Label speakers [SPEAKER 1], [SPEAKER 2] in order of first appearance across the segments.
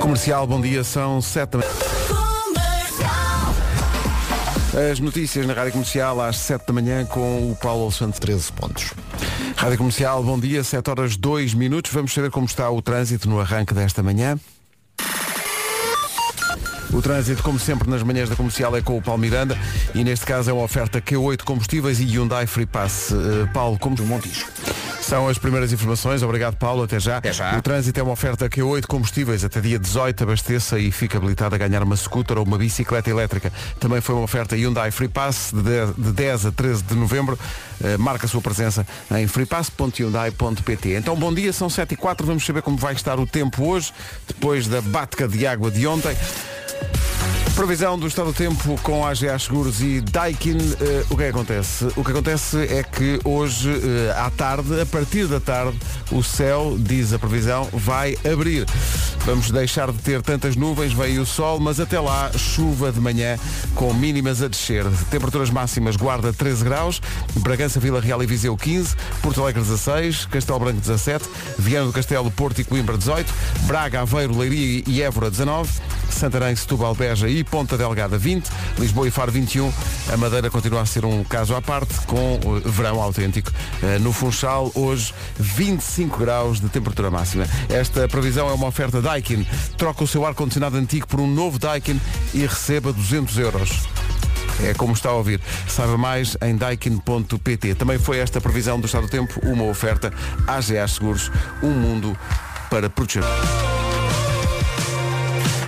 [SPEAKER 1] Comercial, bom dia, são 7 As notícias na Rádio Comercial às 7 da manhã com o Paulo Santos 13 pontos. Rádio Comercial, bom dia, 7 horas 2 minutos. Vamos saber como está o trânsito no arranque desta manhã. O trânsito, como sempre, nas manhãs da comercial é com o Paulo Miranda e neste caso é uma oferta Q8 combustíveis e Hyundai Free Pass. Eh, Paulo, como do Montijo. São as primeiras informações. Obrigado, Paulo. Até já. Até já. O trânsito é uma oferta Q8 combustíveis. Até dia 18 abasteça e fica habilitado a ganhar uma scooter ou uma bicicleta elétrica. Também foi uma oferta Hyundai Free Pass de 10 de 10 a 13 de novembro. Eh, Marca a sua presença em freepass.hyundai.pt. Então, bom dia. São 7 e 4. Vamos saber como vai estar o tempo hoje, depois da batca de água de ontem. Previsão do estado do tempo com a AGA Seguros e Daikin. Eh, o que é que acontece? O que acontece é que hoje, eh, à tarde, a partir da tarde, o céu, diz a previsão, vai abrir. Vamos deixar de ter tantas nuvens, veio o sol, mas até lá, chuva de manhã, com mínimas a descer. Temperaturas máximas, Guarda 13 graus, Bragança, Vila Real e Viseu 15, Porto Alegre 16, Castelo Branco 17, Viana do Castelo, Porto e Coimbra 18, Braga, Aveiro, Leiria e Évora 19, Santarém, Setúbal, Beja e Ponta Delgada 20, Lisboa e Faro 21, a Madeira continua a ser um caso à parte com eh, verão autêntico. Eh, No Funchal, hoje 25 graus de temperatura máxima. Esta previsão é uma oferta Daikin. Troca o seu ar-condicionado antigo por um novo Daikin e receba 200 euros. É como está a ouvir. Saiba mais em daikin.pt. Também foi esta previsão do estado do tempo uma oferta AGA Seguros, um mundo para proteger.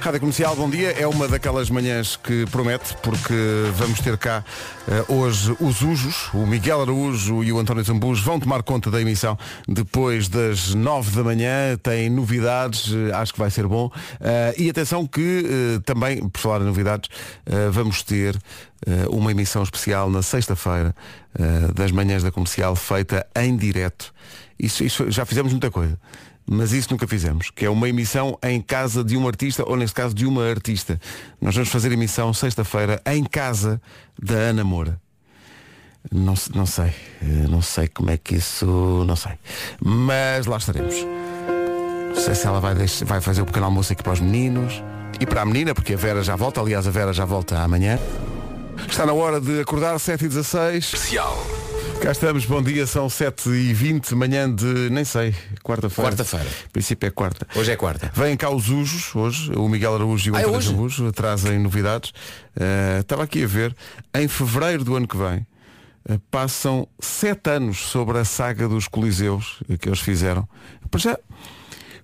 [SPEAKER 1] Rádio Comercial, bom dia. É uma daquelas manhãs que promete, porque vamos ter cá eh, hoje os Ujos, o Miguel Araújo e o António Zambus vão tomar conta da emissão depois das nove da manhã. Tem novidades, eh, acho que vai ser bom. Eh, e atenção que eh, também, por falar em novidades, eh, vamos ter eh, uma emissão especial na sexta-feira eh, das manhãs da comercial feita em direto. Isso, isso já fizemos muita coisa. Mas isso nunca fizemos, que é uma emissão em casa de um artista, ou neste caso de uma artista. Nós vamos fazer emissão sexta-feira em casa da Ana Moura. Não, se- não sei, eh, não sei como é que isso, não sei. Mas lá estaremos. Não sei se ela vai, deix- vai fazer o pequeno almoço aqui para os meninos e para a menina, porque a Vera já volta, aliás, a Vera já volta amanhã. Está na hora de acordar, 7h16. Cá estamos, bom dia, são 7h20, manhã de, nem sei, quarta-feira.
[SPEAKER 2] Quarta-feira.
[SPEAKER 1] Em princípio é quarta.
[SPEAKER 2] Hoje é quarta.
[SPEAKER 1] Vêm cá os Ujos hoje, o Miguel Araújo e o
[SPEAKER 2] Ah, é
[SPEAKER 1] António
[SPEAKER 2] hoje?
[SPEAKER 1] Araújo trazem novidades. Eh, Estava aqui a ver, em fevereiro do ano que vem, eh, passam sete anos sobre a saga dos Coliseus eh, que eles fizeram. é, Para já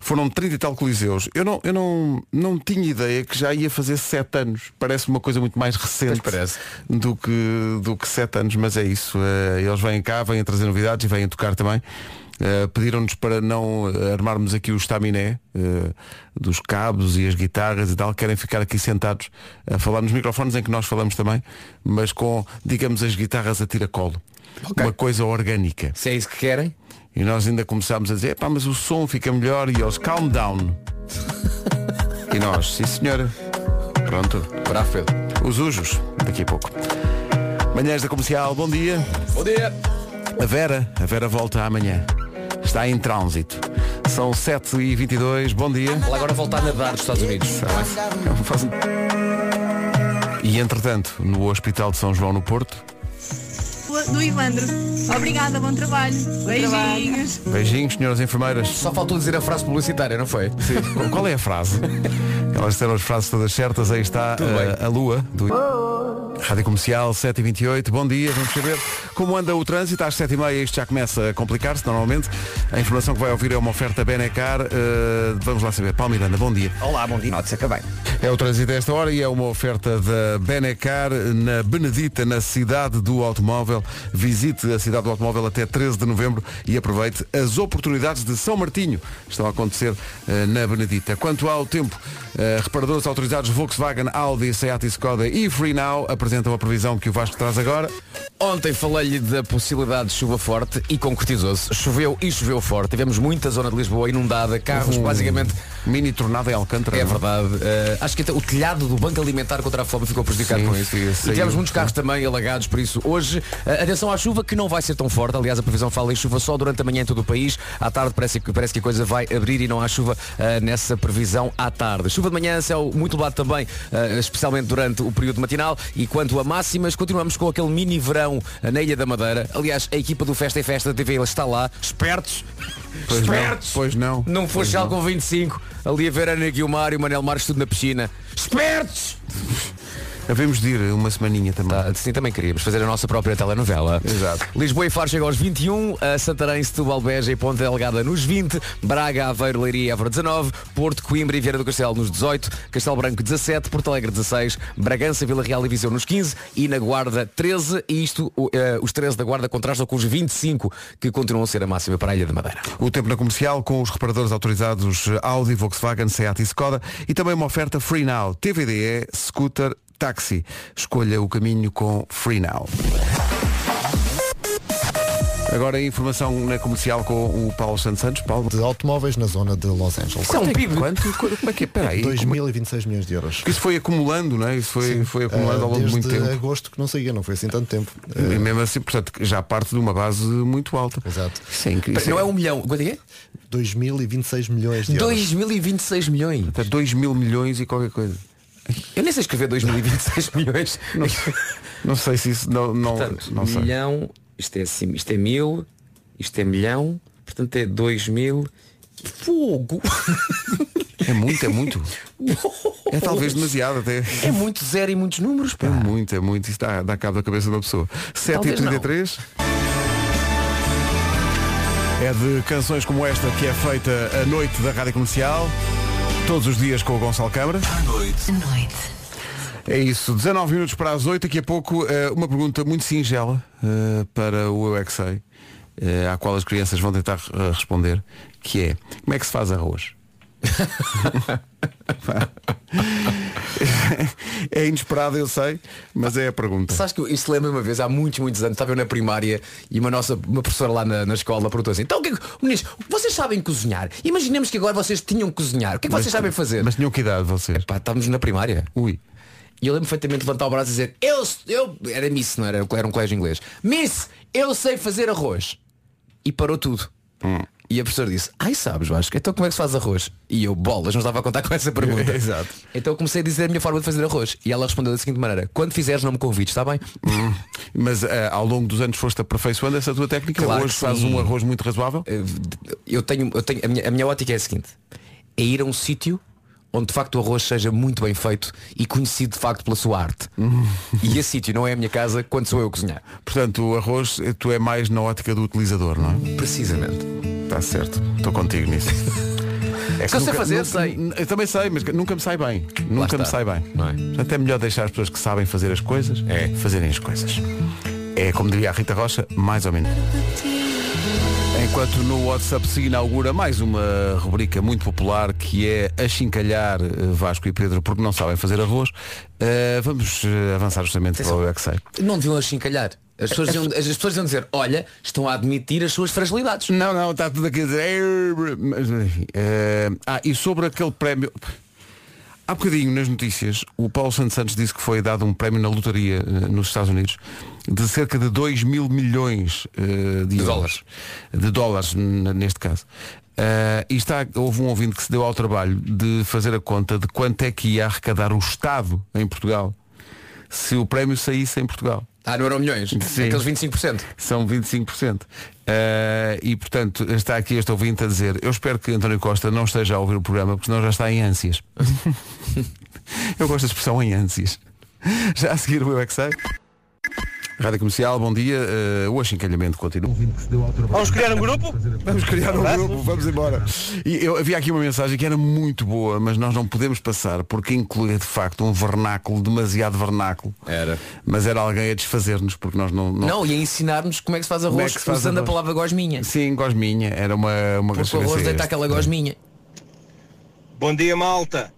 [SPEAKER 1] foram 30 e tal Coliseus. Eu não, eu não, não tinha ideia que já ia fazer sete anos. Parece uma coisa muito mais recente
[SPEAKER 2] Pois parece.
[SPEAKER 1] do que do que sete anos, mas é isso. Eh, eles vêm cá, vêm trazer novidades e vêm tocar também. Eh, Pediram-nos para não eh, armarmos aqui o estaminé eh, dos cabos e as guitarras e tal, querem ficar aqui sentados a falar nos microfones em que nós falamos também, mas com, digamos, as guitarras a tiracolo.
[SPEAKER 2] Ok.
[SPEAKER 1] Uma coisa orgânica.
[SPEAKER 2] Se é isso que querem,
[SPEAKER 1] E nós ainda começámos a dizer, pá, mas o som fica melhor e eles, calm down. e nós, sim senhora. Pronto.
[SPEAKER 2] bravo Pedro.
[SPEAKER 1] Os Ujos, daqui a pouco. Manhãs da Comercial, bom dia.
[SPEAKER 2] Bom dia.
[SPEAKER 1] A Vera, a Vera volta amanhã. Está em trânsito. São 7h22, bom dia.
[SPEAKER 2] Ela agora volta a nadar dos Estados Unidos.
[SPEAKER 1] E entretanto, no Hospital de São João no Porto,
[SPEAKER 3] do Ivandro. Obrigada, bom trabalho. Beijinhos.
[SPEAKER 1] beijinhos, senhoras enfermeiras.
[SPEAKER 2] Só faltou dizer a frase publicitária, não foi?
[SPEAKER 1] Qual é a frase? Elas disseram as frases todas certas, aí está
[SPEAKER 2] Tudo
[SPEAKER 1] eh,
[SPEAKER 2] bem.
[SPEAKER 1] a lua do Rádio Comercial 7h28, bom dia, vamos saber como anda o trânsito. Às 7h30 isto já começa a complicar-se normalmente. A informação que vai ouvir é uma oferta Benecar. eh, vamos lá saber. Paulo Miranda, bom dia.
[SPEAKER 4] Olá, bom dia. Notes, acabei.
[SPEAKER 1] É o trânsito a esta hora e é uma oferta da Benecar na Benedita, na cidade do automóvel. Visite a cidade do automóvel até 13 de novembro e aproveite as oportunidades de São Martinho. Estão a acontecer eh, na Benedita. Quanto ao tempo, eh, reparadores autorizados Volkswagen, Audi, Seat e Skoda e FreeNow apresentam a previsão que o Vasco traz agora.
[SPEAKER 2] Ontem falei-lhe da possibilidade de chuva forte e concretizou-se. Choveu e choveu forte. Tivemos muita zona de Lisboa inundada, carros basicamente
[SPEAKER 1] Mini tornada em Alcântara.
[SPEAKER 2] É
[SPEAKER 1] não
[SPEAKER 2] verdade. Eh, acho que até o telhado do Banco Alimentar contra a Fome ficou prejudicado
[SPEAKER 1] Sim,
[SPEAKER 2] com isso.
[SPEAKER 1] sim,
[SPEAKER 2] e
[SPEAKER 1] saiu,
[SPEAKER 2] tivemos muitos
[SPEAKER 1] sim.
[SPEAKER 2] carros também alagados, por isso hoje, eh, atenção à chuva que não vai ser tão forte. Aliás, a previsão fala em chuva só durante a manhã em todo o país. À tarde parece que, parece que a coisa vai abrir e não há chuva eh, nessa previsão à tarde. Chuva de manhã, céu muito nublado também, eh, especialmente durante o período matinal. E quanto a máximas, continuamos com aquele mini verão eh, na Ilha da Madeira. Aliás, a equipa do Festa e Festa da TV ela está lá, espertos.
[SPEAKER 1] Pois não,
[SPEAKER 2] espertos.
[SPEAKER 1] pois não.
[SPEAKER 2] Não foste já com 25, ali a ver Ana Guilmar e o Manel Marques tudo na piscina. Espertos!
[SPEAKER 1] Havemos de ir uma semaninha também.
[SPEAKER 2] Tá, sim, também queríamos fazer a nossa própria
[SPEAKER 1] é
[SPEAKER 2] telenovela.
[SPEAKER 1] Exato.
[SPEAKER 2] Lisboa e Faro chegam aos 21, a Santarém, Setúbal, Beja e Ponta Delgada nos 20, Braga, Aveiro, Leiria e Évora 19, Porto, Coimbra e Vieira do Castelo nos 18, Castelo Branco 17, Porto Alegre 16, Bragança, Vila Real e Viseu nos 15 e na Guarda 13, e isto, o- eh, os 13 da Guarda contrastam com os 25 que continuam a ser a máxima para a Ilha de Madeira.
[SPEAKER 1] O tempo na comercial com os reparadores autorizados Audi, Volkswagen, Seat e Skoda e também uma oferta Free Now, TVDE, Scooter, Táxi. Escolha o caminho com Free Now. Agora a informação na comercial com o Paulo Santos Santos. Paulo,
[SPEAKER 4] de automóveis na zona de Los Angeles.
[SPEAKER 2] São PIB.
[SPEAKER 1] quanto? Qu- Como é que é? Espera aí. Como é-
[SPEAKER 4] 2026 milhões de euros.
[SPEAKER 1] Isso foi acumulando, não é? Isso foi, foi acumulando
[SPEAKER 4] Ah,
[SPEAKER 1] ao longo de muito
[SPEAKER 4] desde
[SPEAKER 1] tempo.
[SPEAKER 4] agosto que não saía, não foi assim tanto tempo. Ah,
[SPEAKER 1] E mesmo assim, portanto, já parte de uma base muito alta.
[SPEAKER 4] Exato.
[SPEAKER 1] Isso é incrível.
[SPEAKER 2] Não é um milhão. Quanto é que é?
[SPEAKER 4] 2026 milhões de euros.
[SPEAKER 2] 2026 milhões.
[SPEAKER 1] 2 mil milhões e qualquer coisa.
[SPEAKER 2] Eu nem sei escrever 2026 milhões.
[SPEAKER 1] Não, não sei se isso. Não, não,
[SPEAKER 5] Portanto,
[SPEAKER 1] não sei.
[SPEAKER 5] milhão, isto é, assim, isto é mil, isto é milhão, portanto é dois mil. Fogo!
[SPEAKER 1] É muito, é muito. É talvez demasiado até.
[SPEAKER 2] É muito zero e muitos números,
[SPEAKER 1] É
[SPEAKER 2] pá.
[SPEAKER 1] muito, é muito. Isto dá, dá cabo da cabeça da pessoa. 7h33. É de canções como esta que é feita à noite da Rádio Comercial, todos os dias com o Gonçalo Câmara. É isso, 19 minutos para as 8, daqui a pouco eh, uma pergunta muito singela eh, para o Eu é Que Sei, eh, à qual as crianças vão tentar eh, responder, que é como é que se faz arroz? é inesperado, eu sei, mas é a pergunta.
[SPEAKER 2] Sabes que isso lembra uma vez, há muitos, muitos anos, estava eu na primária e uma nossa uma professora lá na, na escola perguntou assim, então o que é que, meninos, vocês sabem cozinhar? Imaginemos que agora vocês tinham que cozinhar. O que é que vocês sabem fazer?
[SPEAKER 1] Mas tinham que idade vocês?
[SPEAKER 2] Pá, estávamos na primária.
[SPEAKER 1] Ui.
[SPEAKER 2] E eu lembro perfeitamente de levantar o braço e dizer, eu, eu, era Miss, não era, era um colégio inglês. Miss, eu sei fazer arroz. E parou tudo.
[SPEAKER 1] Hum.
[SPEAKER 2] E a professora disse, ai sabes, Vasco, então como é que se faz arroz? E eu, bolas, não estava a contar com essa pergunta.
[SPEAKER 1] Exato.
[SPEAKER 2] Então eu comecei a dizer a minha forma de fazer arroz. E ela respondeu da seguinte maneira, quando fizeres não me convides, está bem?
[SPEAKER 1] Hum. Mas eh, ao longo dos anos foste aperfeiçoando essa tua técnica,
[SPEAKER 2] Claro
[SPEAKER 1] hoje
[SPEAKER 2] que
[SPEAKER 1] faz
[SPEAKER 2] sim. Eh,
[SPEAKER 1] um arroz muito razoável.
[SPEAKER 2] eu tenho, eu tenho a, minha, a minha ótica é a seguinte é ir a um sítio onde de facto o arroz seja muito bem feito e conhecido de facto pela sua arte
[SPEAKER 1] Hum.
[SPEAKER 2] e esse sítio não é a minha casa quando sou eu a cozinhar
[SPEAKER 1] Portanto, o arroz, eh, tu é mais na ótica do utilizador, não é?
[SPEAKER 2] precisamente
[SPEAKER 1] Está certo, estou contigo nisso. É que
[SPEAKER 2] Se eu sei fazer,
[SPEAKER 1] nunca-
[SPEAKER 2] sei.
[SPEAKER 1] n- Eu também sei, mas nunca me sai bem. Nunca me
[SPEAKER 2] está.
[SPEAKER 1] sai bem.
[SPEAKER 2] Não é?
[SPEAKER 1] Portanto, é melhor deixar as pessoas que sabem fazer as coisas
[SPEAKER 2] É.
[SPEAKER 1] fazerem as coisas. É como diria a Rita Rocha, mais ou menos. Enquanto no WhatsApp se inaugura mais uma rubrica muito popular que é achincalhar eh, Vasco e Pedro porque não sabem fazer arroz, eh, vamos eh, avançar justamente para o Eu É Que Sei.
[SPEAKER 2] não deviam achincalhar as pessoas iam, as pessoas iam dizer olha estão a admitir as suas fragilidades
[SPEAKER 1] Não, não, está tudo aqui a dizer. "Eh, mas, enfim, eh, ah, e sobre aquele prémio. Há bocadinho nas notícias, o Paulo Santos Santos disse que foi dado um prémio na lotaria eh, nos Estados Unidos de cerca de 2 mil milhões eh, de, euros.
[SPEAKER 2] dólares.
[SPEAKER 1] De dólares, n- neste caso. Eh, e está, houve um ouvinte que se deu ao trabalho de fazer a conta de quanto é que ia arrecadar o Estado em Portugal se o prémio saísse em Portugal.
[SPEAKER 2] ah não eram milhões
[SPEAKER 1] Sim.
[SPEAKER 2] aqueles 25%
[SPEAKER 1] São 25%. Eh, e, portanto, está aqui este ouvinte a dizer, eu espero que António Costa não esteja a ouvir o programa, porque senão já está em ânsias. eu gosto da expressão em ânsias. Já a seguir o Eu é que sei. Rádio Comercial, bom dia. Eh, o achincalhamento continua.
[SPEAKER 6] Vamos criar um grupo?
[SPEAKER 1] Vamos criar um grupo, vamos embora. E eu, havia aqui uma mensagem que era muito boa, mas nós não podemos passar, porque incluía de facto um vernáculo, demasiado vernáculo.
[SPEAKER 2] Era.
[SPEAKER 1] Mas era alguém a desfazer-nos, porque nós não, não,
[SPEAKER 2] não e a ensinar-nos como é que se faz
[SPEAKER 1] é que
[SPEAKER 2] arroz
[SPEAKER 1] se faz
[SPEAKER 2] usando
[SPEAKER 1] arroz?
[SPEAKER 2] a palavra gosminha
[SPEAKER 1] Sim, gosminha. Era uma, uma
[SPEAKER 2] porque o arroz deita aquela gosminha
[SPEAKER 6] Bom dia, malta.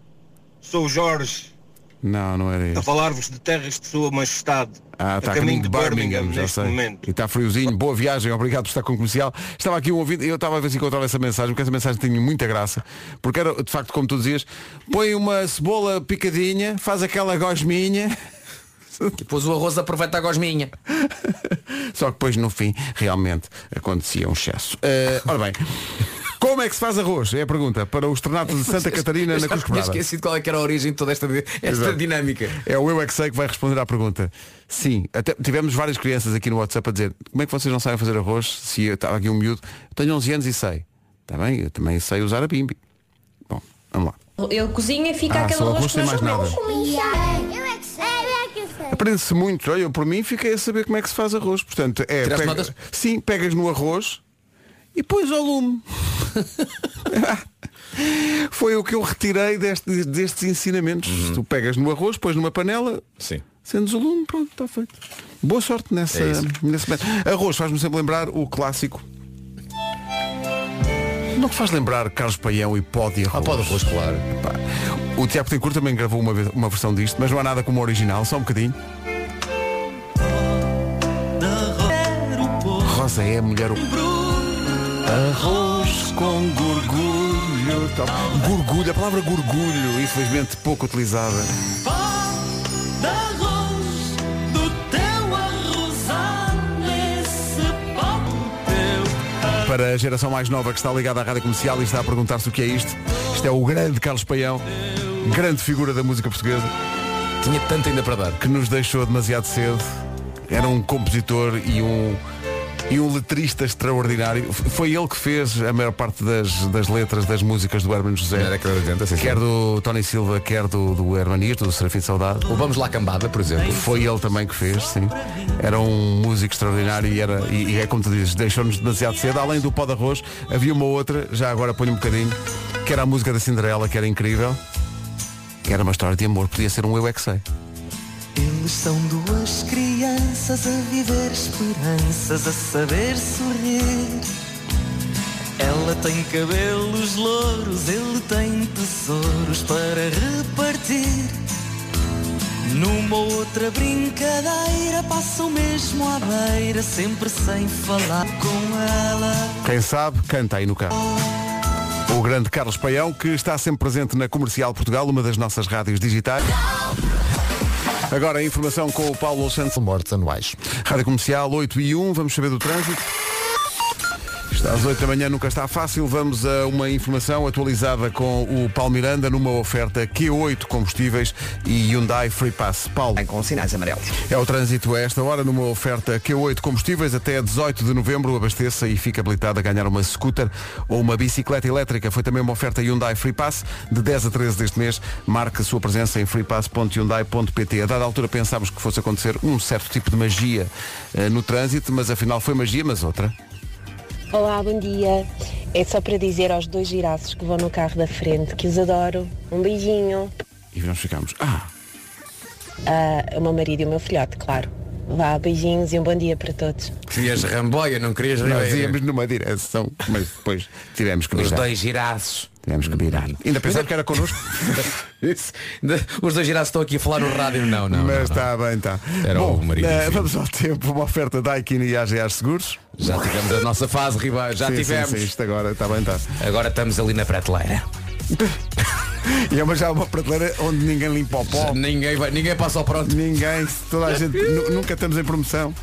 [SPEAKER 6] Sou o Jorge.
[SPEAKER 1] Não, não era
[SPEAKER 6] A
[SPEAKER 1] este.
[SPEAKER 6] falar-vos de terras de sua majestade.
[SPEAKER 1] Ah, está
[SPEAKER 6] a É caminho de Birmingham, neste momento.
[SPEAKER 1] E está friozinho, boa viagem, obrigado por estar com o comercial. Estava aqui um ouvido, eu estava a ver se encontrava essa mensagem, porque essa mensagem tem muita graça, porque era, de facto, como tu dizias, põe uma cebola picadinha, faz aquela gosminha,
[SPEAKER 2] E depois o arroz aproveita a gosminha.
[SPEAKER 1] só que depois no fim realmente acontecia um excesso. Eh, ora bem, como é que se faz arroz? É a pergunta, para os tornados de Santa Catarina na Cruz
[SPEAKER 2] Tinha
[SPEAKER 1] Quebrada.
[SPEAKER 2] esquecido qual é que era a origem de toda esta, esta
[SPEAKER 1] Exato.
[SPEAKER 2] dinâmica.
[SPEAKER 1] É o Eu é que sei que vai responder à pergunta. Sim, até tivemos várias crianças aqui no WhatsApp a dizer como é que vocês não sabem fazer arroz se eu estava aqui um miúdo. Tenho 11 anos e sei. Está bem, eu também sei usar a bimbi. Bom, vamos lá.
[SPEAKER 7] Ele cozinha e fica
[SPEAKER 1] Ah,
[SPEAKER 7] aquele
[SPEAKER 1] só
[SPEAKER 7] arroz
[SPEAKER 1] arroz
[SPEAKER 7] que
[SPEAKER 1] sem
[SPEAKER 7] nós
[SPEAKER 1] mais
[SPEAKER 7] comemos.
[SPEAKER 1] nada.
[SPEAKER 8] Eu é que sei, eu é que sei.
[SPEAKER 1] Aprende-se muito. Olha, eu por mim fiquei a saber como é que se faz arroz. Portanto, é.
[SPEAKER 2] Tiraste notas?
[SPEAKER 1] sim, pegas no arroz e pões ao lume. Foi o que eu retirei deste- destes ensinamentos. Tu pegas no arroz, pões numa panela,
[SPEAKER 2] Uhum. Sim.
[SPEAKER 1] Sendo o lume, pronto, está feito. Boa sorte nessa,
[SPEAKER 2] É isso.
[SPEAKER 1] nesse momento. Arroz faz-me sempre lembrar o clássico. Não que faz lembrar Carlos Paião e pó de arroz.
[SPEAKER 4] Ah, pode arroz, claro.
[SPEAKER 1] Pá. O Tiago Tencourt também gravou uma, vez- uma versão disto, mas não há nada como o original, só um bocadinho. Rosa é a mulher. o- Arroz com gorgulho. Top. Gorgulho, a palavra gorgulho, infelizmente pouco utilizada. Para a geração mais nova que está ligada à rádio comercial e está a perguntar-se o que é isto, isto é o grande Carlos Paião, grande figura da música portuguesa,
[SPEAKER 2] Tinha tanto ainda para dar.
[SPEAKER 1] que nos deixou demasiado cedo. Era um compositor e um, e um letrista extraordinário. F- Foi ele que fez a maior parte das, das letras das músicas do Herman José.
[SPEAKER 2] Era aquela de 80, sim, sim.
[SPEAKER 1] Quer do Tony Silva, quer do, do Herman Hirto, do Serafim Saudade.
[SPEAKER 2] O Vamos lá Cambada, por exemplo.
[SPEAKER 1] Foi ele também que fez, sim. Era um músico extraordinário e, era, e, e é como tu dizes, deixou-nos demasiado cedo. Além do pó de arroz, havia uma outra, já agora ponho um bocadinho, que era a música da Cinderela, que era incrível. Que era uma história de amor, podia ser um eu é que sei.
[SPEAKER 9] Eles são duas crianças a viver esperanças, a saber sorrir. Ela tem cabelos louros, ele tem tesouros para repartir. Numa outra brincadeira passam mesmo à beira, sempre sem falar com ela.
[SPEAKER 1] Quem sabe, canta aí no carro. O grande Carlos Paião, que está sempre presente na Comercial Portugal, uma das nossas rádios digitais. Agora a informação com o Paulo Santos.
[SPEAKER 4] São mortes anuais.
[SPEAKER 1] Rádio Comercial 8 e 1, vamos saber do trânsito. Está às 8 da manhã, nunca está fácil. Vamos a uma informação atualizada com o Paulo Miranda numa oferta Q8 combustíveis e Hyundai Free Pass. Paulo.
[SPEAKER 10] Com sinais amarelos.
[SPEAKER 1] É o trânsito a esta hora numa oferta Q8 Combustíveis até 18 de novembro. Abasteça e fica habilitado a ganhar uma scooter ou uma bicicleta elétrica. Foi também uma oferta Hyundai Free Pass de 10 a 13 deste mês. Marque a sua presença em freepass.hyundai.pt. A dada altura pensámos que fosse acontecer um certo tipo de magia eh, no trânsito, mas afinal foi magia, mas outra.
[SPEAKER 11] Olá, bom dia. É só para dizer aos dois giraços que vão no carro da frente que os adoro. Um beijinho.
[SPEAKER 1] E nós ficámos. Ah,
[SPEAKER 11] Ah, o meu marido e o meu filhote, claro. Vá, beijinhos e um bom dia para todos.
[SPEAKER 2] Querias ramboia, não querias
[SPEAKER 1] nós
[SPEAKER 2] ramboia.
[SPEAKER 1] íamos numa direção, mas depois tivemos que
[SPEAKER 2] Os
[SPEAKER 1] virar.
[SPEAKER 2] dois giraços.
[SPEAKER 1] Tivemos que é virar. Ainda pensaram que era connosco.
[SPEAKER 2] Isso. De- Os dois giraços estão aqui a falar no rádio. Não, não.
[SPEAKER 1] Mas
[SPEAKER 2] não, não.
[SPEAKER 1] está bem, está.
[SPEAKER 2] Era
[SPEAKER 1] Bom,
[SPEAKER 2] o marido,
[SPEAKER 1] eh,
[SPEAKER 2] enfim.
[SPEAKER 1] vamos ao tempo, uma oferta da Aikina e AGAs Seguros.
[SPEAKER 2] Já tivemos a nossa fase, Ribeiro. Já
[SPEAKER 1] Sim, sim,
[SPEAKER 2] tivemos.
[SPEAKER 1] sim, isto agora está bem, tá. está.
[SPEAKER 2] Agora estamos ali na prateleira.
[SPEAKER 1] E é uma, já uma prateleira onde ninguém limpa o pó.
[SPEAKER 2] Ninguém, vai, ninguém passa ao pronto.
[SPEAKER 1] Ninguém, se toda a gente, nu- nunca estamos em promoção.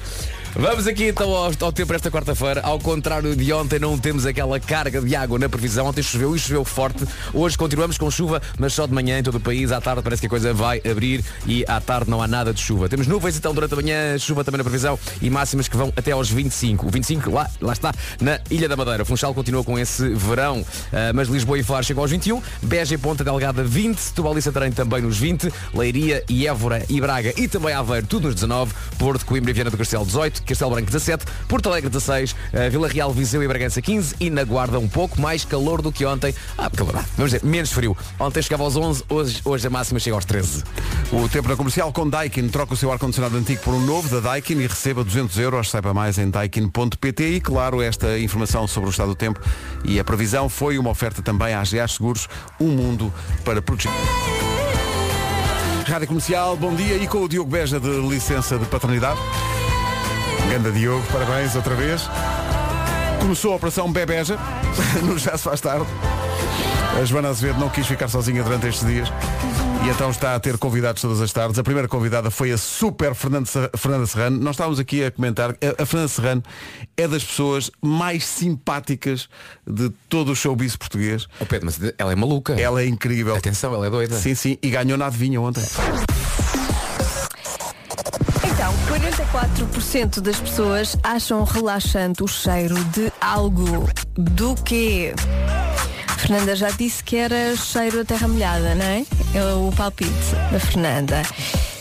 [SPEAKER 2] Vamos aqui então ao, ao tempo esta quarta-feira. Ao contrário de ontem, não temos aquela carga de água na previsão. Ontem choveu e choveu forte. Hoje continuamos com chuva, mas só de manhã em todo o país. À tarde parece que a coisa vai abrir e à tarde não há nada de chuva. Temos nuvens então durante a manhã, chuva também na previsão e máximas que vão até aos 25. O 25 lá, lá está, na Ilha da Madeira. Funchal continua com esse verão, ah, mas Lisboa e Faro chegam aos 21. Beja e Ponta Delgada 20. Setúbal e Santarém também nos 20. Leiria e Évora e Braga e também Aveiro tudo nos 19. Porto, Coimbra e Viana do Castelo 18. Castelo Branco 17. Porto Alegre 16. ah, Vila Real, Viseu e Bragança 15. E na Guarda um pouco mais calor do que ontem. Ah, calor, ah, vamos dizer, menos frio. Ontem chegava aos 11, hoje, hoje a máxima chega aos 13.
[SPEAKER 1] O tempo na comercial com Daikin. Troca o seu ar-condicionado antigo por um novo da Daikin e receba 200 euros. Saiba mais em daikin.pt. E claro, esta informação sobre o estado do tempo e a previsão foi uma oferta também à AGAs Seguros. Um mundo para proteger. Rádio Comercial, bom dia. E com o Diogo Beja de licença de paternidade. Ganda Diogo, parabéns outra vez. Começou a Operação Bebeja, no Já se faz tarde. A Joana Azevedo não quis ficar sozinha durante estes dias e então está a ter convidados todas as tardes. A primeira convidada foi a super Fernanda Ser- Fernanda Serrano. Nós estávamos aqui a comentar. A a Fernanda Serrano é das pessoas mais simpáticas de todo o showbiz português.
[SPEAKER 2] Oh, Pedro, mas ela é maluca.
[SPEAKER 1] Ela é incrível.
[SPEAKER 2] Atenção, ela é doida.
[SPEAKER 1] Sim, sim, e ganhou na adivinha ontem.
[SPEAKER 7] Então, 44% das pessoas acham relaxante o cheiro de algo. Do quê? Fernanda já disse que era cheiro a terra molhada, não é? É o palpite da Fernanda.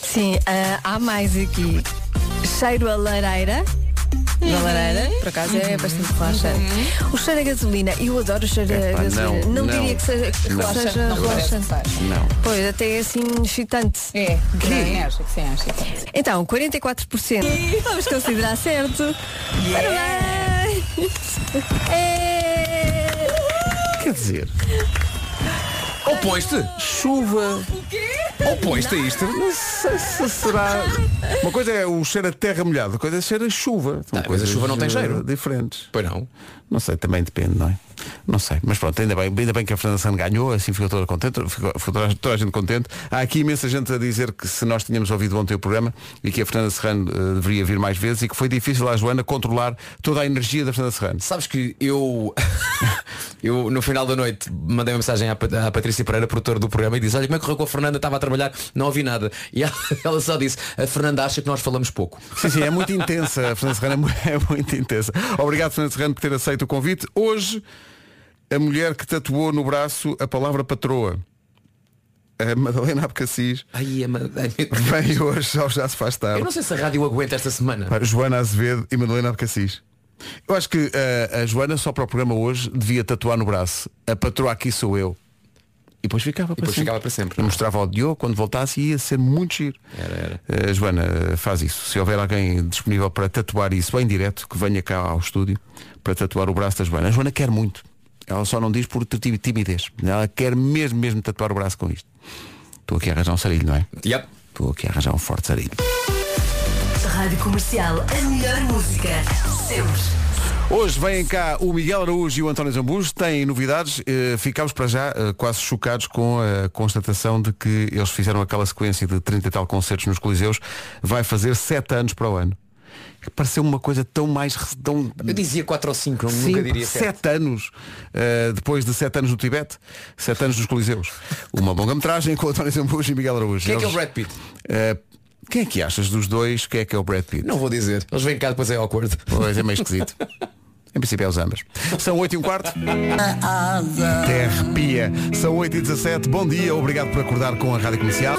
[SPEAKER 7] Sim, ah, há mais aqui. Cheiro a lareira. Da lareira, por acaso é bastante relaxante. O cheiro a gasolina, eu adoro o cheiro a
[SPEAKER 1] Epá,
[SPEAKER 7] gasolina.
[SPEAKER 1] não,
[SPEAKER 7] Não,
[SPEAKER 1] não.
[SPEAKER 7] diria que seja, que
[SPEAKER 1] Não.
[SPEAKER 7] seja relaxante.
[SPEAKER 1] Não.
[SPEAKER 7] Pois, até é assim excitante. É,
[SPEAKER 10] Sim, acho que sim, acho que sim.
[SPEAKER 7] então, 44%. Vamos considerar certo. Parabéns! É.
[SPEAKER 1] Quer dizer,
[SPEAKER 2] Opões-te?
[SPEAKER 1] Chuva.
[SPEAKER 7] O quê?
[SPEAKER 2] Opões-te a Oh, isto?
[SPEAKER 1] Não sei se será. Uma coisa é o cheiro a terra molhada, outra coisa é cheiro a chuva. São
[SPEAKER 2] Não, mas a chuva não tem
[SPEAKER 1] eh,
[SPEAKER 2] cheiro.
[SPEAKER 1] Diferentes.
[SPEAKER 2] Pois não.
[SPEAKER 1] Não sei, também depende, não é? Não sei, mas pronto, ainda bem, ainda bem que a Fernanda Sano ganhou, assim ficou toda contente, ficou, ficou toda, toda a gente contente. Há aqui imensa gente a dizer que se nós tínhamos ouvido ontem o programa e que a Fernanda Serrano eh, deveria vir mais vezes e que foi difícil à Joana controlar toda a energia da Fernanda Serrano.
[SPEAKER 2] Sabes que eu, eu no final da noite mandei uma mensagem à, Pat- à Patrícia Pereira, produtora do programa, e disse, olha como é que correu com a Fernanda, estava a trabalhar, não ouvi nada. E ela, ela só disse, a Fernanda acha que nós falamos pouco.
[SPEAKER 1] Sim, sim, é muito intensa. A Fernanda Serrano é mu- é muito intensa. Obrigado, Fernanda Serrano, por ter aceito o convite. Hoje, a mulher que tatuou no braço a palavra patroa, a Madalena Abcacis,
[SPEAKER 2] Ai, a ma- ai, meu Deus.
[SPEAKER 1] vem hoje ao Já Se Faz Tarde.
[SPEAKER 2] Eu não sei se a rádio aguenta esta semana.
[SPEAKER 1] Pá, Joana Azevedo e Madalena Abcacis. Eu acho que eh, a Joana, só para o programa hoje, devia tatuar no braço. A patroa aqui sou eu. E depois ficava para
[SPEAKER 2] depois
[SPEAKER 1] sempre.
[SPEAKER 2] ficava para sempre.
[SPEAKER 1] Eu mostrava ao Diogo, quando voltasse, ia ser muito giro.
[SPEAKER 2] Era, era.
[SPEAKER 1] Eh, Joana, eh, faz isso. Se houver alguém disponível para tatuar isso em direto, que venha cá ao estúdio para tatuar o braço da Joana. A Joana quer muito. Ela só não diz por ti- timidez. Ela quer mesmo, mesmo tatuar o braço com isto. Estou aqui a arranjar um sarilho, não é?
[SPEAKER 2] Yep.
[SPEAKER 1] Estou aqui a arranjar um forte sarilho.
[SPEAKER 12] Rádio Comercial, a melhor música. Sempre.
[SPEAKER 1] Hoje vêm cá o Miguel Araújo e o António Zambujo, têm novidades, eh, ficámos para já eh, quase chocados com a constatação de que eles fizeram aquela sequência de 30 e tal concertos nos Coliseus, vai fazer 7 anos para o ano. Pareceu uma coisa tão mais... re- Tão...
[SPEAKER 2] Eu dizia 4 ou 5,
[SPEAKER 1] Sim,
[SPEAKER 2] nunca diria 7.
[SPEAKER 1] sete anos eh, depois de sete anos no Tibete, sete anos nos Coliseus. Uma longa-metragem com António Zambujo e Miguel Araújo.
[SPEAKER 2] Quem é que é o
[SPEAKER 1] Eles-
[SPEAKER 2] Brad Pitt?
[SPEAKER 1] eh, quem é que achas dos dois? Quem é que é o Brad Pitt?
[SPEAKER 2] Não vou dizer. Eles vêm cá depois é awkward.
[SPEAKER 1] Pois é meio esquisito. Em princípio é os ambas. São 8 e um quarto. Até arrepia. São 8 e 17. Bom dia, obrigado por acordar com a Rádio Comercial.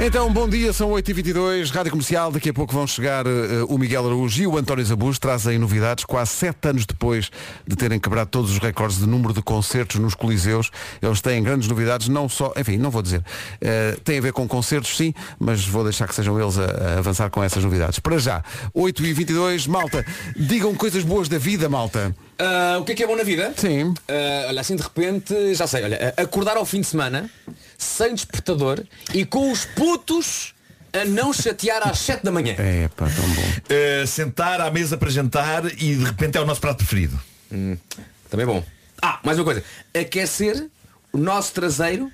[SPEAKER 1] Então, bom dia, são 8h22, Rádio Comercial. Daqui a pouco vão chegar eh, o Miguel Araújo e o António Zabuz. Trazem novidades quase sete anos depois de terem quebrado todos os recordes de número de concertos nos Coliseus. Eles têm grandes novidades, não só. Enfim, não vou dizer. Eh, tem a ver com concertos, sim, mas vou deixar que sejam eles a, a avançar com essas novidades. Para já, 8h22, malta, digam coisas boas da vida, malta.
[SPEAKER 2] Ah, o que é que é bom na vida?
[SPEAKER 1] Sim.
[SPEAKER 2] Ah, olha, assim de repente, já sei, olha, acordar ao fim de semana, sem despertador e com os putos a não chatear às 7 da manhã.
[SPEAKER 1] É, pá, tão bom.
[SPEAKER 13] Eh, sentar à mesa para jantar e de repente é o nosso prato preferido.
[SPEAKER 2] Hum,
[SPEAKER 13] é
[SPEAKER 2] Também bom. Ah, mais uma coisa. Aquecer o nosso traseiro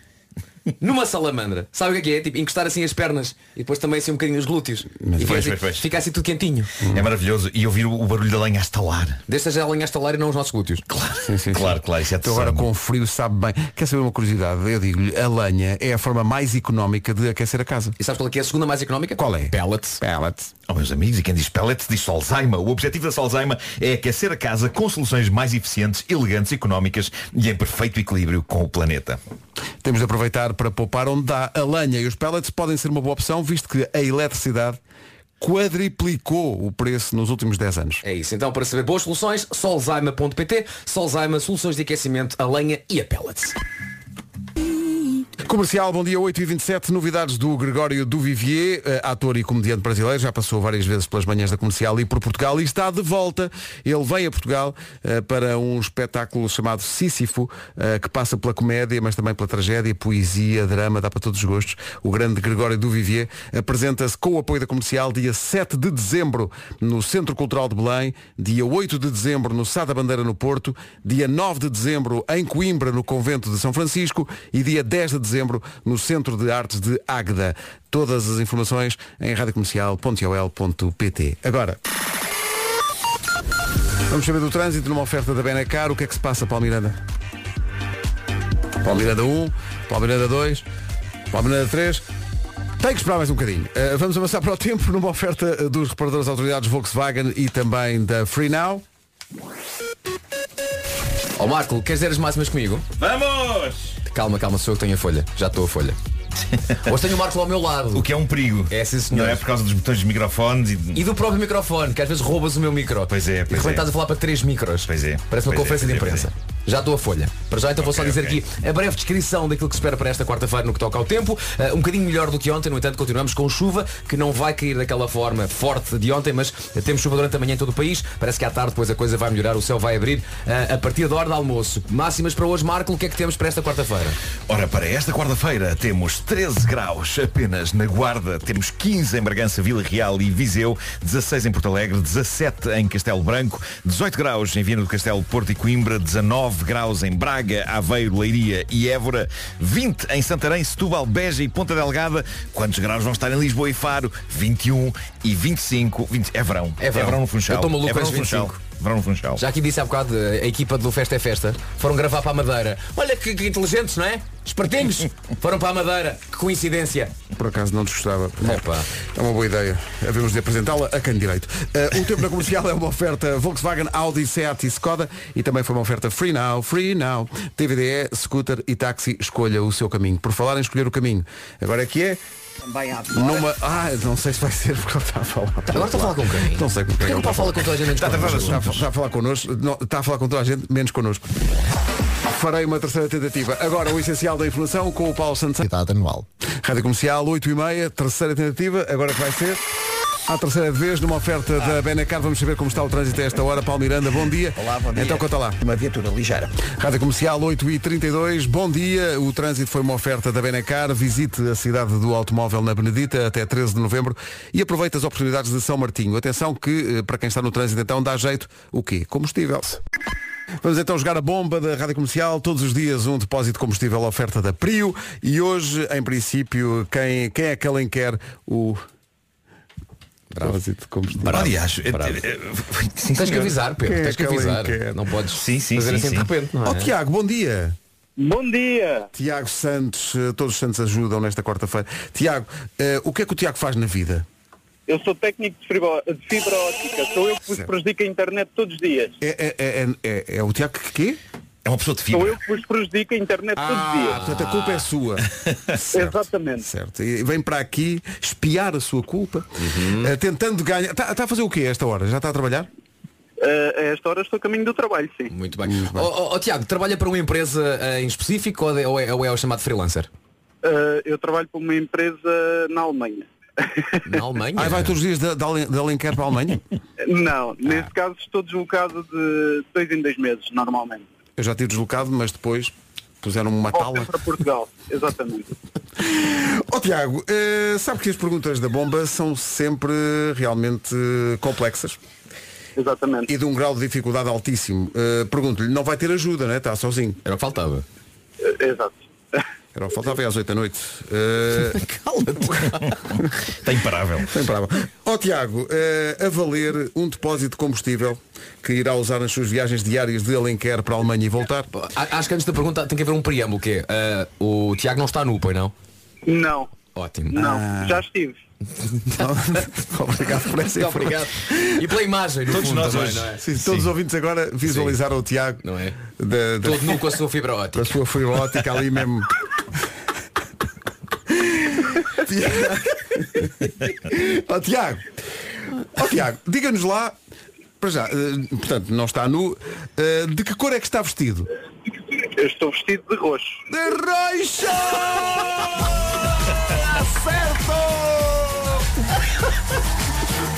[SPEAKER 2] numa salamandra. Sabe o que é que é? Tipo, encostar assim as pernas e depois também assim um bocadinho os glúteos. E fica,
[SPEAKER 13] Pois,
[SPEAKER 2] assim,
[SPEAKER 13] pois, pois.
[SPEAKER 2] fica assim tudo quentinho.
[SPEAKER 13] É maravilhoso. E ouvir o, o barulho da lenha a estalar.
[SPEAKER 2] Deixa já a lenha a estalar e não os nossos glúteos.
[SPEAKER 1] Sim, sim,
[SPEAKER 13] Claro, claro, isso é
[SPEAKER 1] Então agora
[SPEAKER 13] tesão.
[SPEAKER 1] com frio sabe bem. Quer saber uma curiosidade? Eu digo-lhe, a lenha é a forma mais económica de aquecer a casa.
[SPEAKER 2] E sabes qual é que é a segunda mais económica?
[SPEAKER 1] Qual é?
[SPEAKER 2] Pellets.
[SPEAKER 1] Pellets.
[SPEAKER 13] Ó, Oh, meus amigos, e quem diz pellets diz Solzaima. O objetivo da Solzaima é aquecer a casa com soluções mais eficientes, elegantes, económicas e em perfeito equilíbrio com o planeta.
[SPEAKER 1] Temos de aproveitar para poupar onde dá a lenha e os pellets podem ser uma boa opção, visto que a eletricidade quadriplicou o preço nos últimos 10 anos.
[SPEAKER 2] É isso. Então, para saber boas soluções, solzaima.pt, Solzaima, soluções de aquecimento a lenha e a pellets.
[SPEAKER 1] Comercial, bom dia 8 e 27 novidades do Gregório Duvivier, eh, ator e comediante brasileiro, já passou várias vezes pelas manhãs da comercial e por Portugal e está de volta. Ele vem a Portugal eh, para um espetáculo chamado Sísifo, eh, que passa pela comédia, mas também pela tragédia, poesia, drama, dá para todos os gostos. O grande Gregório Duvivier apresenta-se com o apoio da comercial dia 7 de dezembro no Centro Cultural de Belém, dia 8 de dezembro no Sá da Bandeira no Porto, dia 9 de dezembro em Coimbra, no Convento de São Francisco e dia 10 de dezembro no Centro de Artes de Águeda. Todas as informações em radiocomercial.ol.pt. Agora. Vamos saber do trânsito numa oferta da Benacar. O que é que se passa, Paulo Miranda? Paulo Miranda 1, Paulo Miranda 2, Paulo Miranda 3. Tem que esperar mais um bocadinho. Eh, vamos avançar para o tempo numa oferta eh, dos reparadores autoridades Volkswagen e também da Free Now.
[SPEAKER 2] Ó Marco, queres dizer as máximas comigo?
[SPEAKER 13] Vamos!
[SPEAKER 2] Calma, calma, sou eu que tenho a folha. Já estou a folha. Hoje tenho o Marco ao meu lado.
[SPEAKER 13] O que é um perigo.
[SPEAKER 2] É, sim, senhor.
[SPEAKER 13] Não é por causa dos botões dos microfones e de...
[SPEAKER 2] E do próprio microfone, que às vezes roubas o meu micro.
[SPEAKER 13] Pois é,
[SPEAKER 2] E de
[SPEAKER 13] pois
[SPEAKER 2] repente
[SPEAKER 13] é.
[SPEAKER 2] estás a falar para três micros.
[SPEAKER 13] Pois é.
[SPEAKER 2] Parece uma
[SPEAKER 13] Pois é,
[SPEAKER 2] conferência de
[SPEAKER 13] pois é,
[SPEAKER 2] imprensa. Já estou a folha. Para já então vou só
[SPEAKER 13] Ok,
[SPEAKER 2] dizer
[SPEAKER 13] ok.
[SPEAKER 2] aqui a breve descrição daquilo que se espera para esta quarta-feira no que toca ao tempo. Eh, um bocadinho melhor do que ontem, no entanto continuamos com chuva, que não vai cair daquela forma forte de ontem, mas eh, temos chuva durante a manhã em todo o país. Parece que à tarde depois a coisa vai melhorar, o céu vai abrir eh, a partir da hora do almoço. Máximas para hoje, Marco, o que é que temos para esta quarta-feira?
[SPEAKER 13] Ora, para esta quarta-feira temos 13 graus apenas na Guarda, temos 15 em Bragança, Vila Real e Viseu, 16 em Porto Alegre, 17 em Castelo Branco, 18 graus em Viana do Castelo, Porto e Coimbra, 19 graus em Braga, Aveiro, Leiria e Évora, 20 em Santarém, Setúbal, Beja e Ponta Delgada. Quantos graus vão estar em Lisboa e Faro? 21 e 25. 20... É verão.
[SPEAKER 2] É verão.
[SPEAKER 13] no Funchal.
[SPEAKER 2] Eu estou maluco
[SPEAKER 13] é
[SPEAKER 2] com
[SPEAKER 13] verão no
[SPEAKER 2] esses
[SPEAKER 13] Funchal.
[SPEAKER 2] 25.
[SPEAKER 13] Verão no Funchal.
[SPEAKER 2] Já aqui disse há bocado, eh, a equipa do Festa é Festa foram gravar para a Madeira. Olha que, que inteligentes, não é? Espertinhos! foram para a Madeira. Que coincidência.
[SPEAKER 1] Por acaso não desgostava. É uma boa ideia. Havemos de apresentá-la a quem direito. Eh, o tempo na comercial é uma oferta Volkswagen, Audi, Seat e Skoda e também foi uma oferta Free Now, Free Now. TVDE, scooter e táxi, escolha o seu caminho. Por falar em escolher o caminho, agora é que é
[SPEAKER 9] Também há
[SPEAKER 1] numa... Ah, não sei se vai ser porque ele está a falar.
[SPEAKER 2] Agora está a falar com quem?
[SPEAKER 1] Não sei com quem.
[SPEAKER 2] Quem não está a falar com toda a gente?
[SPEAKER 1] Está a tratar assuntos. Está a fa- está a falar connosco, não, está a falar com toda a gente, menos connosco. Farei uma terceira tentativa. Agora o essencial da informação com o Paulo Santos.
[SPEAKER 4] Idade anual.
[SPEAKER 1] Rádio Comercial, 8 e meia, terceira tentativa, agora que vai ser. À terceira vez, numa oferta da Benacar, vamos saber como está o trânsito a esta hora. Paulo Miranda, bom dia.
[SPEAKER 14] Olá, bom dia.
[SPEAKER 1] Então conta lá.
[SPEAKER 14] Uma viatura ligeira.
[SPEAKER 1] Rádio Comercial 8 e 32 bom dia. O trânsito foi uma oferta da Benacar. Visite a cidade do automóvel na Benedita até 13 de novembro e aproveite as oportunidades de São Martinho. Atenção que, eh, para quem está no trânsito, então dá jeito o quê? Combustível. Vamos então jogar a bomba da Rádio Comercial. Todos os dias um depósito de combustível à oferta da Prio. E hoje, em princípio, quem, quem é que além quer o depósito de combustível?
[SPEAKER 13] Aliás, eh,
[SPEAKER 1] Bravo.
[SPEAKER 13] eh,
[SPEAKER 2] é- Tens que
[SPEAKER 13] senhor.
[SPEAKER 2] avisar, Pedro.
[SPEAKER 1] Quem é
[SPEAKER 2] Tens que
[SPEAKER 1] que alguém
[SPEAKER 2] avisar.
[SPEAKER 1] quer?
[SPEAKER 2] Não podes
[SPEAKER 13] Sim, sim,
[SPEAKER 2] fazer assim
[SPEAKER 13] sim, sim. Oh,
[SPEAKER 2] de repente, não é?
[SPEAKER 1] Ó Tiago, bom dia.
[SPEAKER 15] Bom dia.
[SPEAKER 1] Tiago Santos, eh, todos os santos ajudam nesta quarta-feira. Tiago, eh, o que é que o Tiago faz na vida?
[SPEAKER 15] Eu sou técnico de fibra, de fibra óptica. Sou eu que vos prejudico a internet todos os dias.
[SPEAKER 1] É, é- é- é- é- é o Tiago que quê?
[SPEAKER 13] É uma pessoa de
[SPEAKER 15] Sou eu que vos prejudico a internet todos os
[SPEAKER 1] Ah,
[SPEAKER 15] dias.
[SPEAKER 1] portanto a culpa é sua. Certo,
[SPEAKER 15] Exatamente.
[SPEAKER 1] certo. E vem para aqui espiar a sua culpa, eh, tentando ganhar. Está a fazer o quê a esta hora? Já está a trabalhar?
[SPEAKER 15] Ah, a esta hora estou a caminho do trabalho, sim.
[SPEAKER 2] Muito bem. Ó ó, ó, Tiago, trabalha para uma empresa eh, em específico ou, de- ou é, ou é o chamado freelancer?
[SPEAKER 15] Ah, eu trabalho para uma empresa na Alemanha.
[SPEAKER 2] Na Alemanha?
[SPEAKER 1] Ah, vai todos os dias da da Ale- da Alenquer para a Alemanha? Ah.
[SPEAKER 15] Não, nesse caso estou deslocado de dois em dois meses, normalmente.
[SPEAKER 1] Eu já tive deslocado, mas depois puseram uma tala.
[SPEAKER 15] Para Portugal, exatamente.
[SPEAKER 1] Ó Oh, Tiago, eh, sabe que as perguntas da bomba são sempre realmente eh, complexas.
[SPEAKER 15] Exatamente.
[SPEAKER 1] E de um grau de dificuldade altíssimo. Eh, Pergunto-lhe, não vai ter ajuda, né? Está sozinho.
[SPEAKER 2] Era o que faltava.
[SPEAKER 15] Ah, exato.
[SPEAKER 1] Era o que faltava é às 8 da noite. Eh,
[SPEAKER 13] Está imparável.
[SPEAKER 1] Está imparável. Ó Tiago, eh, a valer um depósito de combustível que irá usar nas suas viagens diárias de Alenquer para a Alemanha e voltar.
[SPEAKER 2] A- Acho que antes da pergunta tem que haver um preâmbulo que é eh, o Tiago não está nu, pois não?
[SPEAKER 15] Não,
[SPEAKER 2] Ótimo. Ah,
[SPEAKER 15] não, já estive.
[SPEAKER 1] Ah. Obrigado por essa
[SPEAKER 2] Muito obrigado. E pela imagem, no
[SPEAKER 13] Todos
[SPEAKER 2] fundo,
[SPEAKER 13] nós
[SPEAKER 2] também,
[SPEAKER 13] hoje.
[SPEAKER 2] não é?
[SPEAKER 1] Sim, todos os ouvintes agora visualizaram o Tiago
[SPEAKER 2] Não é?
[SPEAKER 1] da, da-
[SPEAKER 2] Todo nu com a sua fibra
[SPEAKER 1] com a
[SPEAKER 2] ótica.
[SPEAKER 1] sua fibra ótica ali mesmo. Tiago. Ó Tiago, Ó, Tiago, diga-nos lá, para já, eh, portanto, não está nu, eh, de que cor é que está vestido?
[SPEAKER 15] Eu estou vestido de roxo.
[SPEAKER 1] De roxo!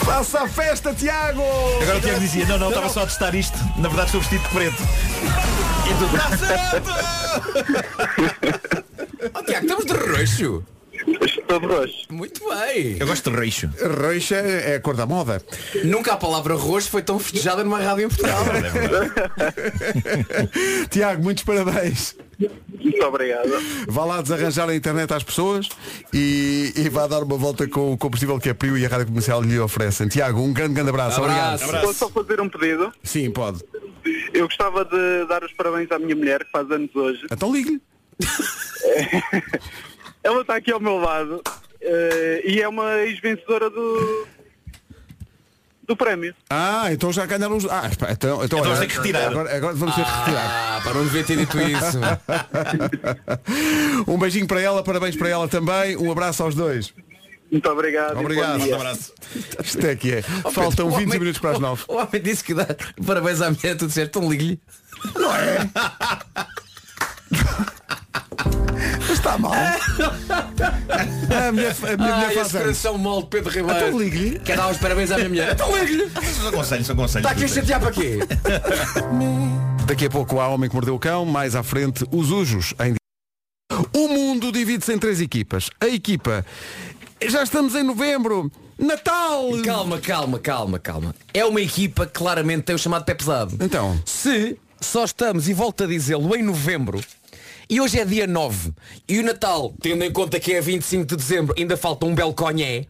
[SPEAKER 1] Faça a festa, Tiago!
[SPEAKER 13] Agora o Tiago dizia, não, não, estava só a testar isto. Na verdade estou vestido de preto. E tu, "Tá certo!"
[SPEAKER 2] Oh, Tiago, estamos de roxo.
[SPEAKER 15] Estou de roxo.
[SPEAKER 2] Muito bem.
[SPEAKER 13] Eu gosto de reixo.
[SPEAKER 1] Roxa é a cor da moda.
[SPEAKER 2] Nunca a palavra roxo foi tão festejada numa rádio em Portugal.
[SPEAKER 1] Tiago, muitos parabéns.
[SPEAKER 15] Muito obrigado.
[SPEAKER 1] Vá lá desarranjar a internet às pessoas e, e vá dar uma volta com o combustível que a Priu e a Rádio Comercial lhe oferecem. Tiago, um grande, grande abraço. Obrigado.
[SPEAKER 15] Posso só fazer um pedido?
[SPEAKER 1] Sim, pode.
[SPEAKER 15] Eu gostava de dar os parabéns à minha mulher que faz anos hoje.
[SPEAKER 1] Então ligue-lhe.
[SPEAKER 15] Ela está aqui ao meu lado eh, e é uma ex-vencedora do, do prémio.
[SPEAKER 1] Ah, então já ganharam os. Ah, espera, então, então,
[SPEAKER 13] Então
[SPEAKER 1] olha,
[SPEAKER 13] tem que retirar.
[SPEAKER 1] Agora, agora vamos ter que retirar.
[SPEAKER 2] Ah, para não devia ter dito isso.
[SPEAKER 1] Um beijinho para ela, parabéns para ela também. Um abraço aos dois.
[SPEAKER 15] Muito obrigado. e
[SPEAKER 1] Obrigado.
[SPEAKER 15] bom dia.
[SPEAKER 13] abraço.
[SPEAKER 1] Isto é que é. Faltam 20 minutos para as 9.
[SPEAKER 2] O homem disse Oh, que dá parabéns à mulher, tu disseste, então ligue-lhe.
[SPEAKER 1] Está mal. A minha, a minha mulher
[SPEAKER 2] Ai,
[SPEAKER 1] faz
[SPEAKER 2] esse
[SPEAKER 1] anos.
[SPEAKER 2] coração mal de Pedro
[SPEAKER 1] Então
[SPEAKER 2] Ribeiro.
[SPEAKER 1] ligue-lhe.
[SPEAKER 2] Quer dar os parabéns à minha mulher? Então ligue-lhe.
[SPEAKER 13] São conselhos, são conselhos.
[SPEAKER 2] Está Tá aqui a chatear para quê?
[SPEAKER 1] Daqui a pouco há Homem que Mordeu o Cão, mais à frente os Ujos em O mundo divide-se em três equipas. A equipa já estamos em novembro. Natal!
[SPEAKER 2] Calma, calma, calma, calma. É uma equipa que claramente tem o chamado pé pesado.
[SPEAKER 1] Então,
[SPEAKER 2] Se só estamos, e volto a dizê-lo, em novembro, e hoje é dia 9, e o Natal, tendo em conta que é 25 de dezembro, ainda falta um belo conhé,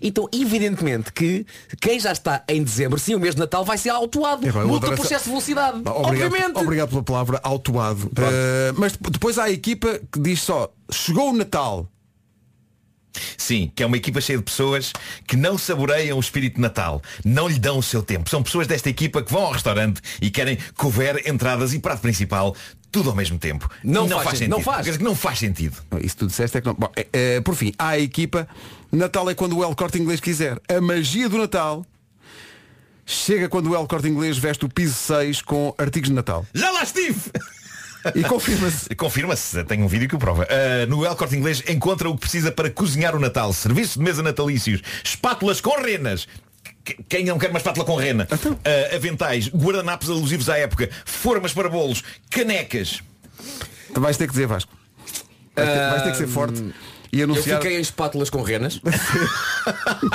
[SPEAKER 2] então evidentemente que quem já está em dezembro, sim, o mês de Natal vai ser autuado.
[SPEAKER 1] É, vai, eu
[SPEAKER 2] Multa
[SPEAKER 1] adoro
[SPEAKER 2] por
[SPEAKER 1] essa-
[SPEAKER 2] excesso de velocidade.
[SPEAKER 1] obrigado,
[SPEAKER 2] Obviamente.
[SPEAKER 1] obrigado pela palavra, autuado. Eh, mas dep- depois há a equipa que diz só, chegou o Natal.
[SPEAKER 13] Sim, que é uma equipa cheia de pessoas que não saboreiam o espírito de Natal, não lhe dão o seu tempo. São pessoas desta equipa que vão ao restaurante e querem que houver entradas e prato principal tudo ao mesmo tempo.
[SPEAKER 2] Não
[SPEAKER 13] E
[SPEAKER 2] faz sentido,
[SPEAKER 13] sentido.
[SPEAKER 2] não faz.
[SPEAKER 13] Quer dizer que Não faz sentido.
[SPEAKER 1] Isso tu disseste é que não. Bom, eh, eh, por fim, há a equipa, Natal é quando o El Corte Inglês quiser. A magia do Natal chega quando o El Corte Inglês veste o piso 6 com artigos de Natal.
[SPEAKER 13] Já lá estive!
[SPEAKER 1] E confirma-se.
[SPEAKER 13] Confirma-se, tem um vídeo que o prova. Ah, no El Corte Inglês encontra o que precisa para cozinhar o Natal. Serviço de mesa natalícios, espátulas com renas. Qu- Quem não quer uma espátula com rena?
[SPEAKER 1] Então.
[SPEAKER 13] Ah, aventais, guardanapos alusivos à época, formas para bolos, canecas.
[SPEAKER 1] Tu Então vais ter que dizer Vasco. Vais ter, vais ter que ser forte e
[SPEAKER 2] Eu
[SPEAKER 1] anunciar.
[SPEAKER 2] fiquei em espátulas com renas.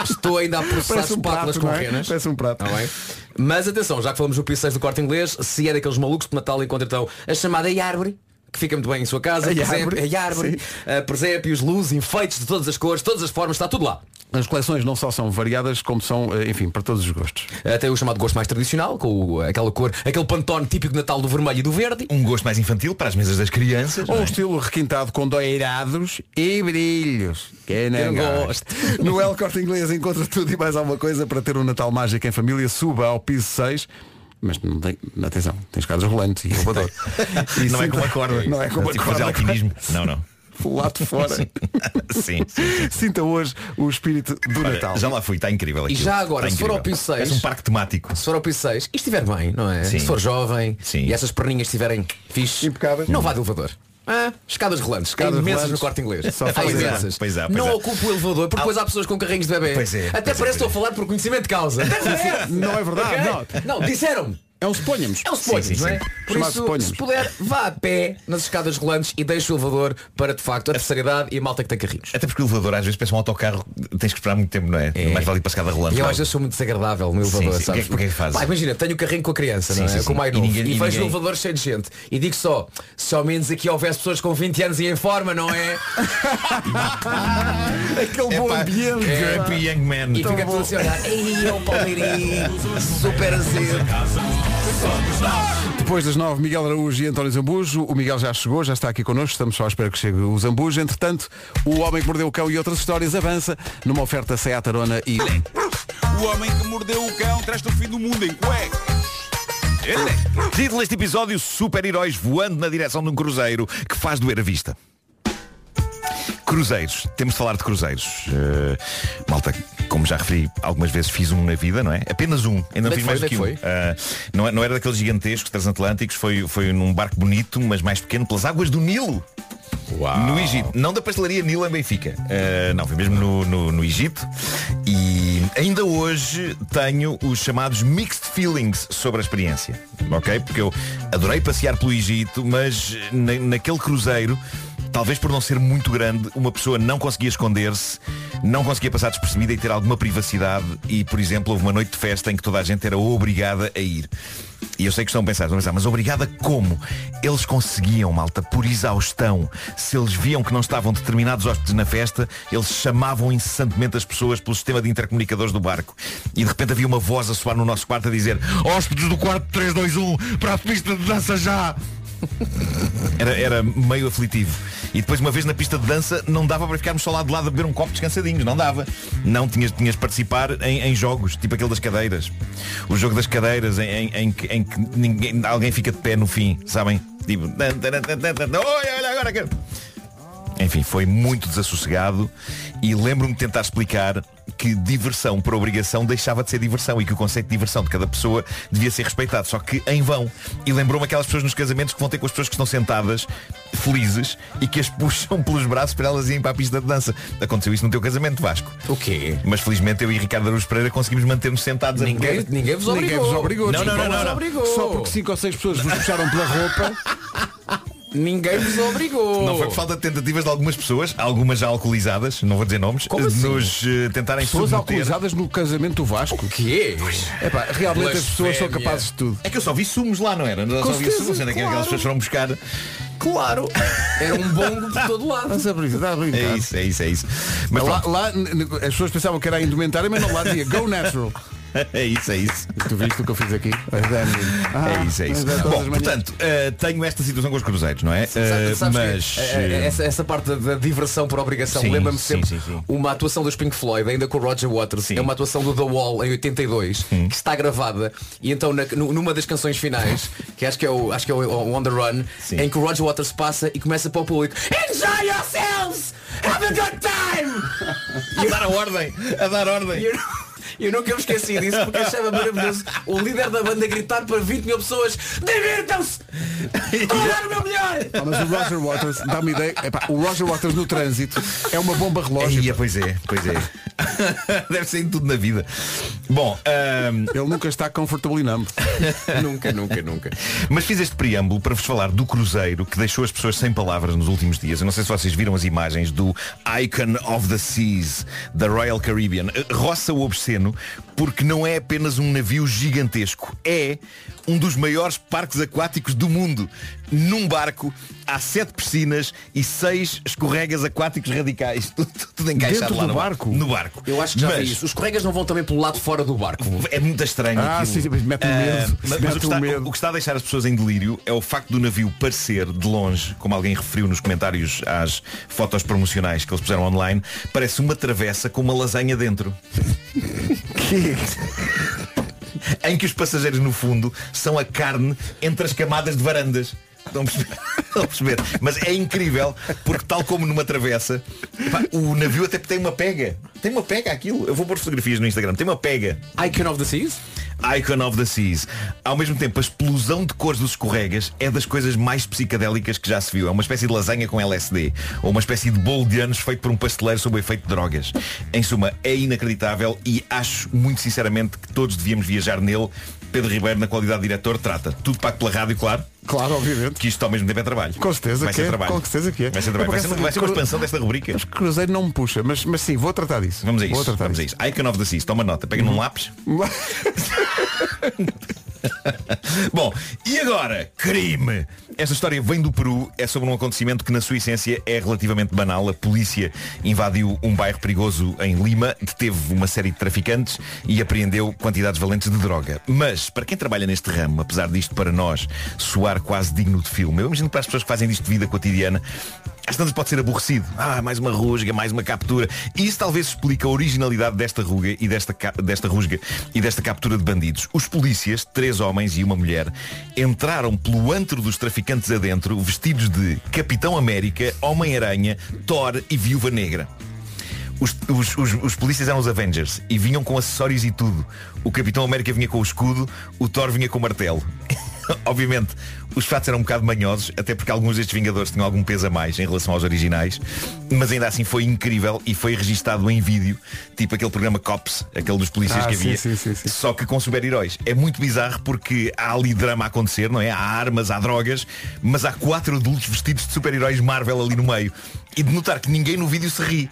[SPEAKER 2] Estou ainda a processar
[SPEAKER 1] Parece um
[SPEAKER 2] espátulas
[SPEAKER 1] prato,
[SPEAKER 2] com
[SPEAKER 1] não é?
[SPEAKER 2] renas.
[SPEAKER 1] Parece um prato.
[SPEAKER 2] Tá bem? Mas atenção, já que falamos do piso 6 do corte inglês, se é daqueles malucos de Natal encontra então a chamada Iárvore. Que fica muito bem em sua casa,
[SPEAKER 1] A
[SPEAKER 2] presépio-
[SPEAKER 1] árvore,
[SPEAKER 2] a árvore, a presépios, luzes, enfeites de todas as cores, todas as formas, está tudo lá.
[SPEAKER 1] As coleções não só são variadas, como são, eh, enfim, para todos os gostos.
[SPEAKER 2] Eh, Tem o chamado gosto mais tradicional, com o- aquela cor, aquele pantone típico de Natal do vermelho e do verde.
[SPEAKER 13] Um gosto mais infantil para as mesas das crianças.
[SPEAKER 1] Ou
[SPEAKER 13] não
[SPEAKER 1] um
[SPEAKER 13] é?
[SPEAKER 1] estilo requintado com doirados e brilhos. Quem não
[SPEAKER 2] Eu
[SPEAKER 1] gosta. é No El Corte Inglês encontra tudo e mais alguma coisa para ter um Natal mágico em família. Suba ao piso 6. Mas não tem, atenção, tem escadas rolantes e elevador. E
[SPEAKER 13] Não é
[SPEAKER 1] sinta-
[SPEAKER 13] com uma corda.
[SPEAKER 1] Não é com uma
[SPEAKER 13] Tem que fazer
[SPEAKER 1] corda.
[SPEAKER 13] alpinismo. Não, não.
[SPEAKER 1] Pelo lado de fora.
[SPEAKER 13] Sim, sim.
[SPEAKER 1] Sinta hoje o espírito do
[SPEAKER 13] Olha,
[SPEAKER 1] Natal.
[SPEAKER 13] já lá fui, está incrível aquilo.
[SPEAKER 2] já agora,
[SPEAKER 13] Está
[SPEAKER 2] se for ao
[SPEAKER 13] incrível.
[SPEAKER 2] Piso seis-
[SPEAKER 13] Parece um parque temático.
[SPEAKER 2] Se for ao piso 6 e estiver bem, não é?
[SPEAKER 13] Sim.
[SPEAKER 2] Se for jovem
[SPEAKER 13] Sim.
[SPEAKER 2] e essas perninhas estiverem fixe,
[SPEAKER 1] Impecáveis.
[SPEAKER 2] não vá de elevador. Ah, escadas rolantes,
[SPEAKER 1] Escadas
[SPEAKER 2] escadas imensas
[SPEAKER 1] rolantes.
[SPEAKER 2] no corte inglês.
[SPEAKER 1] Só
[SPEAKER 2] Há
[SPEAKER 1] fazer.
[SPEAKER 2] imensas.
[SPEAKER 13] Pois é, pois
[SPEAKER 2] não
[SPEAKER 13] é.
[SPEAKER 2] ocupo o elevador, porque depois há pessoas com carrinhos de bebê.
[SPEAKER 13] Pois é,
[SPEAKER 2] Até
[SPEAKER 13] pois
[SPEAKER 2] parece
[SPEAKER 13] é,
[SPEAKER 2] que estou a
[SPEAKER 13] pois é.
[SPEAKER 2] falar por conhecimento de causa. Até parece.
[SPEAKER 1] Não é verdade,
[SPEAKER 2] Ok?
[SPEAKER 1] não.
[SPEAKER 2] Não, disseram-me.
[SPEAKER 1] É um suponhamos.
[SPEAKER 2] É o suponhos,
[SPEAKER 13] Sim, sim,
[SPEAKER 2] não é?
[SPEAKER 13] sim.
[SPEAKER 2] Por
[SPEAKER 1] Chamado
[SPEAKER 2] isso,
[SPEAKER 1] suponhos.
[SPEAKER 2] se puder, vá a pé nas escadas rolantes e deixe o elevador para, de facto, a terceira idade e a malta que tem carrinhos.
[SPEAKER 13] Até porque o elevador às vezes parece um autocarro, tens que esperar muito tempo, não é?
[SPEAKER 2] É.
[SPEAKER 13] Mais vale ir para a escada rolante.
[SPEAKER 2] E eu
[SPEAKER 13] não.
[SPEAKER 2] às vezes sou muito desagradável no elevador,
[SPEAKER 13] Sim, sim.
[SPEAKER 2] sabes?
[SPEAKER 13] O que é que- o que é que fazes?
[SPEAKER 2] Pá, imagina, tenho o carrinho com a criança,
[SPEAKER 13] Sim,
[SPEAKER 2] não é?
[SPEAKER 13] sim,
[SPEAKER 2] com o
[SPEAKER 13] sim.
[SPEAKER 2] mais
[SPEAKER 13] E
[SPEAKER 2] novo. E,
[SPEAKER 13] ninguém- e
[SPEAKER 2] vejo o
[SPEAKER 13] ninguém-
[SPEAKER 2] elevador cheio de gente. E digo só, se ao menos aqui houvesse pessoas com 20 anos e em forma, não é?
[SPEAKER 1] Aquele bom
[SPEAKER 13] Epá,
[SPEAKER 1] ambiente.
[SPEAKER 13] Happy Young Man.
[SPEAKER 2] é E fica tudo assim a olhar. Ei, é o Palmeirinho, super azedo.
[SPEAKER 1] Depois das nove, Miguel Araújo e António Zambujo. O Miguel já chegou, já está aqui connosco. Estamos só à espera que chegue o Zambujo. Entretanto, o Homem que Mordeu o Cão e outras histórias avança numa oferta Seat Arona e...
[SPEAKER 14] O homem que mordeu o cão traz-te o fim do mundo em cuecas.
[SPEAKER 13] é. Título deste episódio, super-heróis voando na direção de um cruzeiro que faz doer a vista. Cruzeiros, temos de falar de cruzeiros. Eh, malta, como já referi algumas vezes, fiz um na vida, não é? Apenas um, ainda não
[SPEAKER 2] Onde é que
[SPEAKER 13] fiz mais
[SPEAKER 2] foi?
[SPEAKER 13] do que um.
[SPEAKER 2] Onde é que
[SPEAKER 13] Ah, não, é- não era daqueles gigantescos transatlânticos, foi, foi num barco bonito, mas mais pequeno, pelas águas do Nilo. Eh, No Egito, não da pastelaria Nilo em Benfica. Ah, não, foi mesmo no, no, no Egito. E, ainda hoje tenho os chamados mixed feelings sobre a experiência. Ok? Porque eu adorei passear pelo Egito, mas eh, na- naquele cruzeiro, talvez por não ser muito grande, uma pessoa não conseguia esconder-se, não conseguia passar despercebida e ter alguma privacidade. E, por exemplo, houve uma noite de festa em que toda a gente era obrigada a ir. E eu sei que estão a pensar, estão a pensar, mas obrigada como? Eles conseguiam, malta, por exaustão. Se eles viam que não estavam determinados hóspedes na festa, eles chamavam incessantemente as pessoas pelo sistema de intercomunicadores do barco. E de repente havia uma voz a soar no nosso quarto a dizer Hóspedes do quarto 321 para a pista de dança já! Era, era meio aflitivo. E depois, uma vez na pista de dança, não dava para ficarmos só lá de lado a beber um copo descansadinhos. Não dava. Não tinhas, tinhas de participar em, em jogos, tipo aquele das cadeiras. O jogo das cadeiras em, em- em que, em que ninguém, alguém fica de pé no fim, sabem? Tipo. "Tan, tan, tan, tan, tan, tan, Oi, olha agora que. Enfim, foi muito desassossegado e lembro-me de tentar explicar que diversão por obrigação deixava de ser diversão e que o conceito de diversão de cada pessoa devia ser respeitado, só que em vão. E lembrou-me aquelas pessoas nos casamentos que vão ter com as pessoas que estão sentadas, felizes, e que as puxam pelos braços para elas irem para a pista de dança. Aconteceu isso no teu casamento, Vasco. O quê? Mas felizmente eu e Ricardo Aruz Pereira conseguimos manter-nos sentados a
[SPEAKER 1] Ninguém-
[SPEAKER 13] beber.
[SPEAKER 1] ninguém vos Ninguém obrigou. vos obrigou,
[SPEAKER 13] Não, não,
[SPEAKER 1] desculpa
[SPEAKER 13] não,
[SPEAKER 1] lá.
[SPEAKER 13] não, não.
[SPEAKER 1] Obrigou. Só porque cinco ou seis pessoas vos puxaram pela roupa.
[SPEAKER 2] Ninguém vos obrigou.
[SPEAKER 13] Não foi por falta de tentativas de algumas pessoas, algumas já alcoolizadas, não vou dizer nomes,
[SPEAKER 2] assim?
[SPEAKER 13] de nos eh, tentarem
[SPEAKER 1] Pessoas
[SPEAKER 13] submeter.
[SPEAKER 1] alcoolizadas no casamento do Vasco. O
[SPEAKER 2] quê?
[SPEAKER 1] Epá, realmente as pessoas são
[SPEAKER 13] Blasfémia.
[SPEAKER 1] capazes de tudo.
[SPEAKER 13] É que eu só vi sumos lá, não era? Eu
[SPEAKER 1] Com
[SPEAKER 13] só vi
[SPEAKER 1] certeza,
[SPEAKER 13] sumos, ainda que
[SPEAKER 1] claro.
[SPEAKER 13] aquelas pessoas foram buscar. Claro.
[SPEAKER 2] Era um bongo por todo lado.
[SPEAKER 1] Mas a Tá brincar, a brincar.
[SPEAKER 13] É isso, é isso, é isso. Mas
[SPEAKER 1] Mas lá,
[SPEAKER 13] pronto.
[SPEAKER 1] lá, n- n- as pessoas pensavam que era a indumentária, mas não lá dizia Go Natural.
[SPEAKER 13] É isso, é isso.
[SPEAKER 1] Tu viste o que eu fiz aqui?
[SPEAKER 13] é isso, é
[SPEAKER 1] Ah,
[SPEAKER 13] isso. Bom, portanto, eh, tenho esta situação com os cruzeiros, não é? Eh,
[SPEAKER 2] Sabes que,
[SPEAKER 13] mas.
[SPEAKER 2] eh,
[SPEAKER 13] eh,
[SPEAKER 2] essa, essa parte da diversão por obrigação
[SPEAKER 13] Sim,
[SPEAKER 2] lembra-me
[SPEAKER 13] sim,
[SPEAKER 2] sempre
[SPEAKER 13] sim, sim.
[SPEAKER 2] uma atuação dos Pink Floyd ainda com o Roger Waters é uma atuação do The Wall em 82 que está gravada e então na- nu- numa das canções finais que acho que é o acho que é o, o On the Run em que o Roger Waters passa e começa para o público Enjoy yourselves have a good time
[SPEAKER 13] a dar ordem a dar ordem
[SPEAKER 2] eu, eu nunca me
[SPEAKER 1] assim,
[SPEAKER 2] esqueci disso porque achava maravilhoso o líder da banda gritar para 20 mil pessoas divirtam-se estou a dar o meu melhor
[SPEAKER 1] Ah, mas o Roger Waters, dá-me ideia, epá, o Roger Waters no trânsito é uma bomba relógio.
[SPEAKER 13] Ia, pois é, pois é. Deve ser em tudo na vida. Bom,
[SPEAKER 1] ele nunca está confortável em nada.
[SPEAKER 2] nunca, nunca, nunca.
[SPEAKER 13] Mas fiz este preâmbulo para vos falar do cruzeiro que deixou as pessoas sem palavras nos últimos dias. Eu não sei se vocês viram as imagens do Icon of the Seas da Royal Caribbean. Eh, Roça o obsceno porque não é apenas um navio gigantesco. É um dos maiores parques aquáticos do mundo. Num barco há sete piscinas e seis escorregas aquáticos radicais. Tudo, tudo encaixado
[SPEAKER 2] Dentro
[SPEAKER 13] lá
[SPEAKER 2] do
[SPEAKER 13] no
[SPEAKER 2] barco?
[SPEAKER 13] No barco.
[SPEAKER 2] Eu acho que já
[SPEAKER 13] Mas-
[SPEAKER 2] vi isso. Os colegas não vão também pelo lado fora do barco.
[SPEAKER 13] É muito estranho
[SPEAKER 2] Ah,
[SPEAKER 13] aquilo.
[SPEAKER 2] sim, sim, mas mete-me
[SPEAKER 13] Ah,
[SPEAKER 2] medo.
[SPEAKER 13] mas- mas
[SPEAKER 2] Mete-me
[SPEAKER 13] o, que está, o que está a deixar as pessoas em delírio é o facto do navio parecer de longe, como alguém referiu nos comentários às fotos promocionais que eles puseram online, parece uma travessa com uma lasanha dentro. em que os passageiros, no fundo, são a carne entre as camadas de varandas. Estão a perceber? Estão a perceber? Mas é incrível, porque tal como numa travessa, pá, o navio até tem uma pega. Tem uma pega aquilo. Eu vou pôr fotografias no Instagram. Tem uma pega.
[SPEAKER 2] Icon of the Seas?
[SPEAKER 13] Icon of the Seas. Ao mesmo tempo, a explosão de cores dos escorregas é das coisas mais psicadélicas que já se viu. É uma espécie de lasanha com LSD. Ou uma espécie de bolo de anos feito por um pasteleiro sob o efeito de drogas. Em suma, é inacreditável e acho muito sinceramente que todos devíamos viajar nele. Pedro Ribeiro, na qualidade de diretor, trata tudo pago pela rádio, claro.
[SPEAKER 1] Claro, obviamente.
[SPEAKER 13] Que isto ao mesmo tempo é trabalho.
[SPEAKER 1] Com certeza
[SPEAKER 13] vai
[SPEAKER 1] que
[SPEAKER 13] ser
[SPEAKER 1] é,
[SPEAKER 13] trabalho.
[SPEAKER 1] com certeza que é.
[SPEAKER 13] Vai ser
[SPEAKER 1] Eu,
[SPEAKER 13] trabalho.
[SPEAKER 1] por
[SPEAKER 13] Vai ser,
[SPEAKER 1] acaso,
[SPEAKER 13] vai ser com a
[SPEAKER 1] eu-
[SPEAKER 13] expansão desta rubrica.
[SPEAKER 1] Cruzeiro não me puxa, mas, mas sim, vou tratar disso.
[SPEAKER 13] Vamos a
[SPEAKER 1] Vou
[SPEAKER 13] isso.
[SPEAKER 1] tratar
[SPEAKER 13] Vamos a isso. Icon of the Seas. Toma nota. Pega num lápis. Bom, e agora? Crime! Esta história vem do Peru, é sobre um acontecimento que na sua essência é relativamente banal. A polícia invadiu um bairro perigoso em Lima, deteve uma série de traficantes e apreendeu quantidades valentes de droga. Mas, para quem trabalha neste ramo, apesar disto para nós soar quase digno de filme, eu imagino que para as pessoas que fazem disto de vida cotidiana, às tantas pode ser aborrecido. Ah, mais uma rusga, mais uma captura. E isso talvez explique a originalidade desta ruga e desta, ca- desta rusga e desta captura de bandidos. Os polícias, três homens e uma mulher, entraram pelo antro dos traficantes adentro, vestidos de Capitão América, Homem-Aranha, Thor e Viúva Negra. Os, os- os- os polícias eram os Avengers e vinham com acessórios e tudo. O Capitão América vinha com o escudo, o Thor vinha com o martelo. Obviamente, os fatos eram um bocado manhosos, até porque alguns destes Vingadores tinham algum peso a mais em relação aos originais, mas ainda assim foi incrível e foi registado em vídeo, tipo aquele programa Cops, aquele dos polícias
[SPEAKER 1] Ah,
[SPEAKER 13] que
[SPEAKER 1] sim,
[SPEAKER 13] havia,
[SPEAKER 1] sim, sim,
[SPEAKER 13] só que com super-heróis. É muito bizarro porque há ali drama a acontecer, não é? Há armas, há drogas, mas há quatro adultos vestidos de super-heróis Marvel ali no meio. E de notar que ninguém no vídeo se ri.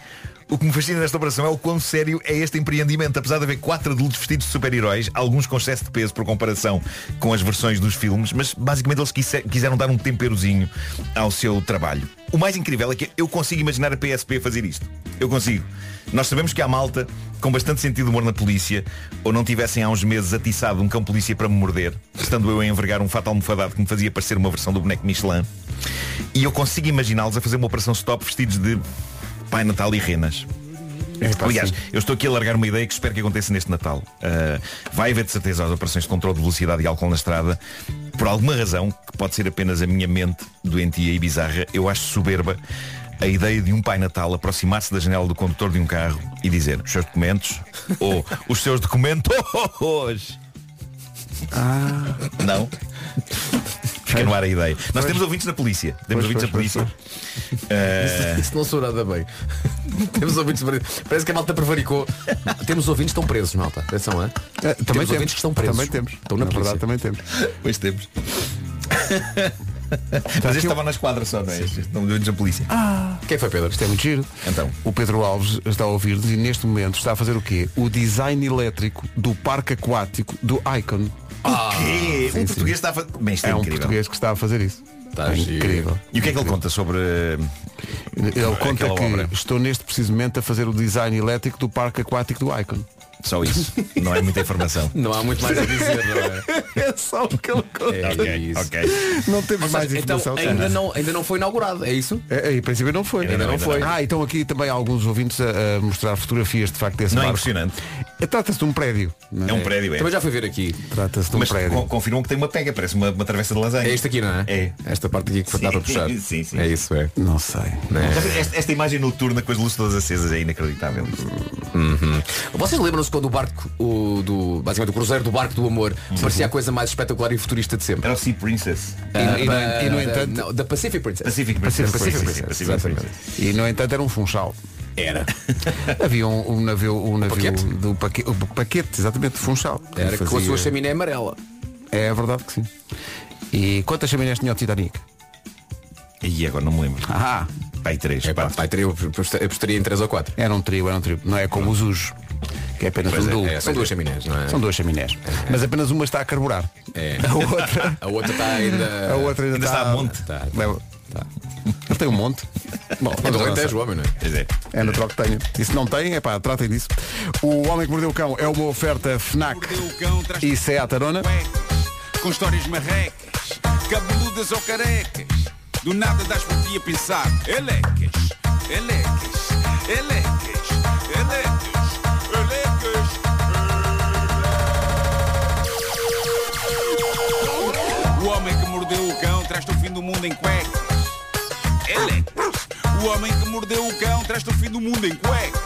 [SPEAKER 13] O que me fascina nesta operação é o quão sério é este empreendimento. Apesar de haver quatro adultos vestidos de super-heróis, alguns com excesso de peso por comparação com as versões dos filmes, mas basicamente eles quise- quiseram dar um temperozinho ao seu trabalho. O mais incrível é que eu consigo imaginar a PSP a fazer isto. Eu consigo. Nós sabemos que há malta com bastante sentido de humor na polícia, ou não tivessem há uns meses atiçado um cão polícia para me morder, estando eu a envergar um fato almofadado que me fazia parecer uma versão do boneco Michelin. E eu consigo imaginá-los a fazer uma operação stop vestidos de Pai Natal e renas. Aliás, eu estou aqui a largar uma ideia que espero que aconteça neste Natal. Ah, vai haver de certeza as operações de controle de velocidade e álcool na estrada. Por alguma razão, que pode ser apenas a minha mente doentia e bizarra, eu acho soberba a ideia de um Pai Natal aproximar-se da janela do condutor de um carro e dizer os seus documentos ou os seus documentos. Não? Fica no ar a ideia. Nós temos ouvintes na polícia. Temos
[SPEAKER 1] Pois,
[SPEAKER 13] ouvintes
[SPEAKER 1] pois,
[SPEAKER 13] na polícia. Ah,
[SPEAKER 2] Isso, isso não sou nada bem. Temos ouvintes presos. Parece que a malta prevaricou. Temos ouvintes que estão presos, malta. Atenção, é?
[SPEAKER 1] Eh, também temos.
[SPEAKER 2] ouvintes que estão presos.
[SPEAKER 1] Também temos.
[SPEAKER 2] Estão na,
[SPEAKER 1] Na
[SPEAKER 2] polícia.
[SPEAKER 1] verdade, também temos.
[SPEAKER 13] Pois temos. Mas este estava na esquadra só, não é? Este Não deu a polícia.
[SPEAKER 2] Quem foi, Pedro?
[SPEAKER 1] Isto é muito giro.
[SPEAKER 13] Então.
[SPEAKER 1] O Pedro Alves está a ouvir-nos e neste momento está a fazer o quê? O design elétrico do parque aquático do Icon. Ah,
[SPEAKER 13] O
[SPEAKER 2] Ah,
[SPEAKER 13] quê? um português está a fazer. Bem, isto é,
[SPEAKER 1] É um
[SPEAKER 13] incrível.
[SPEAKER 1] português que está a fazer isso.
[SPEAKER 2] Tá
[SPEAKER 1] É
[SPEAKER 2] giro.
[SPEAKER 1] incrível.
[SPEAKER 13] E o que é que ele conta sobre.
[SPEAKER 1] Ele conta
[SPEAKER 13] aquela
[SPEAKER 1] que
[SPEAKER 13] obra?
[SPEAKER 1] estou neste preciso momento a fazer o design elétrico do parque aquático do Icon.
[SPEAKER 13] Só isso. Não é muita informação.
[SPEAKER 2] Não há muito mais a dizer, não é?
[SPEAKER 1] É só o que ele conta.
[SPEAKER 13] ok, ok.
[SPEAKER 1] Não temos
[SPEAKER 2] Ou seja,
[SPEAKER 1] mais
[SPEAKER 2] então
[SPEAKER 1] informação.
[SPEAKER 2] ainda não, ainda não foi inaugurado, é isso?
[SPEAKER 1] É, é, em princípio não foi.
[SPEAKER 2] Ainda não, ainda não.
[SPEAKER 1] Ah, então aqui também há alguns ouvintes a, a mostrar fotografias de facto desse
[SPEAKER 13] Não é
[SPEAKER 1] barco.
[SPEAKER 13] impressionante.
[SPEAKER 1] Trata-se de um prédio. não
[SPEAKER 13] É um prédio, é.
[SPEAKER 2] Também já fui ver aqui.
[SPEAKER 1] Trata-se de um
[SPEAKER 13] Mas
[SPEAKER 1] prédio.
[SPEAKER 13] con- confirmam que tem uma pega, parece uma, uma travessa de lasanha.
[SPEAKER 2] É isto aqui, não é?
[SPEAKER 13] É.
[SPEAKER 2] Esta parte aqui que dá para puxar.
[SPEAKER 13] Sim, sim.
[SPEAKER 2] É isso, é.
[SPEAKER 1] Não sei.
[SPEAKER 2] Não é?
[SPEAKER 13] Esta, esta imagem noturna com as luzes todas acesas é inacreditável. Uhum.
[SPEAKER 2] Vocês lembram-se quando o barco, o, do, basicamente o cruzeiro do barco do amor, parecia a coisa mais espetacular e futurista de sempre?
[SPEAKER 13] Era o Sea Princess.
[SPEAKER 1] E- e no-
[SPEAKER 2] Ah,
[SPEAKER 1] e no
[SPEAKER 2] da-
[SPEAKER 1] entanto-
[SPEAKER 2] não, da Pacific Princess.
[SPEAKER 13] Pacific Princess.
[SPEAKER 1] Pacific
[SPEAKER 13] sim, sim,
[SPEAKER 2] Princess,
[SPEAKER 13] Pacific
[SPEAKER 2] exatamente.
[SPEAKER 13] Princess.
[SPEAKER 1] E no entanto era um funchal.
[SPEAKER 13] Era.
[SPEAKER 1] Havia um, um navio, um navio
[SPEAKER 2] paquete?
[SPEAKER 1] do paquete, o paquete, exatamente, de funchal. que
[SPEAKER 2] Era com a
[SPEAKER 1] fazia-
[SPEAKER 2] sua chaminé amarela.
[SPEAKER 1] É verdade que sim. E quantas chaminés tinha o Titanic?
[SPEAKER 13] E agora não me lembro.
[SPEAKER 1] Ah,
[SPEAKER 13] Pai 3,
[SPEAKER 2] É pá, pai, teria- eu apostaria em 3 ou 4.
[SPEAKER 1] era um trio, era um trio. Não é como os Usos, que é apenas um duo.
[SPEAKER 2] são duas chaminés, não é?
[SPEAKER 1] São duas chaminés. Mas apenas uma está a carburar.
[SPEAKER 2] É.
[SPEAKER 1] A outra,
[SPEAKER 2] A outra está ainda.
[SPEAKER 1] a outra ainda,
[SPEAKER 13] Ainda está a monte.
[SPEAKER 2] Tá, tá.
[SPEAKER 1] Leva- Ele tem um monte. Bom,
[SPEAKER 2] É
[SPEAKER 1] vamos
[SPEAKER 2] do
[SPEAKER 1] avançar.
[SPEAKER 2] Alentejo, o homem, não é?
[SPEAKER 13] Pois é.
[SPEAKER 1] É natural que tenha. E se não tem, é pá, tratem disso. O Homem que Mordeu o Cão é uma oferta FNAC
[SPEAKER 14] Mordeu o cão, traz
[SPEAKER 1] e Seat Arona.
[SPEAKER 14] cuecas, com histórias marrecas, cabeludas ou carecas. Do nada das por ti a pensar. Elecas, elecas, elecas, elecas, elecas. O homem que mordeu o cão traz-te o fim do mundo em cuecas. Elecas. O homem que mordeu o cão traz-te o fim do mundo em cuecas.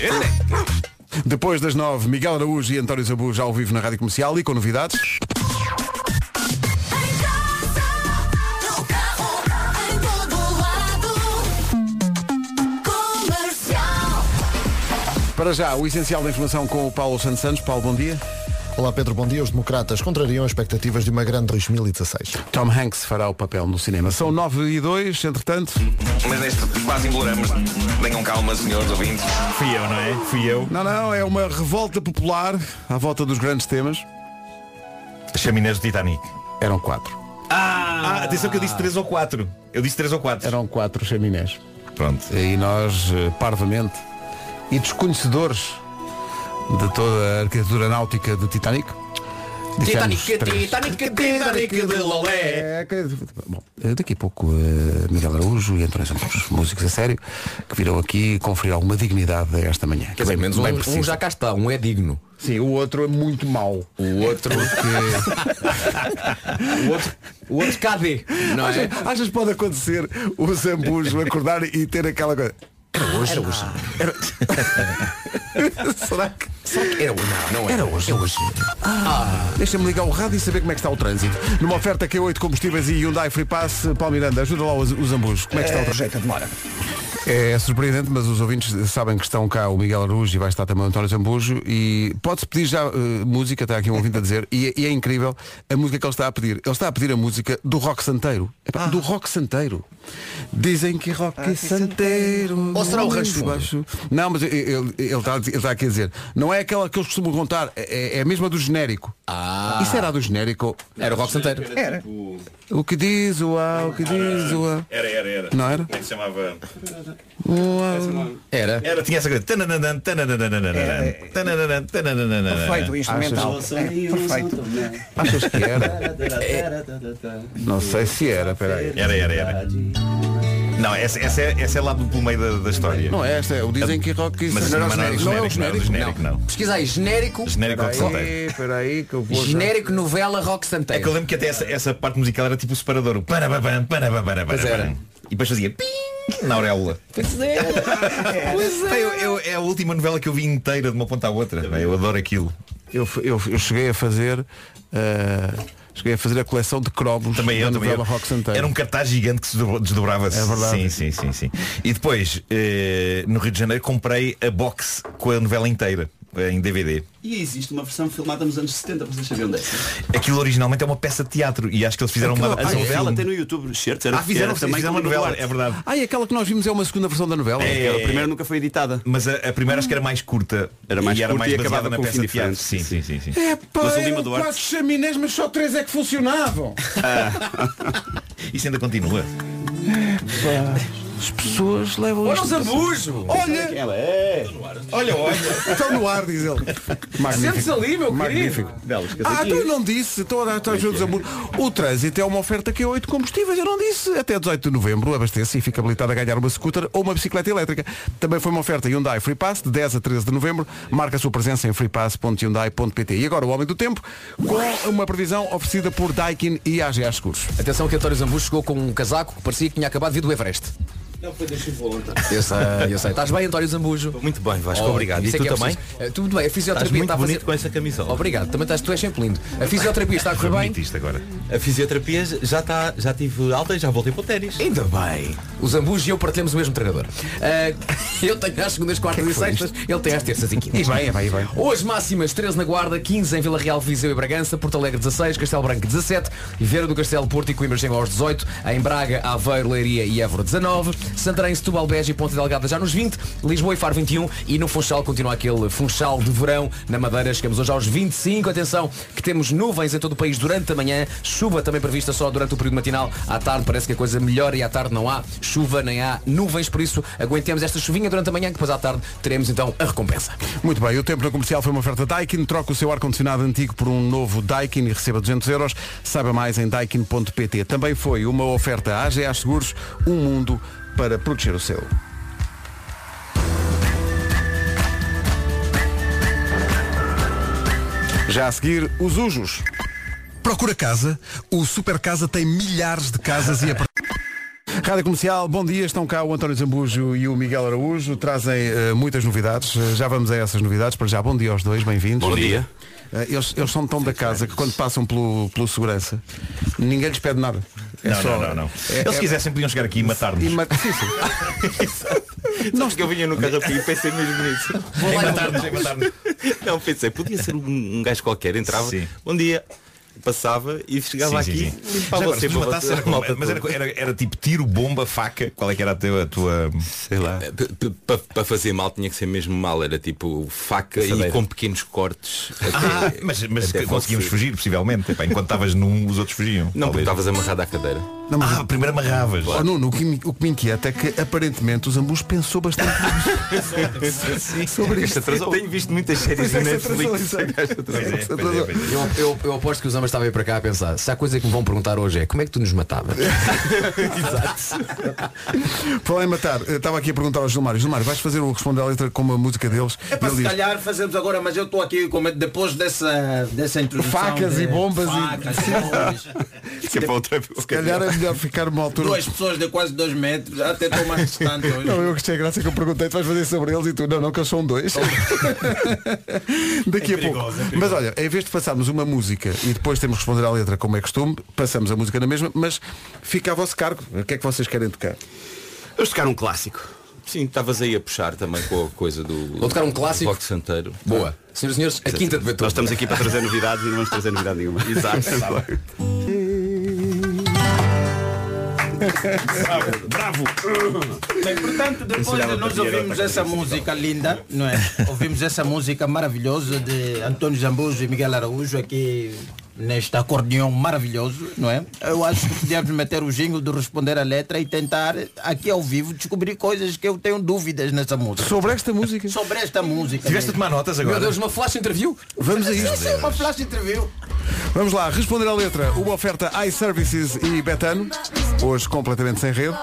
[SPEAKER 14] Elecas.
[SPEAKER 1] Depois das nove, Miguel Araújo e António Zabu já ao vivo na Rádio Comercial e com novidades. Para já, o essencial da informação com o Paulo Santos Santos. Paulo, bom dia.
[SPEAKER 4] Olá Pedro, bom dia. Os democratas contrariam as expectativas de uma grande 2016.
[SPEAKER 1] Tom Hanks fará o papel no cinema. São nove e dois, entretanto.
[SPEAKER 13] Mas neste quase embolamos. Tenham calma, senhores ouvintes. Fui eu, não é? Fui eu.
[SPEAKER 1] Não, não, é uma revolta popular à volta dos grandes temas.
[SPEAKER 13] Chaminés do Titanic.
[SPEAKER 1] Eram quatro.
[SPEAKER 13] Ah, atenção que eu disse 3 ou 4. Eu disse 3 ou 4.
[SPEAKER 1] Eram quatro chaminés.
[SPEAKER 13] Pronto.
[SPEAKER 1] E nós, eh, parvamente, e desconhecedores de toda a arquitetura náutica do Titanic, dissemos três. É, que- Bom, eh, daqui a pouco eh, Miguel Araújo e António Santos, músicos a sério, que virão aqui conferir alguma dignidade a esta manhã.
[SPEAKER 2] Quer dizer, menos um, um
[SPEAKER 1] precisa.
[SPEAKER 2] já cá está, um é digno.
[SPEAKER 1] Sim, o outro é muito mau.
[SPEAKER 2] O outro. o outro. O outro KD. Não é?
[SPEAKER 1] Achas, achas que pode acontecer o Zambujo acordar e ter aquela coisa? Era hoje, hoje. Será que. Será que era hoje? Não, não era. hoje. Ah, Deixa-me ligar o rádio e saber como é que está o trânsito. Numa oferta Q8 combustíveis e um Hyundai Free Pass, Paulo Miranda, ajuda lá os, os ambos. Como é que está o trânsito?
[SPEAKER 16] Jeito demora.
[SPEAKER 1] É surpreendente, mas os ouvintes sabem que estão cá o Miguel Araújo e vai estar também o António Zambujo e pode-se pedir já eh, música, está aqui um ouvinte a dizer, e, é- e é incrível a música que ele está a pedir. Ele está a pedir a música do Rock Santeiro. Epá, Do Rock Santeiro. Dizem que Rock Santeiro.
[SPEAKER 16] Ou será o Rancho
[SPEAKER 1] muito
[SPEAKER 16] Fundo?
[SPEAKER 1] baixo. Não, mas ele, ele- ele está, a dizer- ele está aqui a dizer, não é aquela que eles costumam contar, é, é a mesma do genérico. Ah. Isso era a do genérico.
[SPEAKER 2] Era o Rock Santeiro.
[SPEAKER 16] Era.
[SPEAKER 1] O que diz o A, o que diz o A.
[SPEAKER 13] Era, era, era.
[SPEAKER 1] Não era?
[SPEAKER 13] Como é que se chamava?
[SPEAKER 1] O A.
[SPEAKER 2] Era.
[SPEAKER 13] Era, tinha essa coisa. Tanananan, tananananan, tanananan, tanananan.
[SPEAKER 16] Perfeito, o instrumental.
[SPEAKER 13] Achas-
[SPEAKER 16] É, perfeito.
[SPEAKER 1] Achas que era? Não sei se era, peraí.
[SPEAKER 13] Era, era, era. Não, essa, essa, é, essa é lá do- pelo meio da, da história.
[SPEAKER 1] Não é esta, é o dizem que rock
[SPEAKER 13] Mas
[SPEAKER 1] Santeiro.
[SPEAKER 13] mas não era o genérico, não era o genérico, não.
[SPEAKER 2] Pesquisa aí, genérico.
[SPEAKER 13] Genérico Rock Santeiro.
[SPEAKER 1] Peraí, peraí, que eu vou. já-
[SPEAKER 2] Genérico novela Rock
[SPEAKER 13] É que eu
[SPEAKER 2] Santeiro.
[SPEAKER 13] lembro que até essa, essa parte musical era tipo o separador. O parababam, parababam,
[SPEAKER 2] Pois era.
[SPEAKER 13] parababam. E depois fazia ping na auréola.
[SPEAKER 1] Ah.
[SPEAKER 13] Pá, eu- eu- é a última novela que eu vi inteira de uma ponta à outra. Pá, Eu adoro aquilo.
[SPEAKER 1] Eu, eu, eu cheguei a fazer. ah, cheguei a fazer a coleção de cromos
[SPEAKER 13] Também eu,
[SPEAKER 1] da
[SPEAKER 13] também
[SPEAKER 1] novela
[SPEAKER 13] eu.
[SPEAKER 1] rock Santeiro.
[SPEAKER 13] Era um cartaz gigante que se desdobra- desdobrava-se.
[SPEAKER 1] É verdade.
[SPEAKER 13] Sim, sim, sim, sim. E depois, eh, no Rio de Janeiro, comprei a box com a novela inteira, eh, em DVD.
[SPEAKER 17] E existe uma versão filmada nos anos 70, vocês sabiam dessa?
[SPEAKER 13] Aquilo originalmente é uma peça de teatro e acho que eles fizeram uma
[SPEAKER 17] a
[SPEAKER 13] adaptação.
[SPEAKER 17] novela até no YouTube, certo? Era,
[SPEAKER 13] Ah, fizeram,
[SPEAKER 17] era também
[SPEAKER 13] fizeram uma
[SPEAKER 17] como
[SPEAKER 13] novela,
[SPEAKER 17] regular.
[SPEAKER 13] é verdade.
[SPEAKER 1] Ah, e aquela que nós vimos é uma segunda versão da novela.
[SPEAKER 13] É,
[SPEAKER 17] Aquela primeira nunca foi editada.
[SPEAKER 13] Mas a, a primeira acho que era mais curta.
[SPEAKER 17] Era mais
[SPEAKER 13] e era
[SPEAKER 17] curta
[SPEAKER 13] mais
[SPEAKER 17] e
[SPEAKER 13] baseada
[SPEAKER 17] acabava
[SPEAKER 13] na
[SPEAKER 17] com um
[SPEAKER 13] peça
[SPEAKER 17] fim
[SPEAKER 13] de teatro. Sim,
[SPEAKER 17] diferente.
[SPEAKER 13] sim, sim, sim.
[SPEAKER 1] É
[SPEAKER 17] Mas
[SPEAKER 1] pá,
[SPEAKER 17] o Lima
[SPEAKER 1] eram
[SPEAKER 17] Duarte-
[SPEAKER 1] quatro chaminés, mas só três é que funcionavam.
[SPEAKER 17] Ah.
[SPEAKER 13] Isso ainda continua.
[SPEAKER 1] As pessoas levam
[SPEAKER 13] Olha
[SPEAKER 1] isto-
[SPEAKER 13] o Zambujo!
[SPEAKER 1] Olha!
[SPEAKER 17] Ela é.
[SPEAKER 13] Olha, olha!
[SPEAKER 1] Estão no ar, diz ele.
[SPEAKER 2] Sente-se ali, meu
[SPEAKER 1] Magnífico. Ah, então eu não disse, estou a dar estou a ajuda dos amor. O trânsito é uma oferta que é 8 combustíveis, eu não disse. Até 18 de novembro abasteça e fica habilitado a ganhar uma scooter ou uma bicicleta elétrica. Também foi uma oferta Hyundai Free Pass de 10 a 13 de novembro. Marca a sua presença em freepass.hyundai.pt. E agora o Homem do Tempo com uma previsão oferecida por Daikin e AGA Seguros.
[SPEAKER 2] Atenção que António Zambujo chegou com um casaco que parecia que tinha acabado de vir do Everest.
[SPEAKER 17] Não foi da chuva ontem.
[SPEAKER 2] Eu sei, eu sei. Estás bem, António Zambujo?
[SPEAKER 18] Muito bem, Vasco,
[SPEAKER 2] Ótimo.
[SPEAKER 18] obrigado. E
[SPEAKER 2] Isso é
[SPEAKER 18] tu
[SPEAKER 2] que é
[SPEAKER 18] também?
[SPEAKER 2] preciso. Eh, Tudo bem, a
[SPEAKER 18] Estás
[SPEAKER 2] fisioterapia
[SPEAKER 18] muito
[SPEAKER 2] está a
[SPEAKER 18] bonito
[SPEAKER 2] fazer...
[SPEAKER 18] com essa camisola.
[SPEAKER 2] Obrigado, também estás, tu és sempre lindo. A fisioterapia está a correr bem?
[SPEAKER 18] A fisioterapia já, está, já tive alta e já voltei para o ténis.
[SPEAKER 2] Ainda bem. O Zambujo e eu partilhamos o mesmo treinador. Ah, eu tenho às segundas, quartas
[SPEAKER 18] é
[SPEAKER 2] e sextas, ele tem às terças e quintas.
[SPEAKER 1] E bem, é bem, é bem.
[SPEAKER 2] Hoje máximas 13 na Guarda, 15 em Vila Real, Viseu e Bragança, Porto Alegre 16, Castelo Branco 17, Vieira do Castelo, Porto e Coimbra chegam aos 18, em Braga, Aveiro, Leiria e Évora 19, Santarém, Setúbal, Beja e Ponta Delgada já nos 20, Lisboa e Faro 21 e no Funchal continua aquele Funchal de verão na Madeira, chegamos hoje aos 25, atenção que temos nuvens em todo o país durante a manhã, chuva também prevista só durante o período matinal, à tarde parece que a coisa melhora e à tarde não há chuva nem há nuvens, por isso aguentemos esta chuvinha durante a manhã que depois à tarde teremos então a recompensa.
[SPEAKER 1] Muito bem, o tempo na comercial foi uma oferta Daikin. Troca o seu ar-condicionado antigo por um novo Daikin e receba 200 euros. Saiba mais em daikin.pt. Também foi uma oferta à AGA Seguros, um mundo para proteger o seu. Já a seguir, os Ujos. Procura casa. O Super Casa tem milhares de casas e apartamentos. Rádio Comercial, bom dia, estão cá o António Zambujo e o Miguel Araújo, trazem eh, muitas novidades, Eh, já vamos a essas novidades, para já bom dia aos dois, bem-vindos.
[SPEAKER 17] Bom dia.
[SPEAKER 1] Eh, eles, eles são tão da casa que quando passam pelo, pelo segurança, ninguém lhes pede nada. É
[SPEAKER 13] não,
[SPEAKER 1] só-
[SPEAKER 13] não, não, não.
[SPEAKER 1] É-
[SPEAKER 13] Eles
[SPEAKER 1] é-
[SPEAKER 13] quisessem podiam chegar aqui e matar-nos.
[SPEAKER 1] E mat- sim, sim.
[SPEAKER 18] Não, que eu vinha no carrapinho e pensei mesmo nisso.
[SPEAKER 13] Vou lá matar-nos, em matar-nos.
[SPEAKER 18] Não, pensei, podia ser um, um gajo qualquer. Entrava,
[SPEAKER 13] Sim.
[SPEAKER 18] bom dia, passava e chegava
[SPEAKER 13] Sim,
[SPEAKER 18] aqui
[SPEAKER 13] sim, sim.
[SPEAKER 18] e
[SPEAKER 13] Já
[SPEAKER 18] limpava
[SPEAKER 13] agora, se
[SPEAKER 18] sempre a
[SPEAKER 13] nos matasse, era como-
[SPEAKER 18] malta
[SPEAKER 13] mas era,
[SPEAKER 18] toda.
[SPEAKER 13] era- era tipo tiro, bomba, faca. Qual é que era a tua. a tua- Eh,
[SPEAKER 18] Para fazer mal tinha que ser mesmo mal, era tipo faca e
[SPEAKER 13] Assadeira.
[SPEAKER 18] com pequenos cortes.
[SPEAKER 13] Ah,
[SPEAKER 18] até-
[SPEAKER 13] mas mas
[SPEAKER 18] até
[SPEAKER 13] conseguimos
[SPEAKER 18] falecer.
[SPEAKER 13] fugir, possivelmente. Epá, enquanto estavas num, os outros fugiam.
[SPEAKER 18] Não, porque
[SPEAKER 13] talvez.
[SPEAKER 18] estavas amarrado à cadeira.
[SPEAKER 1] Não, mas-
[SPEAKER 13] Ah, primeiro amarravas.
[SPEAKER 1] Oh, Nuno, o que, me- o que me inquieta é que aparentemente os ambos pensou bastante sobre
[SPEAKER 18] Este
[SPEAKER 1] isto.
[SPEAKER 18] atrasou. Tenho visto muitas séries
[SPEAKER 1] Pois é,
[SPEAKER 18] na
[SPEAKER 1] se atrasou,
[SPEAKER 18] Netflix.
[SPEAKER 1] exato.
[SPEAKER 2] é,
[SPEAKER 18] Atrasou.
[SPEAKER 2] Eu, é. eu- eu aposto que os ambas estavam aí para cá a pensar Se há coisa que me vão perguntar hoje é Como é que tu nos matavas?
[SPEAKER 1] Falei em matar, eh, estava aqui a perguntar ao Gilmário, Gilmário, vais fazer o responder à letra com uma música deles?
[SPEAKER 19] É para
[SPEAKER 1] Ele
[SPEAKER 19] se
[SPEAKER 1] diz,
[SPEAKER 19] calhar fazemos agora, mas eu estou aqui com medo, depois dessa, dessa introdução.
[SPEAKER 1] Facas
[SPEAKER 19] de-
[SPEAKER 1] e bombas e-
[SPEAKER 19] facas e bombas.
[SPEAKER 18] Isso é para outra-
[SPEAKER 1] Se calhar a melhor ficar uma altura.
[SPEAKER 19] Duas pessoas de quase dois metros, até estou mais distante é? hoje.
[SPEAKER 1] Não, eu gostei, graça que eu perguntei, tu vais fazer sobre eles e tu, não, não, que eles são dois. Daqui
[SPEAKER 19] É
[SPEAKER 1] a pouco.
[SPEAKER 19] perigoso, é perigoso.
[SPEAKER 1] mas olha, em vez de passarmos uma música e depois temos que responder à letra como é costume, passamos a música na mesma, mas fica a vosso cargo. O que é que vocês querem tocar?
[SPEAKER 18] Vamos tocar um clássico. Sim, estavas aí a puxar também com a coisa do.
[SPEAKER 2] Vou tocar um clássico.
[SPEAKER 18] Rock Santeiro.
[SPEAKER 2] Boa. Senhoras e senhores, a quinta de Beethoven.
[SPEAKER 18] Nós estamos aqui para trazer
[SPEAKER 17] novidades e não vamos trazer novidade nenhuma.
[SPEAKER 18] Exato.
[SPEAKER 19] Bravo! Bem, portanto,
[SPEAKER 18] Esse
[SPEAKER 19] depois
[SPEAKER 18] olhava
[SPEAKER 19] de nós
[SPEAKER 18] para dinheiro,
[SPEAKER 19] ouvimos
[SPEAKER 18] tá
[SPEAKER 19] essa
[SPEAKER 18] com
[SPEAKER 19] música linda, não é? ouvimos essa música maravilhosa de António Zambujo e Miguel Araújo aqui neste acordeão maravilhoso, não é? Eu acho que podíamos meter o jingle de responder a letra e tentar, aqui ao vivo, descobrir coisas que eu tenho dúvidas nessa música.
[SPEAKER 1] Sobre esta música?
[SPEAKER 19] Sobre esta música.
[SPEAKER 13] Tiveste a tomar notas agora? Meu Deus,
[SPEAKER 2] uma flash interview?
[SPEAKER 1] Vamos a isto.
[SPEAKER 19] Sim, sim, uma flash interview.
[SPEAKER 1] Vamos lá, responder à letra. Uma oferta iServices e Betano. Hoje completamente
[SPEAKER 2] É
[SPEAKER 1] sem rede.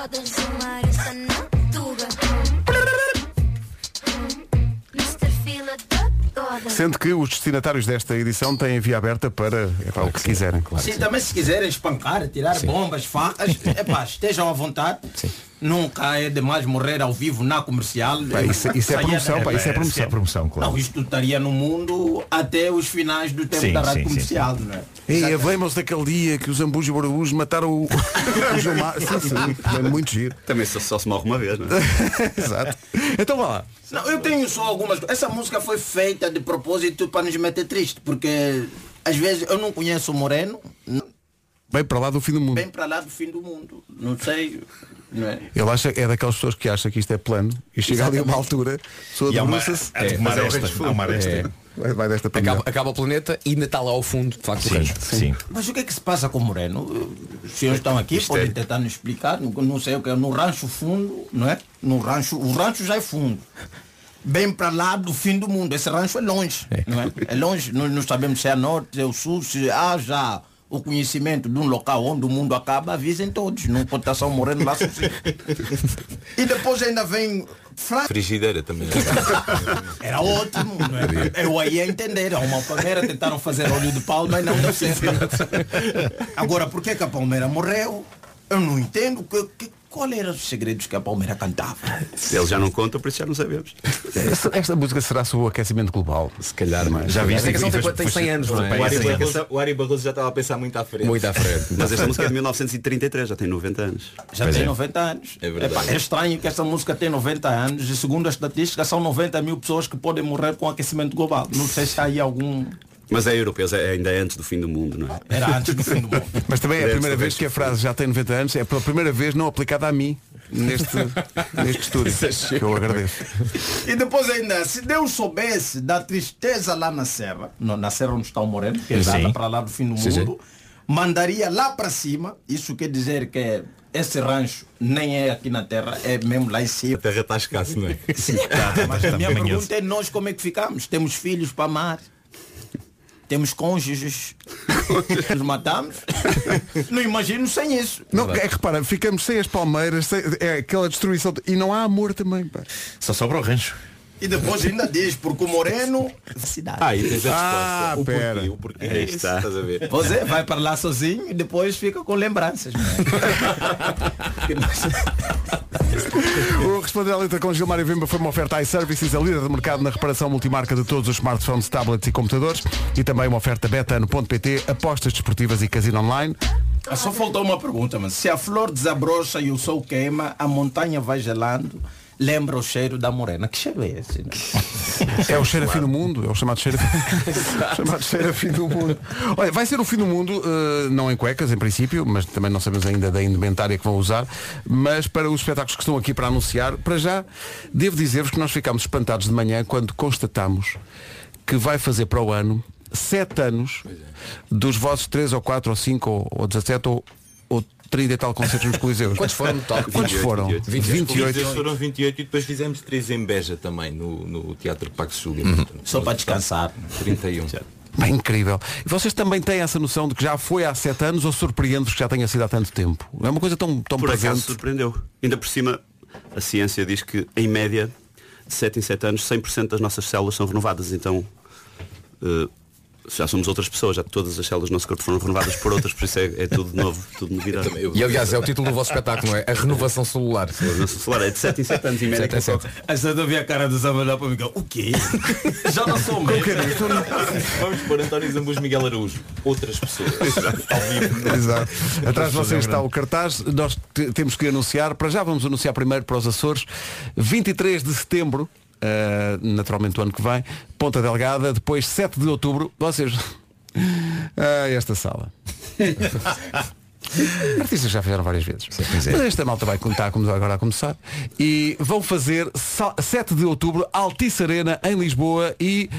[SPEAKER 1] Sendo que os destinatários desta edição têm via aberta para, é para o que quiserem.
[SPEAKER 19] Sim, também se quiserem espancar, tirar bombas, facas, epá, estejam à vontade. Nunca é demais morrer ao vivo na comercial.
[SPEAKER 1] Pá, isso- isso é
[SPEAKER 19] Saia
[SPEAKER 1] promoção,
[SPEAKER 19] da-
[SPEAKER 1] pá, isso é promoção.
[SPEAKER 13] É promoção, claro.
[SPEAKER 19] Não, isto estaria no mundo até os finais do tempo
[SPEAKER 13] Sim,
[SPEAKER 19] da
[SPEAKER 13] sim,
[SPEAKER 19] rádio
[SPEAKER 13] sim,
[SPEAKER 19] comercial, não é?
[SPEAKER 1] E lembram-se daquele dia que os Ambujos e Borabus mataram o o Gilmar. Sim, sim, é muito giro.
[SPEAKER 17] Também só, só se morre uma vez, não é?
[SPEAKER 1] Exato. Então vá lá.
[SPEAKER 19] Não, eu tenho só algumas. Essa música foi feita de propósito para nos meter triste, porque às vezes eu não conheço o Moreno,
[SPEAKER 1] Bem para lá do fim do mundo.
[SPEAKER 19] bem para lá do fim do mundo. Não sei, não é?
[SPEAKER 1] Ele acha, é daquelas pessoas que acha que isto é plano e chega ali a uma altura, a pessoa
[SPEAKER 13] E há uma-
[SPEAKER 1] debruça-se.
[SPEAKER 13] há de tomar
[SPEAKER 1] mas é o
[SPEAKER 13] esta,
[SPEAKER 1] resto do
[SPEAKER 13] há uma
[SPEAKER 1] fundo.
[SPEAKER 13] desta.
[SPEAKER 1] É. Vai- Vai desta para
[SPEAKER 2] Acaba,
[SPEAKER 1] melhor.
[SPEAKER 2] acaba o planeta e ainda está lá ao fundo, de facto, o
[SPEAKER 13] Sim,
[SPEAKER 2] resto.
[SPEAKER 13] sim.
[SPEAKER 19] Mas o que é que se passa com o Moreno? Os senhores estão aqui, podem tentar nos explicar, não, não sei o que é, no rancho fundo, não é? No rancho, o rancho já é fundo. Bem para lá do fim do mundo. Esse rancho é longe, não é? É longe, nós não sabemos se é norte, se é o sul, se há já o conhecimento de um local onde o mundo acaba, avisem todos, não pode estar só o Moreno lá sozinho. E depois ainda vem Fra-
[SPEAKER 18] Frigideira também.
[SPEAKER 19] era ótimo, não é? Eu aí a entender, a uma palmeira tentaram fazer óleo de palma e não deu certo. Agora, por que, que a palmeira morreu? Eu não entendo. Que, que- qual era os segredos que a palmeira cantava?
[SPEAKER 17] Ele já não conta, por isso já não sabemos.
[SPEAKER 1] Esta, esta música será sobre o aquecimento global. Se calhar, mas é
[SPEAKER 17] Já viste?
[SPEAKER 2] canção tem- tem 100 anos, não é? O
[SPEAKER 17] Foi- assim,
[SPEAKER 2] Ari
[SPEAKER 17] foi-
[SPEAKER 2] Barroso-
[SPEAKER 17] o Ari Barroso já estava a pensar muito à frente.
[SPEAKER 2] Muito à frente.
[SPEAKER 17] Mas esta música é de 1933, já tem 90 anos.
[SPEAKER 19] Já tem 90 anos.
[SPEAKER 17] É verdade.
[SPEAKER 19] Epá, é estranho que essa música tem 90 anos e segundo a estatística são 90 mil pessoas que podem morrer com aquecimento global. Não sei se há aí algum.
[SPEAKER 17] Mas é europeu, é ainda é antes do fim do mundo, não é?
[SPEAKER 19] Era antes do fim do mundo.
[SPEAKER 1] Mas também é a primeira
[SPEAKER 17] Deve-se também
[SPEAKER 1] vez que a frase já tem 90 anos, é pela primeira vez não aplicada a mim neste, neste estúdio. que eu agradeço.
[SPEAKER 19] E depois ainda, se Deus soubesse da tristeza lá na serra, no- na serra onde está o Moreno, que é
[SPEAKER 13] Sim.
[SPEAKER 19] lá para lá do fim do mundo,
[SPEAKER 13] Sim, sim.
[SPEAKER 19] mandaria lá para cima, isso quer dizer que esse rancho nem é aqui na terra, é mesmo lá em cima. A
[SPEAKER 18] terra está escassa, não é?
[SPEAKER 19] Sim, tá, mas a minha pergunta é nós como é que ficamos? Temos filhos para amar? Temos cônjuges? Nos matamos? Não imagino sem isso.
[SPEAKER 1] Não, é que repara, ficamos sem as palmeiras, sem- é aquela destruição de- e não há amor também. Pá.
[SPEAKER 13] Só sobra o rancho.
[SPEAKER 19] E depois ainda diz, porque o Moreno... Cidade.
[SPEAKER 18] Ah, e tens a resposta.
[SPEAKER 1] Ah,
[SPEAKER 18] o
[SPEAKER 1] pera.
[SPEAKER 18] porquê, o porquê.
[SPEAKER 17] Aí está.
[SPEAKER 18] Estás a ver?
[SPEAKER 13] é,
[SPEAKER 19] Você é, vai para lá sozinho e depois fica com lembranças. não é? Que nós-
[SPEAKER 1] O Responder à Letra com Gilmário Vimba foi uma oferta iServices, a líder de mercado na reparação multimarca de todos os smartphones, tablets e computadores e também uma oferta betano.pt, apostas desportivas e casino online.
[SPEAKER 19] Ah, Só faltou uma pergunta, mas se a flor desabrocha e o sol queima, a montanha vai gelando, lembra o cheiro da morena. Que cheiro é esse? né?
[SPEAKER 1] É o cheiro a fim do mundo, é o chamado cheiro a fim, chamado cheiro a fim do mundo. Olha, vai ser o fim do mundo, eh, não em cuecas em princípio, mas também não sabemos ainda da indumentária que vão usar, mas para os espetáculos que estão aqui para anunciar, para já, devo dizer-vos que nós ficámos espantados de manhã quando constatamos que vai fazer para o ano sete anos
[SPEAKER 2] é.
[SPEAKER 1] dos vossos 3 ou 4 ou 5 ou, ou 17 ou, ou 30 e tal concertos nos Coliseus.
[SPEAKER 2] Quantos foram no total?
[SPEAKER 1] Quantos foram?
[SPEAKER 18] 28.
[SPEAKER 1] 28.
[SPEAKER 18] Foram 28 e depois fizemos 3 em Beja também, no, no Teatro Pax Júlia.
[SPEAKER 2] Uhum.
[SPEAKER 19] Só para descansar.
[SPEAKER 18] 31.
[SPEAKER 1] Bem, incrível. E vocês também têm essa noção de que já foi há sete anos ou surpreende-vos que já tenha sido há tanto tempo? É uma coisa tão, tão
[SPEAKER 17] Por acaso
[SPEAKER 1] presente.
[SPEAKER 17] surpreendeu. Ainda por cima, a ciência diz que, em média, de 7 em 7 anos, 100% das nossas células são renovadas. Então, eh, já somos outras pessoas, já todas as células do nosso corpo foram renovadas por outras, por isso é, é tudo novo, tudo novidade.
[SPEAKER 2] E aliás, é o título do vosso espetáculo, não é? A renovação celular.
[SPEAKER 17] A renovação celular é de 7 em 7 anos e média.
[SPEAKER 2] Sete em sete.
[SPEAKER 19] Essa eu vi a cara do Samuel para mim o quê? Já não sou mais.
[SPEAKER 17] Vamos pôr António Zambus Miguel Araújo, outras pessoas. Ao vivo. né?
[SPEAKER 1] Exato. Atrás de
[SPEAKER 17] Vamos fazer
[SPEAKER 1] vocês está
[SPEAKER 17] um
[SPEAKER 1] o cartaz. Nós te- temos que anunciar. Para já vamos anunciar primeiro para os Açores. 23 de setembro, eh, naturalmente o ano que vem, Ponta Delgada. Depois 7 de outubro, vocês... Ah, esta sala. Artistas já fizeram várias vezes.
[SPEAKER 9] é.
[SPEAKER 1] Mas esta malta vai contar como agora a começar. E vão fazer sa- 7 de outubro, Altice Arena, em Lisboa. E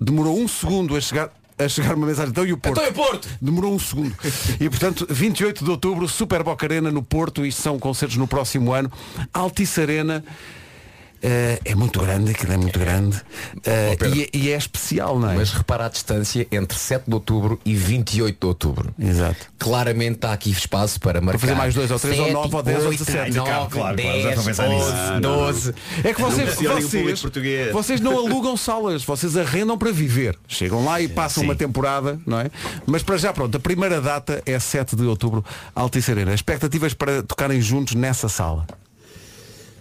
[SPEAKER 1] demorou um segundo a chegar. A chegar uma mensagem, então e o Porto?
[SPEAKER 9] Então e o Porto?
[SPEAKER 1] Demorou um segundo. E portanto, 28 de outubro, Super Boca Arena no Porto, isto são concertos no próximo ano. Altice Arena eh, é muito grande, aquilo é muito grande. Eh, e é- e é especial, não é?
[SPEAKER 2] Mas repara a distância entre 7 de outubro e 28 de outubro.
[SPEAKER 1] Exato.
[SPEAKER 2] Claramente há aqui espaço para marcar.
[SPEAKER 1] fazer mais dois ou três, ou
[SPEAKER 2] sete,
[SPEAKER 1] nove ou dez ou
[SPEAKER 2] oito,
[SPEAKER 1] dezessete.
[SPEAKER 2] nove,
[SPEAKER 1] Claro, claro,
[SPEAKER 2] dez,
[SPEAKER 1] claro, já estão a pensar nisso. Ah,
[SPEAKER 2] onze,
[SPEAKER 1] não, não, não.
[SPEAKER 2] doze.
[SPEAKER 1] É que vocês,
[SPEAKER 2] Nunca se olha o público
[SPEAKER 1] vocês,
[SPEAKER 2] português.
[SPEAKER 1] vocês não alugam salas, vocês arrendam para viver. Chegam lá e passam uma temporada, não é? Mas para já, pronto, a primeira data é 7 de outubro, Altice Arena. Expectativas para tocarem juntos nessa sala.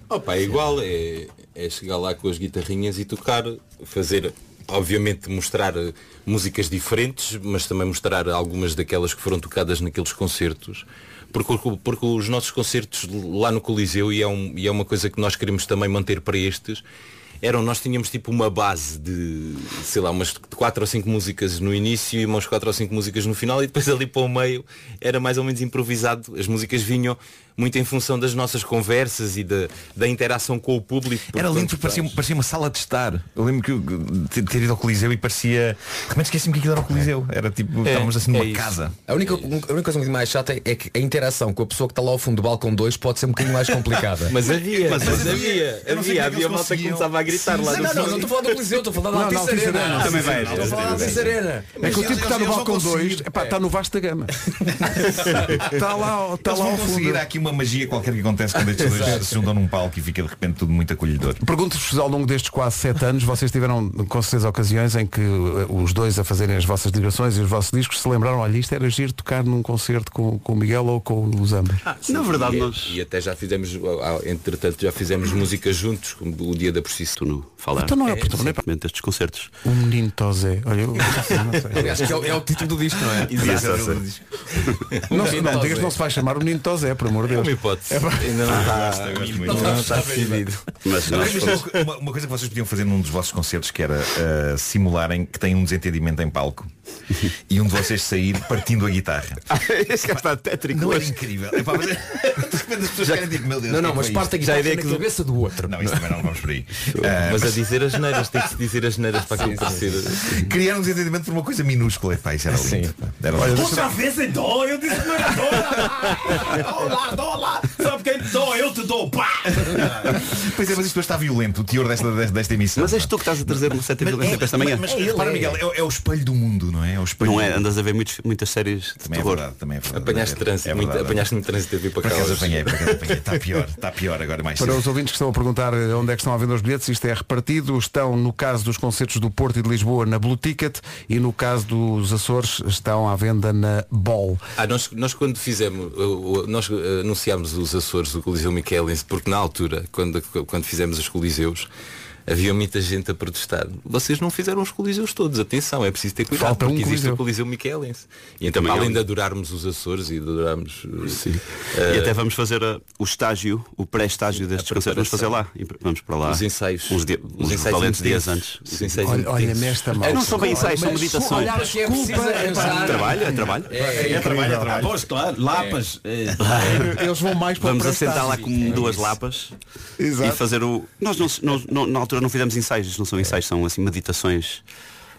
[SPEAKER 18] Opa, é igual é, é chegar lá com as guitarrinhas e tocar, fazer, obviamente mostrar eh, músicas diferentes, mas também mostrar algumas daquelas que foram tocadas naqueles concertos. Porque, o- porque os nossos concertos lá no Coliseu, e é, um- e é uma coisa que nós queremos também manter para estes, eram, nós tínhamos tipo uma base de, sei lá, umas quatro ou cinco músicas no início e umas quatro ou cinco músicas no final e depois ali para o meio era mais ou menos improvisado. As músicas vinham muito em função das nossas conversas e da, da interação com o público.
[SPEAKER 13] Era lindo porque
[SPEAKER 18] Portanto,
[SPEAKER 13] parecia, um- parecia uma sala de estar. Eu lembro que eu- ter- ter ido ao Coliseu e parecia. Realmente esqueci-me que aquilo era o Coliseu. Era tipo,
[SPEAKER 18] É,
[SPEAKER 13] estávamos assim numa casa.
[SPEAKER 2] A única, a única coisa muito mais chata é que a interação com a pessoa que está lá ao fundo do balcão 2 pode ser um bocadinho mais complicada.
[SPEAKER 18] Mas havia,
[SPEAKER 13] Mas
[SPEAKER 18] mas,
[SPEAKER 13] havia.
[SPEAKER 18] havia,
[SPEAKER 13] Eu não sei como é que
[SPEAKER 18] havia, havia
[SPEAKER 13] eles
[SPEAKER 18] malta que
[SPEAKER 13] conseguiam.
[SPEAKER 18] começava a gritar
[SPEAKER 13] Sim,
[SPEAKER 18] lá
[SPEAKER 13] sim,
[SPEAKER 18] do
[SPEAKER 13] não, não,
[SPEAKER 18] fundo.
[SPEAKER 13] não estou
[SPEAKER 2] a falar do Coliseu, estou a falar da Altice Arena.
[SPEAKER 13] Também vai.
[SPEAKER 2] Estou a falar da Altice Arena.
[SPEAKER 1] É que o tipo que está no balcão 2 está no vasto da gama. Está Tá lá, está
[SPEAKER 13] Eles
[SPEAKER 1] lá
[SPEAKER 13] vão
[SPEAKER 1] ao fundo.
[SPEAKER 13] conseguir, há aqui uma magia qualquer que acontece quando estes dois se juntam num palco e fica de repente tudo muito acolhedor.
[SPEAKER 1] Pergunto-vos ao longo destes quase sete anos, vocês tiveram com certeza ocasiões em que eh, os dois a fazerem as vossas digressões e os vossos discos se lembraram, olha, isto era giro tocar num concerto com, com o Miguel ou com o Zamba.
[SPEAKER 18] Na verdade, e, nós... e até já fizemos, ah, ah, entretanto, já fizemos música juntos, como o dia da procissão.
[SPEAKER 17] No falar.
[SPEAKER 1] Então não é oportuno, não é?
[SPEAKER 17] exatamente estes concertos.
[SPEAKER 1] O Um menino Tosé. Olha, eu...
[SPEAKER 2] Aliás, que é, o- é o título do disco, não é?
[SPEAKER 17] Exato, exato.
[SPEAKER 1] não, se- não, digas que não se vai chamar o menino Tosé, por amor de Deus.
[SPEAKER 18] Uma hipótese.
[SPEAKER 1] É pá.
[SPEAKER 18] Ainda não está,
[SPEAKER 13] gosto muito.
[SPEAKER 18] ainda não está
[SPEAKER 13] Não está
[SPEAKER 18] decidido. então,
[SPEAKER 17] Mas
[SPEAKER 13] Não,
[SPEAKER 17] nós
[SPEAKER 13] mas
[SPEAKER 17] fomos-
[SPEAKER 13] uma, uma coisa que vocês podiam fazer num dos vossos concertos que era ah, simularem que tem um desentendimento em palco e um de vocês sair partindo a guitarra.
[SPEAKER 18] Este gajo está tétrico.
[SPEAKER 13] Não era incrível. Epá, mas, de repente as pessoas querem tipo, meu Deus.
[SPEAKER 2] Não,
[SPEAKER 13] o que
[SPEAKER 2] não,
[SPEAKER 13] é que
[SPEAKER 2] mas
[SPEAKER 13] foi
[SPEAKER 2] parte a
[SPEAKER 13] isto?
[SPEAKER 2] guitarra na cabeça do outro.
[SPEAKER 13] Não, isso também não vamos por aí. Ah,
[SPEAKER 18] Mas a dizer as neiras, tem que se dizer as neiras para aquilo parecer.
[SPEAKER 13] Criar um desentendimento por uma coisa minúscula. Epá, isso era lindo. pá. Era lindo.
[SPEAKER 19] Outra vez é dó, eu disse que não era dó. Dó lá, dó lá. Sabe quem dó? Eu te dou. Pá.
[SPEAKER 13] Pois é, mas isto hoje está violento, o teor desta, desta, desta emissão.
[SPEAKER 17] Mas és tu que estás a trazer uma certa violência para esta manhã.
[SPEAKER 13] Mas, mas repara, Miguel, é, é o espelho do mundo, não é? É o espelho
[SPEAKER 17] Não é?
[SPEAKER 13] do mundo.
[SPEAKER 17] Andas a ver muitos- muitas séries de
[SPEAKER 13] Também é
[SPEAKER 17] terror.
[SPEAKER 13] verdade, também é verdade.
[SPEAKER 18] Apanhaste trânsito,
[SPEAKER 13] É
[SPEAKER 18] muito-
[SPEAKER 13] verdade.
[SPEAKER 18] apanhaste-me trânsito a vir para
[SPEAKER 13] Por
[SPEAKER 18] cá.
[SPEAKER 13] acaso
[SPEAKER 18] hoje.
[SPEAKER 13] apanhei, por acaso apanhei. Está pior, está pior agora mais
[SPEAKER 1] Para
[SPEAKER 13] cedo.
[SPEAKER 1] os ouvintes que estão a perguntar eh, onde é que estão a vender os bilhetes, isto é repartido. Estão, no caso dos concertos do Porto e de Lisboa, na Blue Ticket e no caso dos Açores, estão à venda na Ball.
[SPEAKER 18] Ah, nós, nós quando fizemos, o- o- nós eh, anunciámos os Açores do Coliseu Michelense, porque na altura, quando, quando fizemos os Coliseus, havia muita gente a protestar. Vocês não fizeram os Coliseus todos, atenção, é preciso ter cuidado,
[SPEAKER 1] Falta um
[SPEAKER 18] porque existe
[SPEAKER 1] Coliseu.
[SPEAKER 18] o Coliseu Michelense. E então,
[SPEAKER 17] Também é
[SPEAKER 18] além
[SPEAKER 17] um-
[SPEAKER 18] de adorarmos os Açores e de adorarmos. eh,
[SPEAKER 17] E
[SPEAKER 18] eh,
[SPEAKER 17] até vamos fazer a- o estágio, o pré-estágio destes concertos. Vamos fazer lá. E pr- Vamos para lá.
[SPEAKER 18] Os ensaios.
[SPEAKER 17] Uns, di-
[SPEAKER 18] Os
[SPEAKER 17] uns
[SPEAKER 18] ensaios
[SPEAKER 17] valentes dias
[SPEAKER 18] intensos.
[SPEAKER 17] antes.
[SPEAKER 18] Os ensaios
[SPEAKER 1] Olha- olha intensos. nesta malta.
[SPEAKER 17] Não são bem ensaios, são
[SPEAKER 2] Mas
[SPEAKER 17] meditações.
[SPEAKER 2] olhar o que é preciso arranjar.
[SPEAKER 17] Trabalho, é trabalho.
[SPEAKER 2] É,
[SPEAKER 13] trabalho, é trabalho.
[SPEAKER 19] Pois, claro, lapas. É.
[SPEAKER 1] Eles vão mais para
[SPEAKER 17] Vamos
[SPEAKER 1] o
[SPEAKER 17] assentar lá com duas lapas e fazer o. Nós não, não- não- na altura não fizemos ensaios, isto não são ensaios, são assim meditações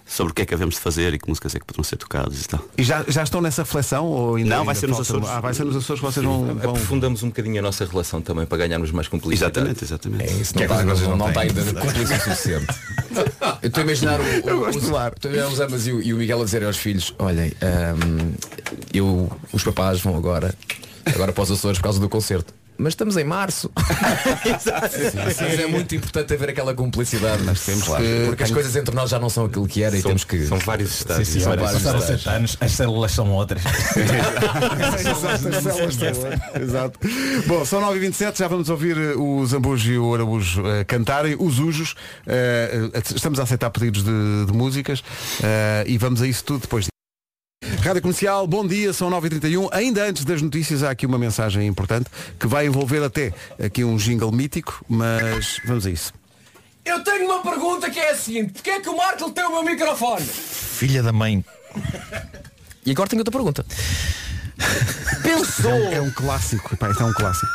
[SPEAKER 17] sobre o que é que havemos de fazer e que músicas é que poderão ser tocadas e tal.
[SPEAKER 1] E já, já estão nessa flexão? Ou ainda,
[SPEAKER 17] Não, vai
[SPEAKER 1] ainda
[SPEAKER 17] ser nos
[SPEAKER 1] falta-
[SPEAKER 17] Açores.
[SPEAKER 1] Ah, vai ser nos Açores que vocês vão... vão...
[SPEAKER 18] Aprofundamos um bocadinho a nossa relação também para ganharmos mais cumplicidade.
[SPEAKER 17] Exatamente, exatamente.
[SPEAKER 2] É isso,
[SPEAKER 13] Que
[SPEAKER 2] não
[SPEAKER 13] é coisa
[SPEAKER 2] está,
[SPEAKER 13] que vocês
[SPEAKER 2] não,
[SPEAKER 13] não
[SPEAKER 2] não está
[SPEAKER 13] têm.
[SPEAKER 2] ainda cúmplice o suficiente. Eu estou a imaginar o, o, os, estou a imaginar os ambas e o, e o Miguel a dizer aos filhos, olhem, hum, ahm, eu, os papás vão agora, agora para os Açores por causa do concerto. mas estamos em março. Mas é muito importante haver aquela cumplicidade. Nós temos
[SPEAKER 1] que-
[SPEAKER 2] Porque as coisas entre nós já não são aquilo que era e temos que. São
[SPEAKER 18] vários
[SPEAKER 2] estados. Sim, sim, são vários
[SPEAKER 16] Passaram
[SPEAKER 2] estágios.
[SPEAKER 19] tá
[SPEAKER 16] sete anos, as células são outras.
[SPEAKER 1] Exato. Bom, são 9h27, já vamos ouvir eh, o Zambujo e o Araújo eh, cantarem, os Ujos. eh, eh, estamos a aceitar pedidos de, de músicas eh, e vamos a isso tudo depois. Rádio Comercial, bom dia, são 9h31. Ainda antes das notícias há aqui uma mensagem importante que vai envolver até aqui um jingle mítico, mas vamos a isso.
[SPEAKER 9] Eu tenho uma pergunta que é a seguinte. Porquê é que o Marco tem o meu microfone?
[SPEAKER 13] Filha da mãe.
[SPEAKER 2] E agora tenho outra pergunta.
[SPEAKER 1] Pensou! É um, é um clássico, pá, isto é um clássico.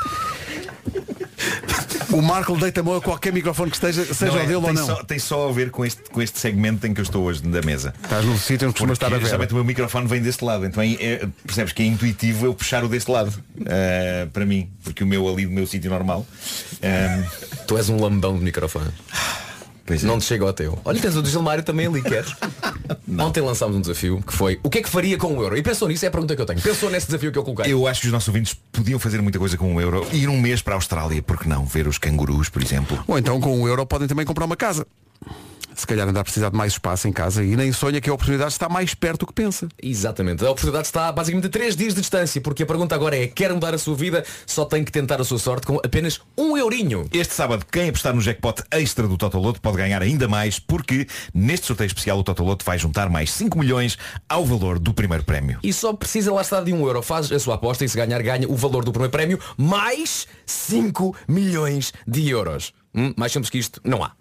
[SPEAKER 1] O Marco deita a mão a qualquer microfone que esteja, seja o
[SPEAKER 13] Não é,
[SPEAKER 1] dele ou
[SPEAKER 13] tem
[SPEAKER 1] não.
[SPEAKER 13] Só, tem só a ver com este, com este segmento em que eu estou hoje da mesa.
[SPEAKER 1] Estás num sítio onde costuma
[SPEAKER 13] Porque,
[SPEAKER 1] estar a ver.
[SPEAKER 13] Justamente o meu microfone vem deste lado, então aí é- percebes que é intuitivo eu puxar o deste lado ah, para mim, porque o meu ali do meu sítio normal. eh,
[SPEAKER 2] tu és um lambão de microfone.
[SPEAKER 1] é.
[SPEAKER 2] Não te chega ao teu. Olha, tens o do Gilmário também ali, queres? Ontem lançámos um desafio que foi o que é que faria com um euro? E pensou nisso, é a pergunta que eu tenho. Pensou nesse desafio que eu coloquei?
[SPEAKER 13] Eu acho que os nossos ouvintes podiam fazer muita coisa com um euro. Ir um mês para a Austrália, porque não? Ver os cangurus, por exemplo.
[SPEAKER 1] Ou então com um euro podem também comprar uma casa. Se calhar ainda há precisar de mais espaço em casa e nem sonha que a oportunidade está mais perto do que pensa.
[SPEAKER 2] Exatamente. A oportunidade está basicamente a 3 dias de distância, porque a pergunta agora é, quer mudar a sua vida, só tem que tentar a sua sorte com apenas um eurinho.
[SPEAKER 13] Este sábado, quem apostar no jackpot extra do Totoloto pode ganhar ainda mais, porque neste sorteio especial o Totoloto vai juntar mais 5 milhões ao valor do primeiro prémio.
[SPEAKER 2] E só precisa lá estar de um euro. Faz a sua aposta e se ganhar, ganha o valor do primeiro prémio mais 5 milhões de euros. Hum, mais simples que isto, não há.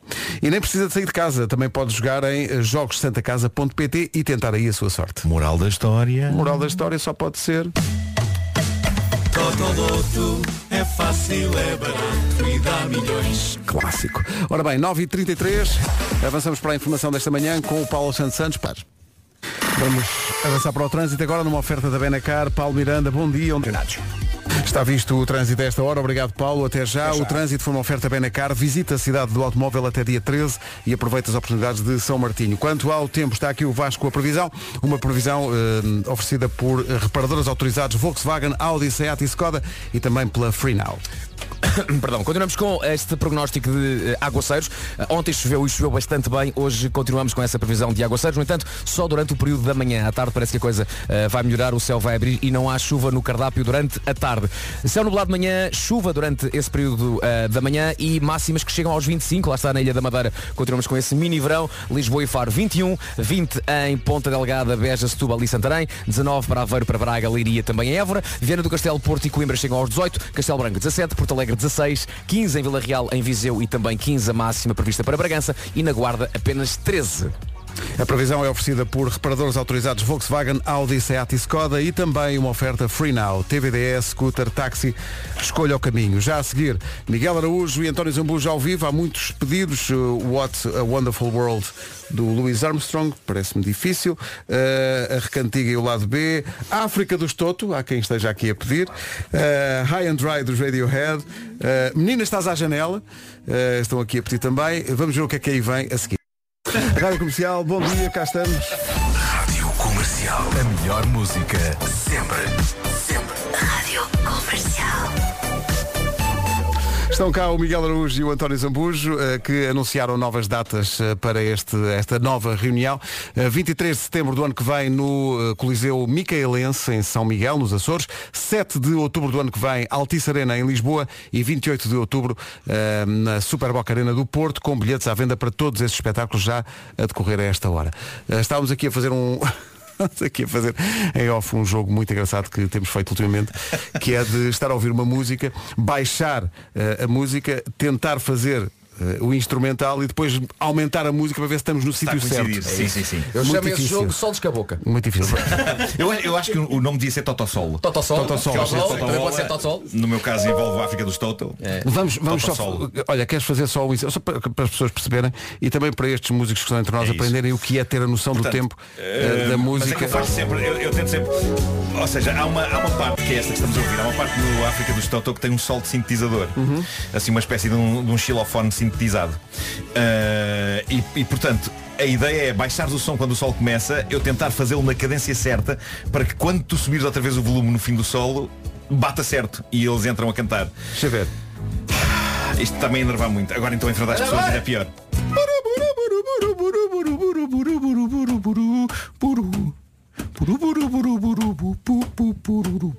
[SPEAKER 1] E nem precisa de sair de casa, também pode jogar em eh, jogossantacasa.pt e tentar aí a sua sorte.
[SPEAKER 13] Moral da história.
[SPEAKER 1] Moral da história só pode ser.
[SPEAKER 9] Totoloto é fácil, é barato e dá milhões.
[SPEAKER 1] Clássico. Ora bem, 9h33, avançamos para a informação desta manhã com o Paulo Santos Santos. Pares. Vamos avançar para o trânsito agora numa oferta da Benacar. Paulo Miranda, bom dia. Está visto o trânsito a esta hora. Obrigado, Paulo. Até já. O trânsito foi uma oferta Benacar. Visita a cidade do automóvel até dia 13 e aproveita as oportunidades de São Martinho. Quanto ao tempo, está aqui o Vasco com a previsão. Uma previsão eh, oferecida por eh, reparadores autorizados Volkswagen, Audi, Seat e Skoda e também pela Freenow.
[SPEAKER 2] Perdão, continuamos com este prognóstico de eh, aguaceiros. Eh, Ontem choveu e choveu bastante bem, hoje continuamos com essa previsão de aguaceiros. No entanto, só durante o período da manhã. À tarde parece que a coisa eh, vai melhorar, o céu vai abrir e não há chuva no cardápio durante a tarde. Céu nublado de manhã, chuva durante esse período eh, da manhã e máximas que chegam aos 25. Lá está na Ilha da Madeira, continuamos com esse mini verão. Lisboa e Faro 21, 20 em Ponta Delgada, Beja, Setúbal e Santarém, 19 para Aveiro, para Braga, Leiria, também em Évora, Viana do Castelo, Porto e Coimbra chegam aos 18, Castelo Branco 17, Porto Alegre 16, 15 em Vila Real, em Viseu e também 15 a máxima prevista para Bragança e na Guarda apenas 13.
[SPEAKER 1] A previsão é oferecida por reparadores autorizados Volkswagen, Audi, Seat e Skoda e também uma oferta Free Now, TVDS, Scooter, Táxi, escolha o caminho. Já a seguir, Miguel Araújo e António Zambujo ao vivo, há muitos pedidos, Uh, What a Wonderful World do Louis Armstrong, parece-me difícil, Uh, a Recantiga e o Lado B, África do Estoto, há quem esteja aqui a pedir, Uh, High and Dry dos Radiohead, Uh, Menina Estás à Janela, Uh, estão aqui a pedir também, vamos ver o que é que aí vem a seguir. Rádio Comercial, bom dia, cá estamos.
[SPEAKER 9] Rádio Comercial. A melhor música sempre. Sempre. Rádio Comercial.
[SPEAKER 1] Estão cá o Miguel Araújo e o António Zambujo, eh, que anunciaram novas datas eh, para este, esta nova reunião. Eh, 23 de setembro do ano que vem no eh, Coliseu Micaelense, em São Miguel, nos Açores. 7 de outubro do ano que vem, Altice Arena, em Lisboa. E 28 de outubro, eh, na Super Boca Arena do Porto, com bilhetes à venda para todos estes espetáculos já a decorrer a esta hora. Eh, Estávamos aqui a fazer um... Estamos aqui a fazer em off um jogo muito engraçado que temos feito ultimamente, que é de estar a ouvir uma música, baixar eh, a música, tentar fazer eh, o instrumental e depois aumentar a música para ver se estamos no sítio certo.
[SPEAKER 13] Sim, sim, sim.
[SPEAKER 2] É Eu
[SPEAKER 1] Muito
[SPEAKER 2] chamo esse
[SPEAKER 1] difícil.
[SPEAKER 2] jogo Solos com a Boca.
[SPEAKER 1] Muito difícil.
[SPEAKER 13] eu, eu acho que o nome devia ser Totossolo.
[SPEAKER 2] Totossolo?
[SPEAKER 13] Totossolo.
[SPEAKER 2] Totossolo.
[SPEAKER 13] Totossolo.
[SPEAKER 2] Também pode ser É. Totossolo.
[SPEAKER 13] é No meu caso envolve a África dos Toto.
[SPEAKER 1] Vamos, vamos só.
[SPEAKER 13] Totossolo.
[SPEAKER 1] Olha, queres fazer só um exer- só para, para as pessoas perceberem e também para estes músicos que estão entre nós aprenderem o que é ter a noção do tempo eh,
[SPEAKER 13] Eh,
[SPEAKER 1] da
[SPEAKER 13] Mas é que
[SPEAKER 1] música.
[SPEAKER 13] eu faço sempre, eu, eu tento sempre. Ou seja, há uma, há uma parte que é esta que estamos a ouvir, há uma parte no África dos Toto que tem um sol de sintetizador. Assim uma espécie de um, de um xilofone sintetizado. Eh, e, e, portanto. A ideia é baixares o som quando o sol começa, eu tentar fazê-lo na cadência certa para que quando tu subires outra vez o volume no fim do solo, bata certo e eles entram a cantar. Deixa eu ver. Isto está-me a enervar muito. Agora então enfrentar as pessoas ainda é pior. Puru,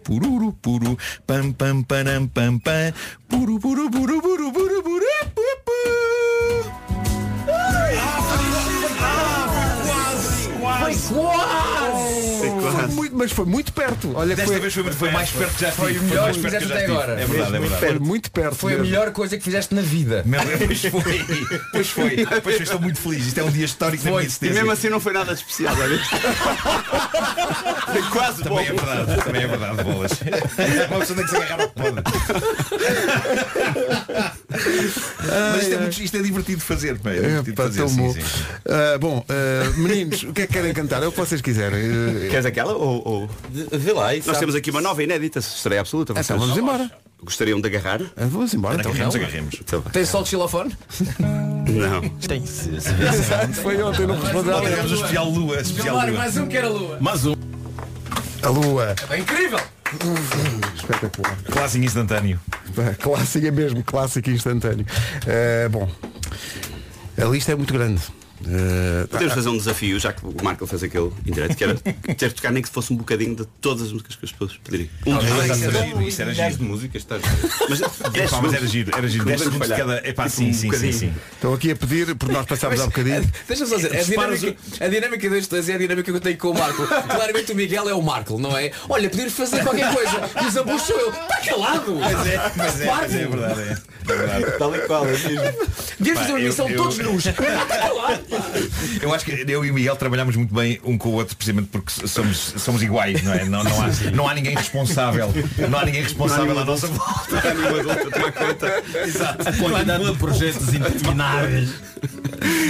[SPEAKER 13] pam, pam, panam, pam, pam. Puru, puru, puru, puru, puru, puru, pu, pu.
[SPEAKER 1] Foi quase! Foi muito, mas foi muito perto. Olha,
[SPEAKER 13] Desta
[SPEAKER 1] foi,
[SPEAKER 13] vez foi, muito- foi mais perto que já
[SPEAKER 1] Foi
[SPEAKER 13] tive.
[SPEAKER 1] o melhor
[SPEAKER 13] mais
[SPEAKER 1] que
[SPEAKER 13] perto
[SPEAKER 1] fizeste
[SPEAKER 13] já
[SPEAKER 1] até
[SPEAKER 13] tive.
[SPEAKER 1] agora.
[SPEAKER 13] É verdade, é
[SPEAKER 1] Mesmo
[SPEAKER 13] verdade.
[SPEAKER 1] Foi muito perto.
[SPEAKER 2] Foi a
[SPEAKER 1] mesmo.
[SPEAKER 2] melhor coisa que fizeste na vida.
[SPEAKER 13] Meu, pois foi, pois foi, pois foi, estou muito feliz. Isto é um dia histórico da minha existência.
[SPEAKER 17] assim não foi nada de especial, olha.
[SPEAKER 13] Foi quase Também é verdade, também é verdade, bolas. Uma pessoa tem que se agarrar ao que pode. Mas isto é, muito, isto é divertido de fazer, pá, é divertido de
[SPEAKER 1] Epá,
[SPEAKER 13] fazer,
[SPEAKER 1] Ah, tão bom.
[SPEAKER 13] sim, sim.
[SPEAKER 1] Ah, bom, ah, meninos, o que é que querem cantar? É o que vocês quiserem. Ah,
[SPEAKER 17] Queres aquela ou... ou...
[SPEAKER 18] Vê lá,
[SPEAKER 17] Nós temos aqui uma nova inédita, estreia absoluta.
[SPEAKER 1] Então
[SPEAKER 17] vocês
[SPEAKER 1] vamos embora.
[SPEAKER 17] Gostariam de agarrar?
[SPEAKER 1] Ah, vamos embora. então.
[SPEAKER 17] Então vai.
[SPEAKER 2] Tem sol de xilofone?
[SPEAKER 17] Não.
[SPEAKER 2] Tem.
[SPEAKER 1] Foi ontem, não respondeu.
[SPEAKER 13] Ou tivemos o especial Lua, especial
[SPEAKER 9] Claro,
[SPEAKER 13] Lua.
[SPEAKER 9] mais um que era lua.
[SPEAKER 13] Mais um.
[SPEAKER 1] A lua.
[SPEAKER 9] É incrível!
[SPEAKER 1] Espetacular.
[SPEAKER 13] Clássico instantâneo.
[SPEAKER 1] Pá, Clássico é mesmo, clássico instantâneo. Ah, bom, a lista é muito grande. Ah,
[SPEAKER 17] Podemos fazer um desafio, já que o Marco fez aquele em direto, que era ter de tocar nem que fosse um bocadinho de todas as músicas que as pessoas pediriam.
[SPEAKER 18] é
[SPEAKER 17] Um
[SPEAKER 13] Ah,
[SPEAKER 17] dos
[SPEAKER 13] mas
[SPEAKER 17] dois.
[SPEAKER 13] isso era giro, isso era
[SPEAKER 17] Milhares
[SPEAKER 13] giro.
[SPEAKER 17] de músicas, estás
[SPEAKER 13] Mas,
[SPEAKER 17] dez
[SPEAKER 13] mas era
[SPEAKER 17] segundos.
[SPEAKER 13] giro, era giro.
[SPEAKER 17] Como
[SPEAKER 13] 10 segundos
[SPEAKER 17] é que
[SPEAKER 13] de
[SPEAKER 17] falhar?
[SPEAKER 13] cada.
[SPEAKER 18] eh,
[SPEAKER 13] Epá,
[SPEAKER 17] Um
[SPEAKER 13] sim, sim, sim,
[SPEAKER 17] bocadinho.
[SPEAKER 13] sim.
[SPEAKER 1] Estão aqui a pedir, porque nós passámos há bocadinho.
[SPEAKER 2] Deixa-me só dizer, é a
[SPEAKER 1] Disparas
[SPEAKER 2] dinâmica, a dinâmica dos dois é a dinâmica que eu tenho com o Marco. Claramente o Miguel é o Marco, não é? Olha, poder fazer qualquer coisa. E o Zambujo sou eu. Está calado!
[SPEAKER 13] Mas é, mas é, mas é verdade. É. É verdade.
[SPEAKER 17] Tal e qual, é mesmo.
[SPEAKER 2] Devíamos
[SPEAKER 13] Pá,
[SPEAKER 2] fazer uma
[SPEAKER 13] eu-
[SPEAKER 2] missão
[SPEAKER 13] eu-
[SPEAKER 2] todos nus. Está calado!
[SPEAKER 13] Eu acho que eu e o Miguel trabalhamos muito bem um com o outro, precisamente porque somos, somos iguais, não é? Não, não, há, não há ninguém responsável. Não há ninguém responsável à nossa volta. Exato.
[SPEAKER 16] A quantidade de projetos intermináveis.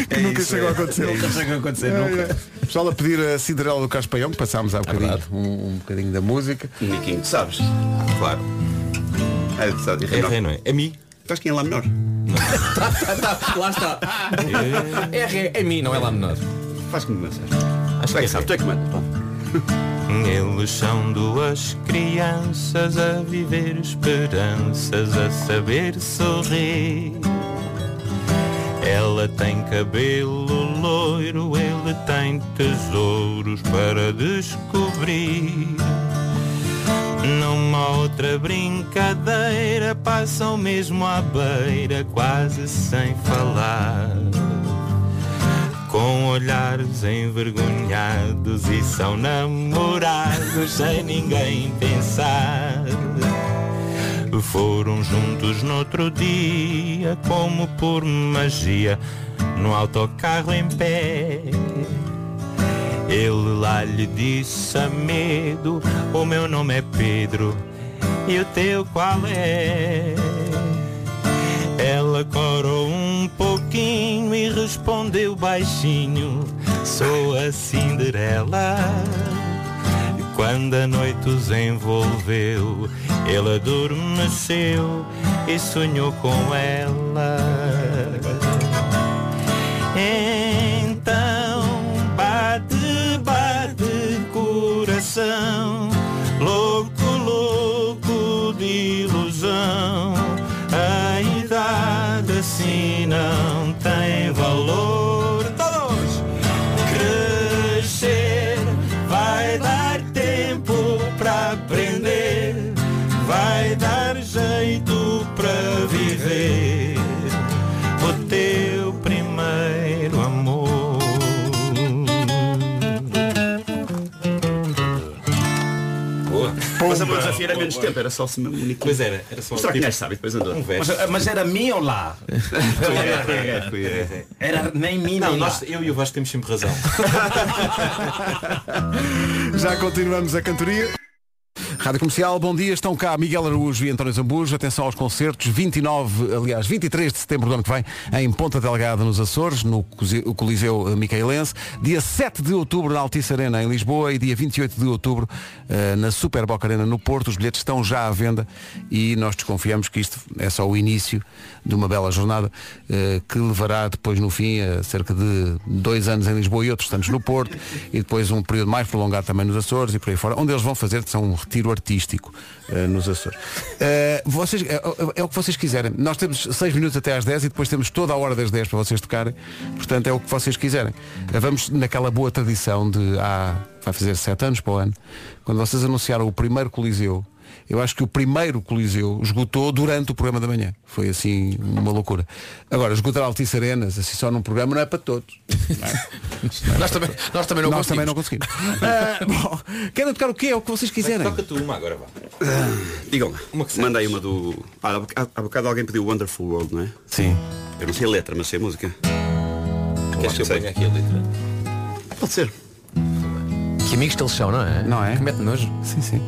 [SPEAKER 1] Que nunca chegou a acontecer.
[SPEAKER 16] Nunca chegou a acontecer,
[SPEAKER 1] Ah,
[SPEAKER 16] nunca.
[SPEAKER 1] é. Pessoal a pedir a Cinderela do Caspaião, que passámos há bocadinho um, um bocadinho da música.
[SPEAKER 17] Niquinho, sabes? Claro. É, sabe,
[SPEAKER 18] É rei, não é? É mi.
[SPEAKER 17] Estás quem é lá menor?
[SPEAKER 2] Tá, tá, tá, lá está. É ré, é mim, não é lá menor.
[SPEAKER 17] Faz comigo, Acho que é sabe, tu é que manda. pá.
[SPEAKER 16] Eles são duas crianças a viver esperanças, a saber sorrir. Ela tem cabelo loiro, ele tem tesouros para descobrir. Numa outra brincadeira passam mesmo à beira, quase sem falar com olhares envergonhados e são namorados sem ninguém pensar. Foram juntos noutro dia, como por magia, no autocarro em pé. Ele lá lhe disse a medo, o meu nome é Pedro e o teu qual é? Ela corou um pouquinho e respondeu baixinho Sou a Cinderela Quando a noite os envolveu Ele adormeceu e sonhou com ela Então bate, bate coração Louco, louco de ilusão A idade assim não tem valor Todos! Crescer vai dar tempo para aprender Vai dar jeito para viver O teu primeiro amor
[SPEAKER 17] Boa. Mas a meu desafio era menos tempo, era só se mesmo único. Pois era, era só. tipo Será que gajo sabe? Depois é, andou.
[SPEAKER 16] Mas, mas era mim ou lá?
[SPEAKER 17] é.
[SPEAKER 16] Era
[SPEAKER 19] né?
[SPEAKER 16] nem mim
[SPEAKER 18] É. Não,
[SPEAKER 16] nem
[SPEAKER 18] nós,
[SPEAKER 16] lá.
[SPEAKER 18] eu e o Vasco temos sempre razão.
[SPEAKER 1] Já continuamos a cantoria. Rádio Comercial, bom dia, estão cá Miguel Araújo e António Zambujo, atenção aos concertos, 29, aliás, 23 de setembro do ano que vem, em Ponta Delgada, nos Açores, no Cose- o Coliseu eh, Micaelense, dia 7 de outubro na Altice Arena, em Lisboa, e dia 28 de outubro eh, na Super Boca Arena, no Porto, os bilhetes estão já à venda e nós desconfiamos que isto é só o início de uma bela jornada eh, que levará depois no fim a cerca de dois anos em Lisboa e outros tantos no Porto, e depois um período mais prolongado também nos Açores e por aí fora, onde eles vão fazer, são um retiro artístico eh, nos Açores. Eh, vocês, é, é o que vocês quiserem. Nós temos 6 minutos até às 10 e depois temos toda a hora das 10 para vocês tocarem. Portanto, é o que vocês quiserem. Eh, Vamos naquela boa tradição de há, vai fazer 7 anos para o ano, quando vocês anunciaram o primeiro Coliseu. Eu acho que o primeiro Coliseu esgotou durante o programa da manhã. Foi assim uma loucura. Agora, esgotar Altice Arenas, assim só num programa, não é para todos.
[SPEAKER 2] Nós também, nós também não
[SPEAKER 1] Nós
[SPEAKER 2] conseguimos.
[SPEAKER 1] também não conseguimos. Ah, bom, querem tocar o quê? É o que vocês quiserem.
[SPEAKER 18] Toca tu uma agora, vá.
[SPEAKER 17] Ah, Digam, mandei uma do. Ah, há boc- há, há bocado alguém pediu Wonderful World, não é?
[SPEAKER 1] Sim.
[SPEAKER 17] Eu não sei a letra, mas sei a música.
[SPEAKER 18] Queres que eu ponha aqui a letra?
[SPEAKER 17] Pode ser.
[SPEAKER 2] Que amigos que eles são, não é? Não é? Que mete nojo.
[SPEAKER 1] Sim, sim.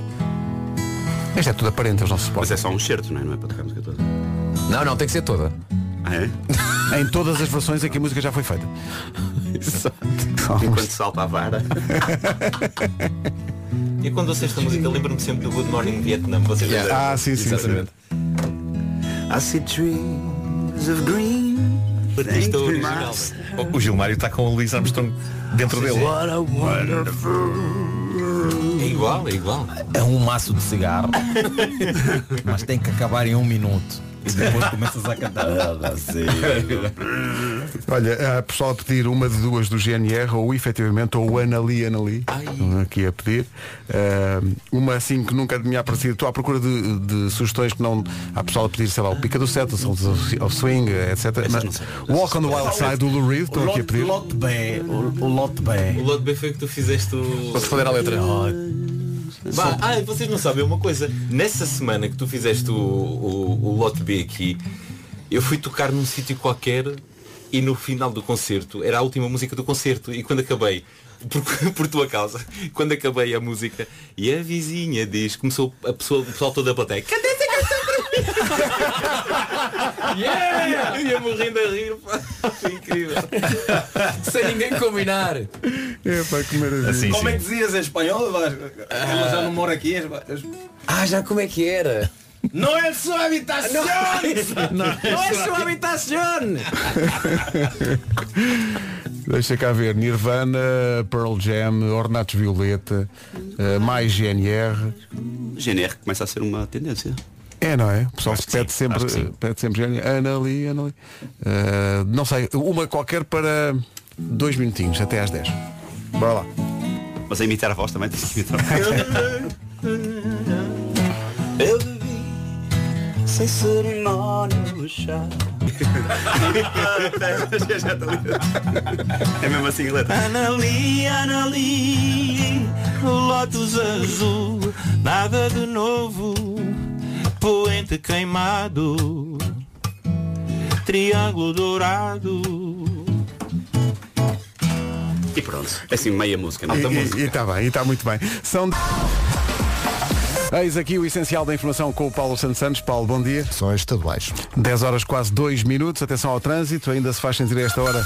[SPEAKER 1] Isto é tudo aparente aos nossos
[SPEAKER 17] Mas é só um certo, não é? Não é para tocar a música toda.
[SPEAKER 2] Não, não, tem que ser toda.
[SPEAKER 17] Ah, é?
[SPEAKER 1] em todas as versões em que a música já foi feita.
[SPEAKER 17] Enquanto salta a vara.
[SPEAKER 1] é.
[SPEAKER 18] E quando ouço esta música lembro-me sempre do Good Morning Vietnam. Vocês
[SPEAKER 1] Yeah.
[SPEAKER 18] lembram?
[SPEAKER 1] Ah, sim, sim,
[SPEAKER 18] Exatamente.
[SPEAKER 17] I see trees of green. but ain't
[SPEAKER 18] Isto é
[SPEAKER 17] green.
[SPEAKER 18] original.
[SPEAKER 13] O Gilmário está com o Luís Armstrong dentro dele.
[SPEAKER 17] What a wonderful-
[SPEAKER 18] É igual, é igual.
[SPEAKER 20] É um maço de cigarro. Mas tem que acabar em um minuto. E depois começas a cantar.
[SPEAKER 1] Olha, há pessoal a pedir uma de duas do GNR, ou efetivamente, ou Anali Anali, aqui a pedir. Ah, uma assim que nunca tinha aparecido. Estou à procura de, de sugestões que não. Há pessoal a pedir, sei lá, o Pica do Set, o Sons of of Swing, etc. Mas, Walk on the Wild Side do Lou Reed, estou aqui a pedir.
[SPEAKER 20] Lote B, o, o lote B.
[SPEAKER 18] O Lote B foi o que tu fizeste o.
[SPEAKER 20] Posso falar a letra?
[SPEAKER 18] Bah, ah, vocês não sabem uma coisa. Nessa semana que tu fizeste o, o, o Lote B aqui, eu fui tocar num sítio qualquer e no final do concerto, era a última música do concerto, e quando acabei, por, por tua causa, quando acabei a música, e a vizinha diz, começou a pessoa, o pessoal toda a plateia. "Cadê essa canção para mim?" Yeah! Eu ia morrendo a rir, pá. Foi incrível.
[SPEAKER 9] Sem ninguém combinar.
[SPEAKER 1] É, pá, que maravilha.
[SPEAKER 20] Como é que dizias em espanhol? Vasco? Ela já não mora aqui. es- es-
[SPEAKER 9] Ah, já como é que era?
[SPEAKER 20] Não é sua habitação!
[SPEAKER 9] Não, é sua habitação!
[SPEAKER 1] Deixa cá ver, Nirvana, Pearl Jam, Ornatos Violeta, ah, mais GNR.
[SPEAKER 17] GNR começa a ser uma tendência.
[SPEAKER 1] É, não é? O pessoal pede, sempre, pede sempre gênio. Ana ali, Ana ali. Ah, não sei, uma qualquer para dois minutinhos, até às 10. Bora lá.
[SPEAKER 17] Mas a imitar a voz também tem que imitar a
[SPEAKER 21] Eu bebi sem cerimónia o chá.
[SPEAKER 17] voz. Já está ali. É mesmo assim, a
[SPEAKER 1] Ah,
[SPEAKER 17] letra.
[SPEAKER 21] Anali, Anali, Lotus azul, nada de novo, poente queimado, triângulo dourado.
[SPEAKER 17] E pronto. É assim meia música, não
[SPEAKER 1] E-
[SPEAKER 17] está
[SPEAKER 1] E
[SPEAKER 17] música.
[SPEAKER 1] está bem, e está muito bem. São. Eis aqui o essencial da informação com o Paulo Santos Santos. Paulo, bom dia.
[SPEAKER 4] São estaduais.
[SPEAKER 1] 10 horas quase 2 minutos, atenção ao trânsito, ainda se faz sentir a esta hora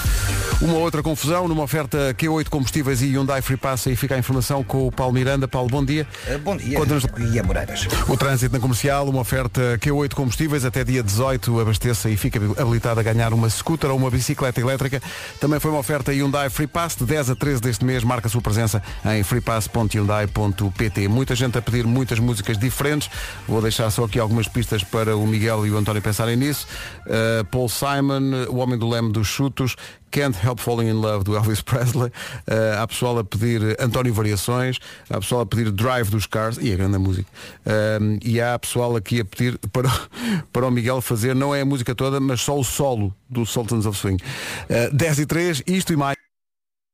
[SPEAKER 1] uma outra confusão numa oferta Q8 combustíveis e Hyundai Free Pass, aí fica a informação com o Paulo Miranda. Paulo, bom dia.
[SPEAKER 22] Eh, Bom dia.
[SPEAKER 1] Conta-nos-
[SPEAKER 22] E a Moreiras.
[SPEAKER 1] O trânsito na comercial, uma oferta Q8 combustíveis, até dia 18 abasteça e fica habilitado a ganhar uma scooter ou uma bicicleta elétrica. Também foi uma oferta Hyundai Free Pass, de 10 a 13 deste mês, marca a sua presença em freepass.hyundai.pt. Muita gente a pedir muitas músicas diferentes, vou deixar só aqui algumas pistas para o Miguel e o António pensarem nisso. Uh, Paul Simon, O Homem do Leme dos Chutos, Can't Help Falling in Love do Elvis Presley. Uh, há pessoal a pedir António Variações, há pessoal a pedir Drive dos Cars, e a grande música. Um, e há pessoal aqui a pedir para, o- para o Miguel fazer, não é a música toda, mas só o solo do Sultans of Swing. Uh, 10 e 3, isto e mais.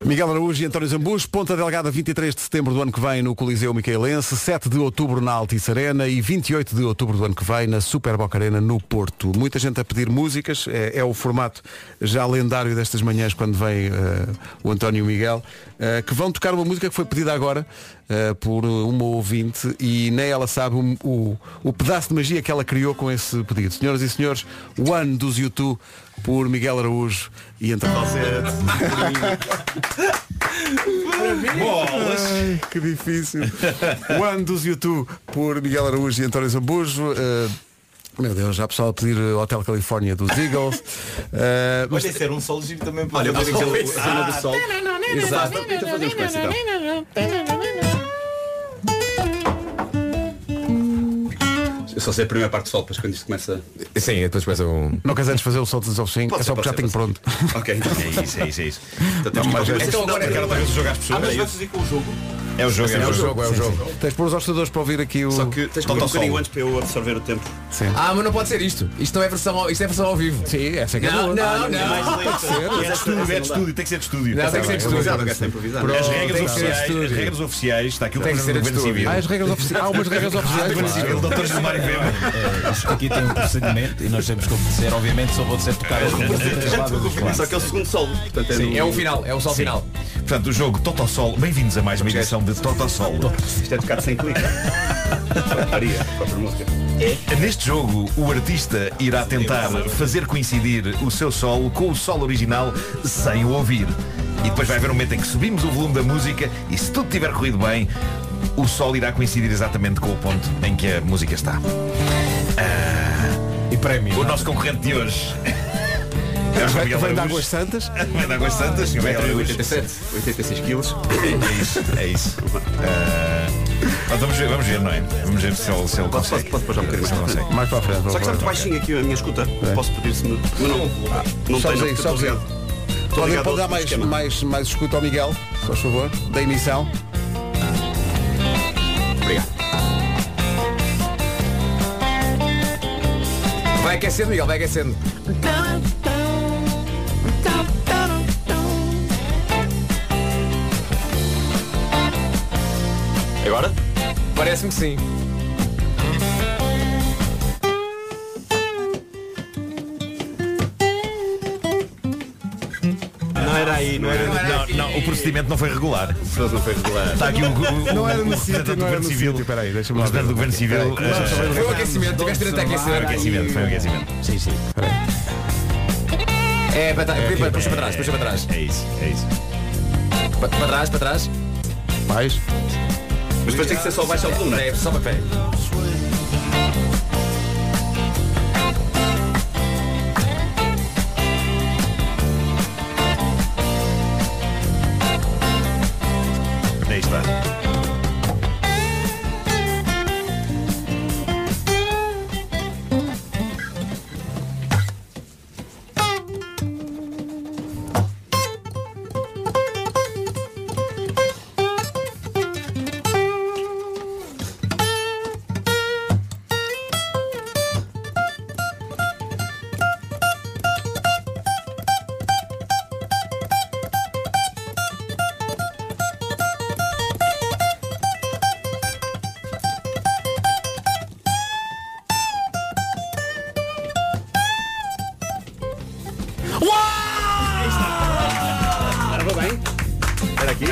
[SPEAKER 1] Miguel Araújo e António Zambujo, Ponta Delgada 23 de setembro do ano que vem no Coliseu Micaelense, 7 de outubro na Altice Arena e 28 de outubro do ano que vem na Super Boca Arena no Porto. Muita gente a pedir músicas, é, é o formato já lendário destas manhãs quando vem eh, o António e o Miguel, eh, que vão tocar uma música que foi pedida agora eh, por uma ouvinte e nem ela sabe o, o- o pedaço de magia que ela criou com esse pedido. Senhoras e senhores, One dos U2 por Miguel Araújo e António.
[SPEAKER 9] Bolas!
[SPEAKER 1] Ai, que difícil. One dos YouTube por Miguel Araújo e António Zambujo. Eh, meu Deus, já há pessoal a pedir eh, Hotel Califórnia dos Eagles. Eh, mas-
[SPEAKER 18] Olha, esse era um solo giro também para
[SPEAKER 1] Olha,
[SPEAKER 18] fazer
[SPEAKER 1] vou
[SPEAKER 18] aquela
[SPEAKER 1] pensar.
[SPEAKER 18] cena do sol.
[SPEAKER 1] Exato.
[SPEAKER 18] Tenta fazer uns peças, então.
[SPEAKER 17] só sei a primeira parte só, depois quando isto começa.
[SPEAKER 1] Sim, depois começa um. Não queres antes fazer o salto dos oficina,
[SPEAKER 17] Pode
[SPEAKER 1] é
[SPEAKER 17] ser,
[SPEAKER 1] só porque já tenho
[SPEAKER 17] pode ser,
[SPEAKER 1] pronto.
[SPEAKER 17] Ok, então é isso, é isso, é isso. Então temos
[SPEAKER 1] Não,
[SPEAKER 17] que
[SPEAKER 1] mas-
[SPEAKER 17] fazer-
[SPEAKER 1] Então agora-
[SPEAKER 17] Porque ela está a jogar as pessoas.
[SPEAKER 1] Ah, mas
[SPEAKER 17] é
[SPEAKER 1] vamos
[SPEAKER 17] isso.
[SPEAKER 1] dizer
[SPEAKER 17] com o jogo. É o jogo,
[SPEAKER 1] Sim,
[SPEAKER 17] é o
[SPEAKER 1] é o jogo. Tens de pôr os hostadores para ouvir aqui o.
[SPEAKER 17] Só que tens que pôr um bocadinho antes para eu absorver o tempo.
[SPEAKER 1] Sim.
[SPEAKER 2] Ah, mas não pode ser isto. Isto não é versão ao, isto é versão ao vivo.
[SPEAKER 1] Sim, essa
[SPEAKER 17] é que é
[SPEAKER 2] não,
[SPEAKER 17] boa.
[SPEAKER 2] não,
[SPEAKER 17] Ah,
[SPEAKER 2] não,
[SPEAKER 17] não, é mais lenta. É de estúdio, é de estúdio, tem que ser de estúdio.
[SPEAKER 2] Não, tem que ser de estúdio. Pronto,
[SPEAKER 17] As
[SPEAKER 2] tem que ser
[SPEAKER 17] regras
[SPEAKER 2] de
[SPEAKER 17] oficiais,
[SPEAKER 2] estúdio.
[SPEAKER 17] as regras oficiais, está aqui o
[SPEAKER 2] Tem que
[SPEAKER 17] programa do
[SPEAKER 2] ser de
[SPEAKER 17] Governo
[SPEAKER 2] estúdio.
[SPEAKER 17] Civil.
[SPEAKER 1] Ah, as regras oficiais. Há umas regras
[SPEAKER 17] Ah, do
[SPEAKER 1] oficiais. é?
[SPEAKER 17] Governo Civil, doutores do Mário Weber.
[SPEAKER 19] Isto aqui tem um procedimento e nós temos que obedecer, obviamente, só vou ser
[SPEAKER 13] Tá,
[SPEAKER 19] tocar as roupas das lados dos lados.
[SPEAKER 17] Só que é o segundo solo. portanto,
[SPEAKER 19] Sim,
[SPEAKER 17] no-
[SPEAKER 19] é o final, é o sol
[SPEAKER 17] Sim.
[SPEAKER 19] final.
[SPEAKER 13] Portanto, o jogo Totossol, bem-vindos a mais uma edição de Totossol.
[SPEAKER 17] Isto é tocado sem clique. Faria, própria música.
[SPEAKER 13] É? Neste jogo, o artista irá tentar fazer coincidir o seu solo com o solo original sem o ouvir. E depois vai haver um momento em que subimos o volume da música e se tudo tiver corrido bem, o solo irá coincidir exatamente com o ponto em que a música está. Ah,
[SPEAKER 19] E prémio.
[SPEAKER 13] O nosso concorrente de hoje. É o João Miguel
[SPEAKER 1] Vem de
[SPEAKER 13] Araújo.
[SPEAKER 1] Águas Santas.
[SPEAKER 13] Vem de Águas Santas. João Miguel Araújo.
[SPEAKER 17] 86 quilos.
[SPEAKER 13] É isso, é isso. Ah, mas vamos, ver, vamos ver, não é? Vamos ver se ele, se ele consegue. Posso,
[SPEAKER 17] posso, posso,
[SPEAKER 1] Mais para a frente. É.
[SPEAKER 17] Só que está muito baixinho aqui a minha escuta. Posso pedir se me. Mas não. ah, Não
[SPEAKER 1] Sobes
[SPEAKER 17] tenho.
[SPEAKER 1] aí,
[SPEAKER 17] estou
[SPEAKER 1] sobes aí.
[SPEAKER 17] ligado. Estou
[SPEAKER 1] Podem
[SPEAKER 17] ligado
[SPEAKER 1] pode dar
[SPEAKER 17] ao
[SPEAKER 1] mais,
[SPEAKER 17] esquema.
[SPEAKER 1] mais, mais escuta ao Miguel, se faz favor, da emissão.
[SPEAKER 17] Obrigado.
[SPEAKER 2] Vai aquecendo, Miguel, vai aquecendo.
[SPEAKER 17] Agora?
[SPEAKER 2] Parece-me que sim.
[SPEAKER 17] Não era aí, não era
[SPEAKER 13] Não, não, o procedimento não foi regular.
[SPEAKER 17] não foi regular.
[SPEAKER 13] Está aqui um o, o,
[SPEAKER 1] Não
[SPEAKER 13] o
[SPEAKER 1] era no sítio,
[SPEAKER 13] representante do
[SPEAKER 1] não era
[SPEAKER 13] Governo
[SPEAKER 1] no
[SPEAKER 13] Civil.
[SPEAKER 1] sítio, peraí, deixa-me
[SPEAKER 13] o
[SPEAKER 1] lá
[SPEAKER 13] representante do Governo Civil.
[SPEAKER 1] Peraí,
[SPEAKER 13] eh,
[SPEAKER 1] foi
[SPEAKER 2] o aquecimento, tiveste direito a
[SPEAKER 13] Foi
[SPEAKER 2] aquecer.
[SPEAKER 13] o aquecimento, foi o aquecimento. Sim, sim.
[SPEAKER 2] É, para, trás, puxa, para trás, puxa para trás.
[SPEAKER 13] É isso, é isso.
[SPEAKER 2] Para, para trás, para trás.
[SPEAKER 1] Mais.
[SPEAKER 17] Mas depois tem que ser só baixo ao volume.
[SPEAKER 2] É, só para pé.
[SPEAKER 13] Aí está.
[SPEAKER 17] Era aqui?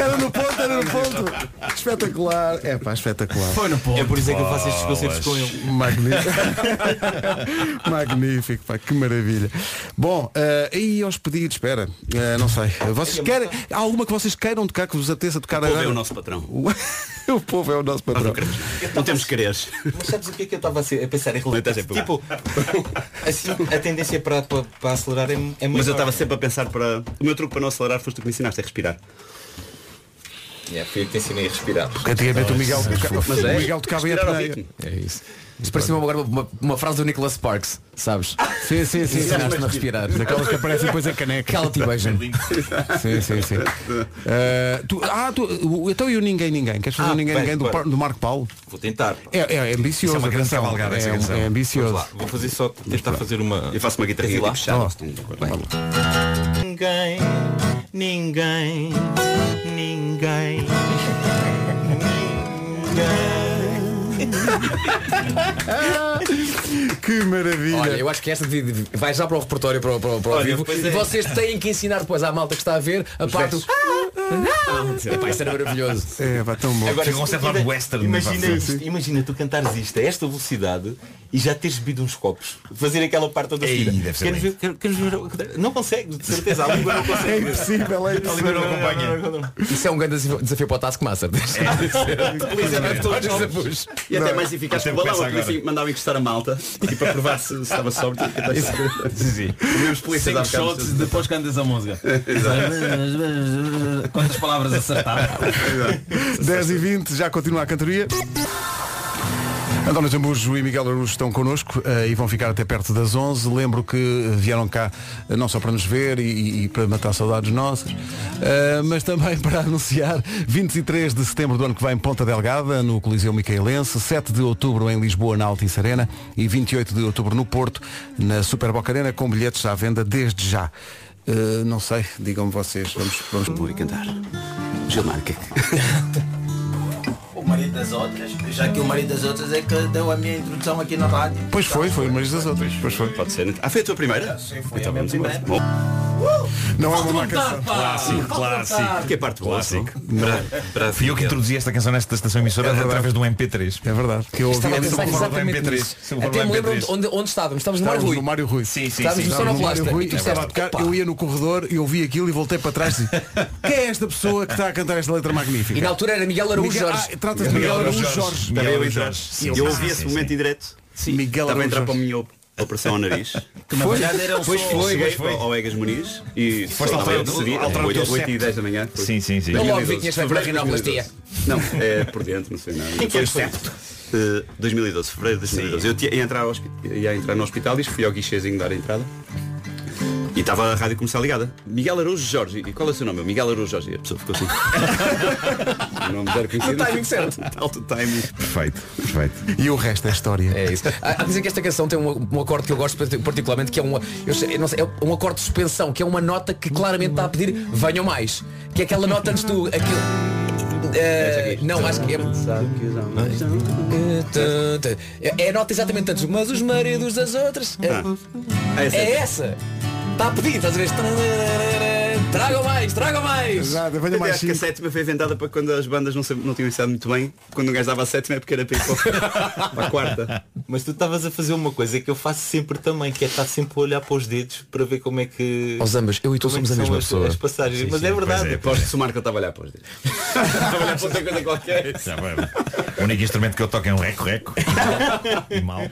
[SPEAKER 1] Era no ponto, era no ponto. Espetacular. É pá, espetacular.
[SPEAKER 19] Foi no ponto.
[SPEAKER 1] É por isso é que eu faço
[SPEAKER 19] estes concertos com ele.
[SPEAKER 1] Magnífico. Magnífico, pá, que maravilha. Bom, eh, aí aos pedidos, espera, eh, não sei. Vocês
[SPEAKER 19] é
[SPEAKER 1] querem, há alguma que vocês queiram tocar, que vos ateça a tocar
[SPEAKER 17] O povo
[SPEAKER 1] agora?
[SPEAKER 17] é o nosso patrão. um
[SPEAKER 1] O povo é o nosso patrão.
[SPEAKER 17] Não temos quereres.
[SPEAKER 23] Mas sabes o que é que eu estava a ser- a pensar em relação?
[SPEAKER 17] Não,
[SPEAKER 23] Tipo, assim, a tendência para, para, para acelerar é, é muito.
[SPEAKER 17] Mas eu estava sempre a pensar para. O meu truque para não acelerar foste tu que me ensinaste a respirar.
[SPEAKER 18] É,
[SPEAKER 23] Yeah, fui eu que te ensinei a respirar.
[SPEAKER 1] Antigamente o
[SPEAKER 18] Ah,
[SPEAKER 1] É Miguel,
[SPEAKER 17] Mas é.
[SPEAKER 1] o Miguel tocava e a
[SPEAKER 17] Respirar ao
[SPEAKER 1] peneira.
[SPEAKER 2] É isso. Isto parecia agora uma, uma frase do Nicholas Sparks, sabes?
[SPEAKER 1] Sim, sim, sim.
[SPEAKER 2] Ensinaste-me a respirar.
[SPEAKER 1] Daquelas Né, que aparecem depois a caneca.
[SPEAKER 2] Cala-te e beija-me.
[SPEAKER 1] Sim, sim, sim. Eh, tu- ah, tu, o- então e o Ninguém Ninguém? Queres fazer
[SPEAKER 18] Ah,
[SPEAKER 1] o Ninguém
[SPEAKER 18] bem,
[SPEAKER 1] Ninguém do,
[SPEAKER 18] bora.
[SPEAKER 1] Par- do Marco Paulo?
[SPEAKER 18] Vou tentar. pá.
[SPEAKER 1] É, é, é ambicioso.
[SPEAKER 13] Isso é uma grande
[SPEAKER 1] atenção.
[SPEAKER 13] cavalgada, essa
[SPEAKER 1] é,
[SPEAKER 13] canção.
[SPEAKER 1] é ambicioso.
[SPEAKER 18] Vamos lá, vou fazer só tentar fazer uma.
[SPEAKER 17] Eu faço uma guitarrinha
[SPEAKER 18] Queres ir lá?
[SPEAKER 17] de puxar.
[SPEAKER 16] Ninguém, ninguém, ninguém,
[SPEAKER 1] Que maravilha.
[SPEAKER 2] Olha, eu acho que esta devia- devia- vai já para o repertório para, o- para, o- para o
[SPEAKER 17] Olha,
[SPEAKER 2] vivo.
[SPEAKER 17] pois
[SPEAKER 2] E
[SPEAKER 17] é.
[SPEAKER 2] vocês têm que ensinar depois à malta que está a ver a parte do. Ah, Epá, isso era maravilhoso.
[SPEAKER 1] É, pá, tão bom.
[SPEAKER 13] Chegou um certo lado western.
[SPEAKER 18] Imagina
[SPEAKER 13] pá.
[SPEAKER 18] isto, imagina tu cantares isto a esta velocidade e já teres bebido uns copos. Fazer aquela parte toda
[SPEAKER 13] Ei,
[SPEAKER 18] seguida.
[SPEAKER 13] deve ser
[SPEAKER 18] Queres ver, quer- queres ver- Não consegue, de certeza, a língua não
[SPEAKER 1] É
[SPEAKER 18] consegue.
[SPEAKER 1] impossível, é
[SPEAKER 18] A língua
[SPEAKER 1] impossível.
[SPEAKER 18] não acompanha.
[SPEAKER 2] Isso é um grande desafio- desafio para o Taskmaster.
[SPEAKER 23] É.
[SPEAKER 17] É. E até mais eficaz que
[SPEAKER 13] Até
[SPEAKER 17] o
[SPEAKER 13] pensa
[SPEAKER 17] balão, a polícia
[SPEAKER 13] agora.
[SPEAKER 17] mandava encostar a malta e para provar se se estava sóbrio. tinha que tentar-
[SPEAKER 13] Sim, sim.
[SPEAKER 17] Comemos polícias
[SPEAKER 19] Cinco
[SPEAKER 17] à bocada.
[SPEAKER 19] shots depois cantas a música. Quantas palavras acertar?
[SPEAKER 1] 10 e 20, já continua a cantoria. António Zambujo e Miguel Araújo estão connosco eh, e vão ficar até perto das 11. Lembro que eh, vieram cá eh, não só para nos ver e, e para matar saudades nossas, eh, mas também para anunciar 23 de setembro do ano que vem Ponta Delgada, no Coliseu Micaelense, 7 de outubro em Lisboa, na Altice Arena e 28 de outubro no Porto, na Super Boca Arena, com bilhetes à venda desde já. Eh, não sei, digam-me vocês, vamos, vamos... Vou cantar. Gilmar, que
[SPEAKER 19] O marido das outras, já que o marido das outras é que deu a minha introdução aqui na rádio.
[SPEAKER 1] Pois foi, foi o Marido das Outras. Pois foi.
[SPEAKER 17] Pode ser. Ah, foi a tua primeira?
[SPEAKER 19] Sim,
[SPEAKER 17] foi então, vamos embora.
[SPEAKER 19] primeira.
[SPEAKER 1] Não
[SPEAKER 19] é uma má canção.
[SPEAKER 13] Clássico, clássico.
[SPEAKER 17] Que é parte clássico.
[SPEAKER 13] Para, para Fui eu que introduzi esta canção nesta estação emissora através do MP3.
[SPEAKER 1] É verdade. Que
[SPEAKER 13] é
[SPEAKER 2] Estava a
[SPEAKER 13] sempre
[SPEAKER 2] pensar
[SPEAKER 13] o fórum do
[SPEAKER 2] exatamente
[SPEAKER 13] MP3.
[SPEAKER 2] nisso.
[SPEAKER 13] Sempre o
[SPEAKER 2] Até
[SPEAKER 13] fórum
[SPEAKER 2] me
[SPEAKER 13] do
[SPEAKER 2] lembro
[SPEAKER 13] MP3.
[SPEAKER 2] onde, onde estávamos. Estávamos no Mário
[SPEAKER 1] Estávamos
[SPEAKER 2] Rui.
[SPEAKER 1] no Mário Rui.
[SPEAKER 13] Sim, sim,
[SPEAKER 2] Estávamos
[SPEAKER 13] sim.
[SPEAKER 2] no
[SPEAKER 1] Estava no Mário
[SPEAKER 2] Sonoplasta.
[SPEAKER 1] Rui é
[SPEAKER 2] E
[SPEAKER 1] e
[SPEAKER 2] tu
[SPEAKER 1] estava a
[SPEAKER 2] disseste,
[SPEAKER 1] tocar,
[SPEAKER 2] "Opa."
[SPEAKER 1] eu ia no corredor e ouvi aquilo e voltei para trás e disse, quem é esta pessoa que está a cantar esta letra magnífica?
[SPEAKER 2] E na altura era Miguel Araújo
[SPEAKER 1] Miguel-
[SPEAKER 2] Jorge.
[SPEAKER 1] Ah, Trata-se de Miguel Araújo Jorge.
[SPEAKER 17] Também eu e
[SPEAKER 1] Jorge.
[SPEAKER 17] Jorge. Eu ouvi esse momento em direto.
[SPEAKER 1] Miguel
[SPEAKER 17] Estava a entrar
[SPEAKER 1] Araújo
[SPEAKER 17] para a minha op- operação ao nariz.
[SPEAKER 1] Que na Foi? verdade
[SPEAKER 17] era
[SPEAKER 1] era um
[SPEAKER 17] Pois
[SPEAKER 1] só-
[SPEAKER 17] foi,
[SPEAKER 1] Pois
[SPEAKER 17] cheguei
[SPEAKER 1] foi.
[SPEAKER 17] ao Egas Muniz e
[SPEAKER 13] Foste alterar- alterar o teu
[SPEAKER 17] 8 e
[SPEAKER 13] septo.
[SPEAKER 17] 10 da manhã. foi.
[SPEAKER 13] Sim, sim, sim.
[SPEAKER 2] Eu Então logo
[SPEAKER 17] 2012.
[SPEAKER 2] vi que tinhas feito uma
[SPEAKER 17] Fevereiro de 2012. Não, é por dentro, não sei nada.
[SPEAKER 2] O que é que é o septo?
[SPEAKER 17] Eh, 2012, fevereiro de 2012. Eu tinha- ia entrar, ao hospi- ia entrar no hospital e fui ao guichezinho dar a entrada. E estava a rádio comercial ligada. Miguel Araújo Jorge. E qual é o seu nome? Eu, Miguel Araújo Jorge. E a pessoa ficou assim. o nome zero conhecido.
[SPEAKER 2] No timing certo.
[SPEAKER 17] Alto timing.
[SPEAKER 13] Perfeito, perfeito.
[SPEAKER 1] E o resto é história.
[SPEAKER 2] É isso. Há há que dizer que esta canção tem um, um acorde que eu gosto parti- particularmente, que é uma. Eu sei- eu não sei, é um acorde de suspensão, que é uma nota que claramente está a pedir venham mais. Que é aquela nota antes do. Aquilo, Eh, não, acho que é. É- É a nota exatamente antes, mas os maridos das outras. É,
[SPEAKER 17] Ah, essa é.
[SPEAKER 2] é essa! Está a pedir, estás a ver? Tragam mais, tragam mais!
[SPEAKER 17] Eu acho que a sétima foi inventada para quando as bandas não, sabiam- não tinham estado muito bem. Quando um gajo dava a sétima é porque era para ir para o- para a quarta.
[SPEAKER 20] Mas tu estavas a fazer uma coisa que eu faço sempre também, que é estar sempre a olhar para os dedos para ver como é que.
[SPEAKER 2] Ó Zambas, eu e tu
[SPEAKER 20] como é
[SPEAKER 2] somos
[SPEAKER 20] que
[SPEAKER 2] a
[SPEAKER 20] são
[SPEAKER 2] mesma
[SPEAKER 20] as-
[SPEAKER 2] pessoa.
[SPEAKER 20] As passagens.
[SPEAKER 2] Sim,
[SPEAKER 20] Mas
[SPEAKER 2] sim,
[SPEAKER 20] é
[SPEAKER 2] pois
[SPEAKER 20] verdade.
[SPEAKER 2] é,
[SPEAKER 17] Aposto que se o Marco estava a olhar para os dedos. Estava a olhar para outra coisa qualquer.
[SPEAKER 13] é O único instrumento que eu toco é um reco-reco. E mal.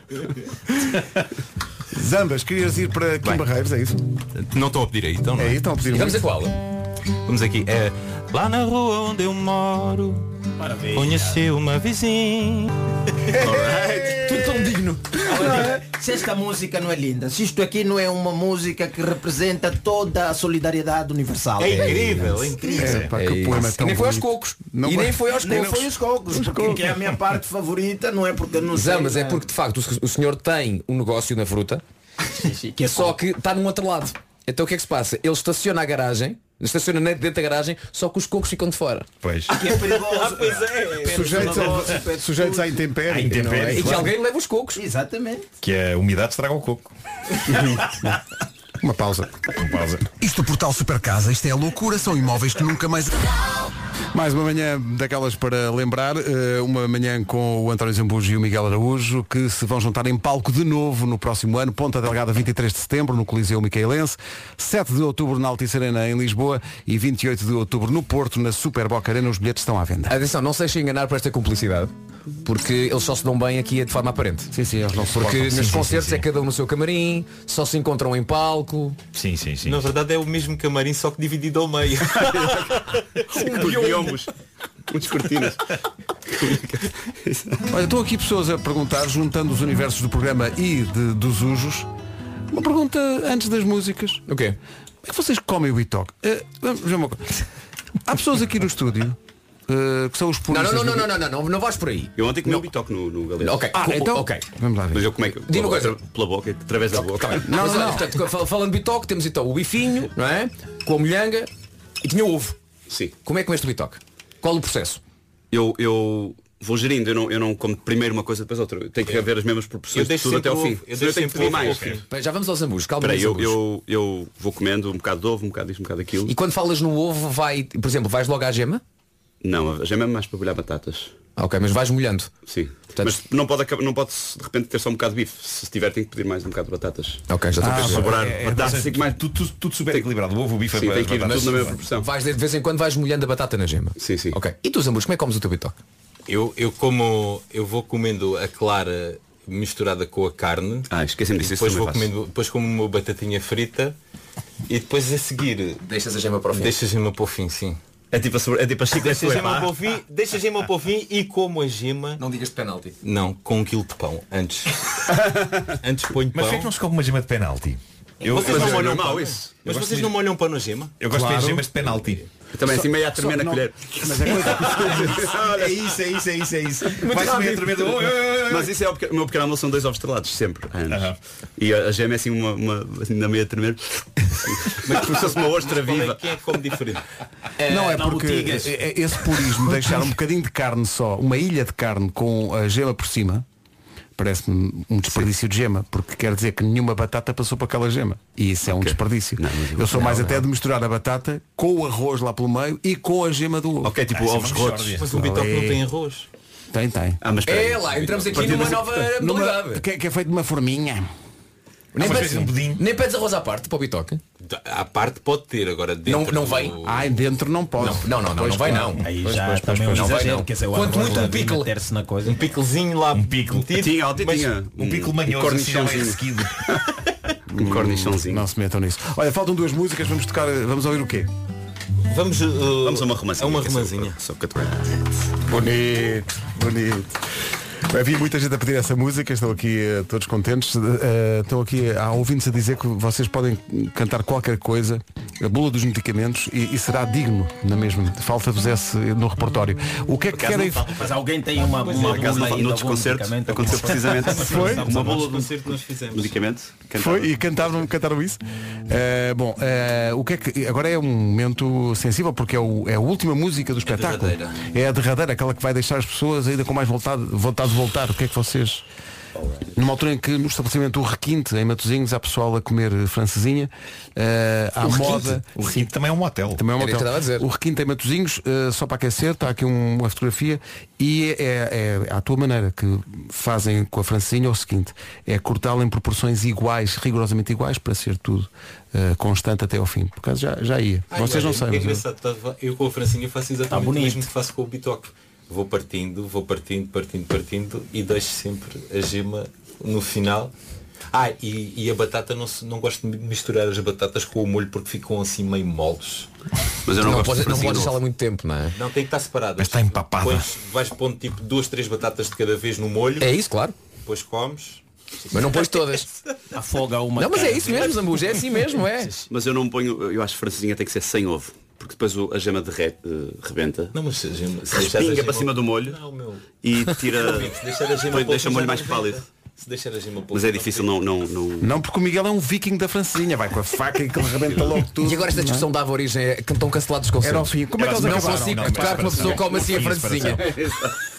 [SPEAKER 1] Zambas, querias ir para Kim Barreiros, é isso?
[SPEAKER 18] Não estão a pedir aí, então. Não
[SPEAKER 1] É aí, estão a pedir muito.
[SPEAKER 18] Vamos aqui. É.
[SPEAKER 21] Lá na rua onde eu moro Conheci uma vizinha
[SPEAKER 19] Tudo tão digno. Se esta música não é linda, se isto aqui não é uma música que representa toda a solidariedade universal.
[SPEAKER 20] É incrível, é incrível.
[SPEAKER 1] É, pá, que poema tão
[SPEAKER 19] nem foi aos
[SPEAKER 1] bonito.
[SPEAKER 19] cocos.
[SPEAKER 1] Não
[SPEAKER 19] e
[SPEAKER 1] vai-
[SPEAKER 19] nem foi aos
[SPEAKER 1] Nem
[SPEAKER 19] cocos.
[SPEAKER 1] foi
[SPEAKER 19] aos cocos. Porque que é a minha parte favorita, não é porque eu não sei.
[SPEAKER 2] Zambas, é
[SPEAKER 19] né?
[SPEAKER 2] porque de facto o se- o senhor tem um negócio na fruta que é só que está num outro lado. Então o que é que se passa? Ele estaciona a garagem, estaciona na- dentro da garagem, só que os cocos ficam de fora.
[SPEAKER 13] Pois.
[SPEAKER 19] Que é perigoso.
[SPEAKER 20] Ah, pois é.
[SPEAKER 1] Sujeitos, a, sujeitos à intempérie.
[SPEAKER 13] À intempérie,
[SPEAKER 1] não é?
[SPEAKER 13] claro. E que alguém
[SPEAKER 2] leva os cocos.
[SPEAKER 19] Exatamente.
[SPEAKER 13] Que é a umidade estraga o coco.
[SPEAKER 1] Uma pausa.
[SPEAKER 13] Uma pausa.
[SPEAKER 1] Isto Portal Super Casa, isto é a loucura, são imóveis que nunca mais. Mais uma manhã daquelas para lembrar, eh, uma manhã com o António Zambujo e o Miguel Araújo, que se vão juntar em palco de novo no próximo ano, Ponta Delgada 23 de setembro, no Coliseu Micaelense, 7 de outubro na Altice Arena em Lisboa e 28 de outubro no Porto, na Super Boca Arena, os bilhetes estão à venda.
[SPEAKER 2] Atenção, não se deixem enganar por esta cumplicidade. Porque eles só se dão bem aqui de forma aparente.
[SPEAKER 1] Sim, sim, eles não se
[SPEAKER 2] Porque
[SPEAKER 1] suportam.
[SPEAKER 2] nos
[SPEAKER 1] Sim, sim,
[SPEAKER 2] concertos
[SPEAKER 1] sim, sim.
[SPEAKER 2] é cada um no seu camarim, só se encontram em palco.
[SPEAKER 13] Sim, sim, sim.
[SPEAKER 20] Na verdade é o mesmo camarim, só que dividido ao meio.
[SPEAKER 17] Guiomos. Muitas cortinas.
[SPEAKER 1] Olha, estão aqui pessoas a perguntar, juntando os universos do programa e de- dos Ujos, uma pergunta antes das músicas.
[SPEAKER 2] O quê?
[SPEAKER 1] Como é que vocês comem o Bitoque? Eh, vamos ver uma coisa. Há pessoas aqui no estúdio eh, que são os
[SPEAKER 2] Não,
[SPEAKER 1] puristas
[SPEAKER 2] não, não,
[SPEAKER 1] do-
[SPEAKER 2] não, não, não, não, não, não vais por aí.
[SPEAKER 17] Eu ontem comi um bitoque no, no galeno.
[SPEAKER 2] Ok,
[SPEAKER 1] Ah,
[SPEAKER 2] co-
[SPEAKER 1] então-
[SPEAKER 2] ok.
[SPEAKER 1] Vamos lá ver.
[SPEAKER 17] Mas eu como é que eu.
[SPEAKER 2] Diga uma coisa.
[SPEAKER 17] Pela boca, através da boca.
[SPEAKER 2] Não, Mas, olha, portanto, fal- falando de bitoque, temos então o bifinho, não é? Com a molhanga e tinha ovo.
[SPEAKER 17] Sim.
[SPEAKER 2] Como é que comeste o bitoque? Qual o processo?
[SPEAKER 17] Eu, eu vou gerindo, eu não, eu não como primeiro uma coisa depois outra. Tem que haver as mesmas
[SPEAKER 20] Eu
[SPEAKER 17] proporções de
[SPEAKER 20] deixo
[SPEAKER 17] tudo até
[SPEAKER 20] sempre ovo,
[SPEAKER 17] ao fim.
[SPEAKER 20] eu
[SPEAKER 17] Senão
[SPEAKER 20] deixo
[SPEAKER 17] tenho que
[SPEAKER 20] sempre
[SPEAKER 17] pedir
[SPEAKER 20] ovo
[SPEAKER 17] mais. né?
[SPEAKER 20] ao fim.
[SPEAKER 2] Bem, já vamos aos ambus, calma
[SPEAKER 17] Espera aí,
[SPEAKER 2] nos
[SPEAKER 17] eu,
[SPEAKER 2] ambus.
[SPEAKER 17] eu, eu vou comendo um bocado de ovo, um bocado disto, um bocado daquilo.
[SPEAKER 2] E quando falas no ovo, vai, por exemplo, vais logo à gema?
[SPEAKER 17] Não, já é mesmo mais para bolhar batatas.
[SPEAKER 2] Ah, ok, mas vais molhando.
[SPEAKER 17] Sim. Mas não pode, acab- não pode de repente ter só um bocado de bife. Se tiver tem que pedir mais um bocado de batatas.
[SPEAKER 2] Ok, já estou a
[SPEAKER 17] Ah,
[SPEAKER 2] perceber.
[SPEAKER 17] sobrar
[SPEAKER 13] É, é,
[SPEAKER 17] batatas
[SPEAKER 13] é,
[SPEAKER 17] e que mais
[SPEAKER 13] tudo, tudo, tudo super equilibrado. O ovo, o bife,
[SPEAKER 17] Sim,
[SPEAKER 13] as
[SPEAKER 17] tem que ir
[SPEAKER 13] batatas.
[SPEAKER 17] tudo na mesma proporção.
[SPEAKER 2] Vais de vez em quando vais molhando a batata na gema.
[SPEAKER 17] Sim, sim.
[SPEAKER 2] Ok. E tu, Zambus, como é que comes o teu bitoque?
[SPEAKER 18] Eu, eu como eu vou comendo a clara misturada com a carne.
[SPEAKER 17] Ah, esqueci-me
[SPEAKER 18] E
[SPEAKER 17] disso, isso
[SPEAKER 18] Depois
[SPEAKER 17] também
[SPEAKER 18] vou
[SPEAKER 17] faço.
[SPEAKER 18] comendo, depois como uma batatinha frita e depois a seguir
[SPEAKER 2] Deixas a gema para o fim.
[SPEAKER 18] deixas a gema para o fim, sim.
[SPEAKER 17] É tipo a, sobre... é tipo a chiclete
[SPEAKER 21] Deixa a gema
[SPEAKER 17] Cuepá.
[SPEAKER 21] para o fim, deixa a gema para o fim e como a gema. Não digas de penalti.
[SPEAKER 18] Não, com um quilo de pão. Antes. Antes ponho pão.
[SPEAKER 13] Mas porquê é que não se come uma gema de penalti?
[SPEAKER 18] vocês não molham pão?
[SPEAKER 17] isso.
[SPEAKER 18] Mas
[SPEAKER 17] Eu
[SPEAKER 18] vocês
[SPEAKER 17] gosto
[SPEAKER 18] não molham pão na gema?
[SPEAKER 13] Eu gosto de gemas de penalti.
[SPEAKER 17] Eu também, assim, meio a tremer na colher.
[SPEAKER 18] é
[SPEAKER 13] é isso, é isso, é isso, é isso.
[SPEAKER 17] Muito
[SPEAKER 13] Vai-se meio a
[SPEAKER 17] rápido.
[SPEAKER 13] tremer de- Oi, oi, oi.
[SPEAKER 17] Mas isso é o, pequeno- o meu pequeno almoço são dois ovos estrelados, sempre. há anos. E a, a gema é assim uma, uma assim, na meia a tremer. Mas como se fosse uma ostra viva.
[SPEAKER 18] Quem é que come diferente?
[SPEAKER 1] Não
[SPEAKER 2] Eh,
[SPEAKER 1] é porque
[SPEAKER 17] tigas.
[SPEAKER 1] é- é- esse purismo deixar um bocadinho de carne só, uma ilha de carne com a gema por cima, parece-me um desperdício de gema, porque quer dizer que nenhuma batata passou para aquela gema. E isso é um desperdício. eu sou mais até de misturar a batata com o arroz lá pelo meio e com a gema do ovo.
[SPEAKER 17] Ok,
[SPEAKER 19] é
[SPEAKER 17] tipo ovos rotos.
[SPEAKER 21] Mas o bitoque
[SPEAKER 1] é.
[SPEAKER 21] não tem arroz.
[SPEAKER 1] Tem, tem.
[SPEAKER 17] Ah, mas
[SPEAKER 21] É lá, entramos aqui numa nova modalidade.
[SPEAKER 1] que, que é feito de uma forminha.
[SPEAKER 17] Ah,
[SPEAKER 21] Nem
[SPEAKER 1] mas
[SPEAKER 21] pedes,
[SPEAKER 1] fez um
[SPEAKER 21] nem pedes arroz à parte para o bitoque.
[SPEAKER 18] À parte pode ter agora.
[SPEAKER 21] Não, não vem.
[SPEAKER 1] Ai, dentro não pode.
[SPEAKER 21] Não, não, não, não vai não.
[SPEAKER 20] Aí
[SPEAKER 21] Pois,
[SPEAKER 20] já
[SPEAKER 21] pois, pois,
[SPEAKER 20] também
[SPEAKER 18] é
[SPEAKER 21] pois,
[SPEAKER 20] um
[SPEAKER 21] não vai
[SPEAKER 20] exagero,
[SPEAKER 21] não.
[SPEAKER 20] quer dizer, o
[SPEAKER 21] Quanto
[SPEAKER 20] arroz
[SPEAKER 21] muito
[SPEAKER 20] lá
[SPEAKER 21] um
[SPEAKER 20] vem
[SPEAKER 21] pickle.
[SPEAKER 20] meter-se na coisa.
[SPEAKER 18] Um picklezinho lá. Um
[SPEAKER 13] pickle.
[SPEAKER 17] Tinha, ontem tinha.
[SPEAKER 13] Um pickle
[SPEAKER 17] um
[SPEAKER 13] manhoso, assim, já bem
[SPEAKER 17] cornichãozinho.
[SPEAKER 13] ressequido.
[SPEAKER 17] Um cornichãozinho.
[SPEAKER 1] Não se metam nisso. Olha, faltam duas músicas, vamos tocar, vamos ouvir o quê?
[SPEAKER 18] Vamos,
[SPEAKER 17] Vamos a uma romancinha.
[SPEAKER 1] a uma
[SPEAKER 17] que é só-
[SPEAKER 1] romancinha.
[SPEAKER 17] Só que eu toco.
[SPEAKER 1] Bonito, bonito. Havia muita gente a pedir essa música, estão aqui eh, todos contentes. Eh, estão aqui, há ouvintes a dizer que vocês podem cantar qualquer coisa, a bula dos medicamentos, e, e será digno na mesma. Falta-vos esse no repertório. O que é que querem.
[SPEAKER 20] Mas alguém tem uma,
[SPEAKER 17] é, Por
[SPEAKER 20] uma
[SPEAKER 17] acaso,
[SPEAKER 20] bula aí de
[SPEAKER 17] noutros
[SPEAKER 20] algum
[SPEAKER 17] concertos,
[SPEAKER 20] medicamento,
[SPEAKER 17] aconteceu
[SPEAKER 20] alguma coisa?
[SPEAKER 17] precisamente
[SPEAKER 1] Foi?
[SPEAKER 17] uma bola de um
[SPEAKER 21] concerto que nós fizemos.
[SPEAKER 17] medicamento.
[SPEAKER 1] Foi e cantaram, cantaram isso. Eh, bom, eh, o que é que agora é um momento sensível porque é, o- é a última música do espetáculo.
[SPEAKER 18] derradeira.
[SPEAKER 1] É a derradeira, aquela que vai deixar as pessoas ainda com mais vontade, vontade de voltar. O que é que vocês numa altura em que no estabelecimento o requinte em Matosinhos há pessoal a comer eh, francesinha, eh, há
[SPEAKER 13] O Requinte?
[SPEAKER 1] moda.
[SPEAKER 13] O Requinte Ah, também é um hotel.
[SPEAKER 1] Também é um
[SPEAKER 13] Era isso que eu estava
[SPEAKER 1] hotel.
[SPEAKER 13] a dizer.
[SPEAKER 1] O requinte em Matosinhos, eh, só para aquecer, está aqui um- uma fotografia e é, é- é à tua maneira que fazem com a francesinha o seguinte, é cortá-la em proporções iguais, rigorosamente iguais, para ser tudo eh, constante até ao fim. Por acaso já, já ia.
[SPEAKER 18] Ai,
[SPEAKER 1] Vocês não
[SPEAKER 18] olha,
[SPEAKER 1] sabem.
[SPEAKER 18] É engraçado, tava- eu com a francinha faço
[SPEAKER 20] Tá
[SPEAKER 18] exatamente o
[SPEAKER 20] bonito.
[SPEAKER 18] mesmo que faço com o bitoque. Vou partindo, vou partindo, partindo, partindo e deixo sempre a gema no final. Ah, e, e a batata não, se- não gosto de misturar as batatas com o molho porque ficam assim meio moles.
[SPEAKER 17] Mas eu não, gosto
[SPEAKER 18] podes- podes
[SPEAKER 17] de francinha de ovo.
[SPEAKER 18] deixá-la
[SPEAKER 21] muito tempo, não é?
[SPEAKER 18] Não, tem que estar separada. Mas
[SPEAKER 13] está empapada.
[SPEAKER 18] Depois vais pondo tipo duas, três batatas de cada vez no molho.
[SPEAKER 21] É isso, claro.
[SPEAKER 18] Depois comes.
[SPEAKER 21] Mas não pões todas.
[SPEAKER 20] Afoga uma.
[SPEAKER 21] Não, mas é
[SPEAKER 20] cara.
[SPEAKER 21] isso mesmo, Zambuja, é assim mesmo, é.
[SPEAKER 17] Mas eu não ponho, eu acho que francesinha tem que ser sem ovo. Porque depois o- a gema derrete, eh, rebenta.
[SPEAKER 18] Não, mas a gema. se deixares a
[SPEAKER 17] Respinga
[SPEAKER 18] gema-
[SPEAKER 17] para cima do molho
[SPEAKER 18] Não, meu.
[SPEAKER 17] e tira.
[SPEAKER 18] Se deixar a gema
[SPEAKER 17] põe-
[SPEAKER 18] pouco,
[SPEAKER 17] deixa o molho
[SPEAKER 18] já
[SPEAKER 17] mais
[SPEAKER 18] não-
[SPEAKER 17] pálido.
[SPEAKER 18] Se deixar a gema pouco,
[SPEAKER 17] Mas é
[SPEAKER 18] não
[SPEAKER 17] difícil não. não, não...
[SPEAKER 1] Não, porque o Miguel é um viking da francesinha, vai com a faca e que ele rebenta logo tudo.
[SPEAKER 21] E agora esta
[SPEAKER 1] não é?
[SPEAKER 21] discussão dava origem a que estão cancelados os concertos.
[SPEAKER 1] Era ao fim. Como é que eles
[SPEAKER 21] não
[SPEAKER 1] acabaram?
[SPEAKER 21] consigo
[SPEAKER 1] Não, não,
[SPEAKER 21] tocar que uma pessoa come assim a francesinha.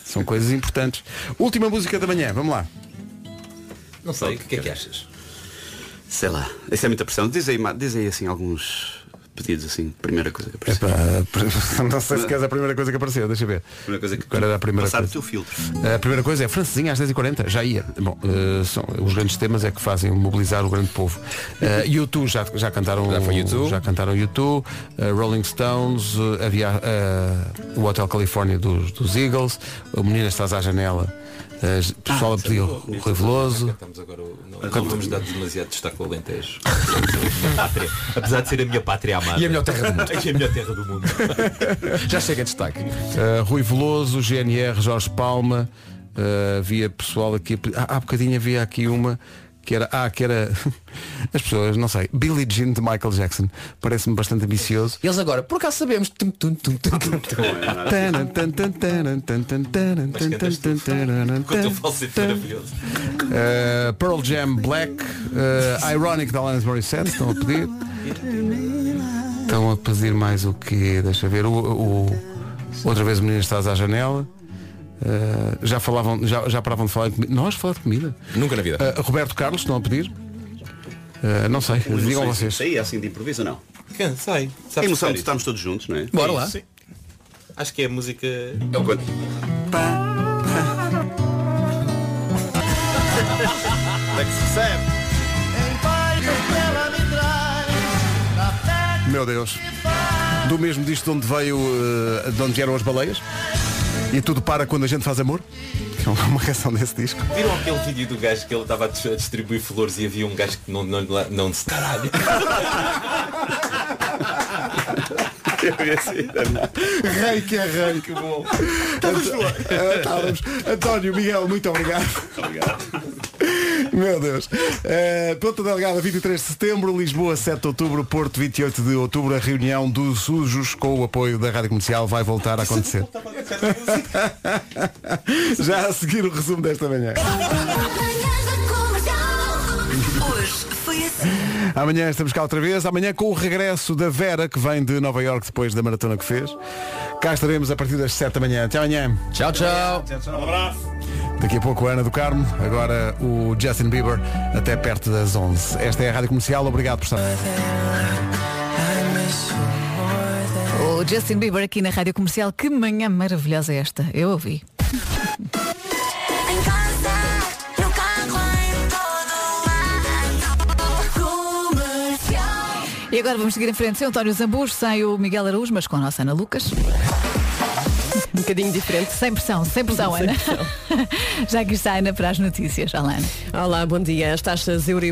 [SPEAKER 1] São coisas importantes. Última música da manhã, vamos lá.
[SPEAKER 18] Não sei, o que é que achas?
[SPEAKER 17] Sei lá. Isso é muita pressão. Diz aí, ma- diz aí assim alguns pedidos assim. Primeira coisa que apareceu.
[SPEAKER 1] Epá, não sei se queres a primeira coisa que apareceu, deixa eu ver.
[SPEAKER 17] Primeira coisa que
[SPEAKER 1] Qual era a primeira
[SPEAKER 17] Passar
[SPEAKER 1] coisa?
[SPEAKER 17] o teu filtro.
[SPEAKER 1] A primeira coisa é francesinha às 10h40, já ia. Bom, eh, são, os grandes temas é que fazem mobilizar o grande povo. Eh, YouTube já, já cantaram
[SPEAKER 21] Já foi U2.
[SPEAKER 1] já cantaram YouTube, eh, Rolling Stones, eh, havia eh, o Hotel Califórnia dos, dos Eagles, o Menina Estás à Janela, eh,
[SPEAKER 18] Ah,
[SPEAKER 1] pessoal a pedir o Rui Veloso.
[SPEAKER 18] Estamos agora. Não, não vamos dar demasiado destaque ao Alentejo. Pátria. Apesar de ser a minha pátria amada.
[SPEAKER 21] E a melhor terra do mundo.
[SPEAKER 18] E a melhor terra do mundo.
[SPEAKER 21] Já chega de destaque.
[SPEAKER 1] Uh, Rui Veloso, GNR, Jorge Palma, uh, havia pessoal aqui. Há, há bocadinho havia aqui uma que era. Ah, que era. As pessoas, não sei. Billie Jean de Michael Jackson. Parece-me bastante ambicioso.
[SPEAKER 21] Eles agora, por acaso sabemos. Tum, tum, tum, tum, tum, tum.
[SPEAKER 18] é?
[SPEAKER 1] Tanan, tan, tan, tanan, tan, tan, tanan, tan, tan, tan, tanan,
[SPEAKER 18] Quanto eu
[SPEAKER 1] tan.
[SPEAKER 18] falo sempre maravilhoso.
[SPEAKER 1] Uh, Pearl Jam Black, uh, Ironic da Alanis Morissette, estão a pedir. Estão a pedir mais o que? Deixa eu ver. O, o- outra vez o menino estás à janela. Uh, já falavam, já, já paravam de falar de comida. Nós falar de comida.
[SPEAKER 21] Nunca na vida.
[SPEAKER 1] Uh, Roberto Carlos, estão a pedir. Uh, não sei,
[SPEAKER 17] Mas não
[SPEAKER 1] digam
[SPEAKER 17] sei se
[SPEAKER 1] vocês.
[SPEAKER 17] Isso aí é assim de improviso ou não?
[SPEAKER 18] Cansei.
[SPEAKER 17] A
[SPEAKER 18] Sabes
[SPEAKER 17] emoção
[SPEAKER 18] tocar
[SPEAKER 17] de
[SPEAKER 18] isto?
[SPEAKER 17] estarmos todos juntos, não é?
[SPEAKER 21] Bora lá.
[SPEAKER 17] Sim.
[SPEAKER 18] Acho que é a música.
[SPEAKER 17] Quando- É
[SPEAKER 1] Meu Deus. Do mesmo disto de onde veio, uh, de onde vieram as baleias. E tudo para quando a gente faz amor. Que é uma canção desse disco.
[SPEAKER 18] Viram aquele vídeo do gajo que ele estava a dis- a distribuir flores e havia um gajo que não, não, não, não se caralho.
[SPEAKER 1] Rei que é rei. Que bom. Estávamos no ar. Estávamos. António, Miguel, muito obrigado. Meu Deus. Uh, Ponta Delgada, 23 de setembro, Lisboa, 7 de outubro, Porto, 28 de outubro. A reunião dos sujos com o apoio da Rádio Comercial vai voltar a acontecer. Já a seguir o resumo desta manhã.
[SPEAKER 12] Hoje foi assim.
[SPEAKER 1] Amanhã estamos cá outra vez. Amanhã com o regresso da Vera, que vem de Nova York depois da maratona que fez. Cá estaremos a partir das 7 da manhã. Até amanhã.
[SPEAKER 2] Tchau, tchau.
[SPEAKER 3] Um abraço.
[SPEAKER 1] Daqui a pouco a Ana do Carmo, agora o Justin Bieber, até perto das 11. Esta é a Rádio Comercial, obrigado por estar.
[SPEAKER 5] O Justin Bieber aqui na Rádio Comercial, que manhã maravilhosa é esta. Eu ouvi.
[SPEAKER 12] Em casa, no carro, em todo lado. Comercial.
[SPEAKER 5] E agora vamos seguir em frente sem o António Zambujo, sem o Miguel Araújo, mas com a nossa Ana Lucas. Um bocadinho diferente. Sem pressão, sem pressão, Ana. Já que está a Ana para as notícias. Olá, Ana.
[SPEAKER 22] Olá, bom dia. As taxas Euribor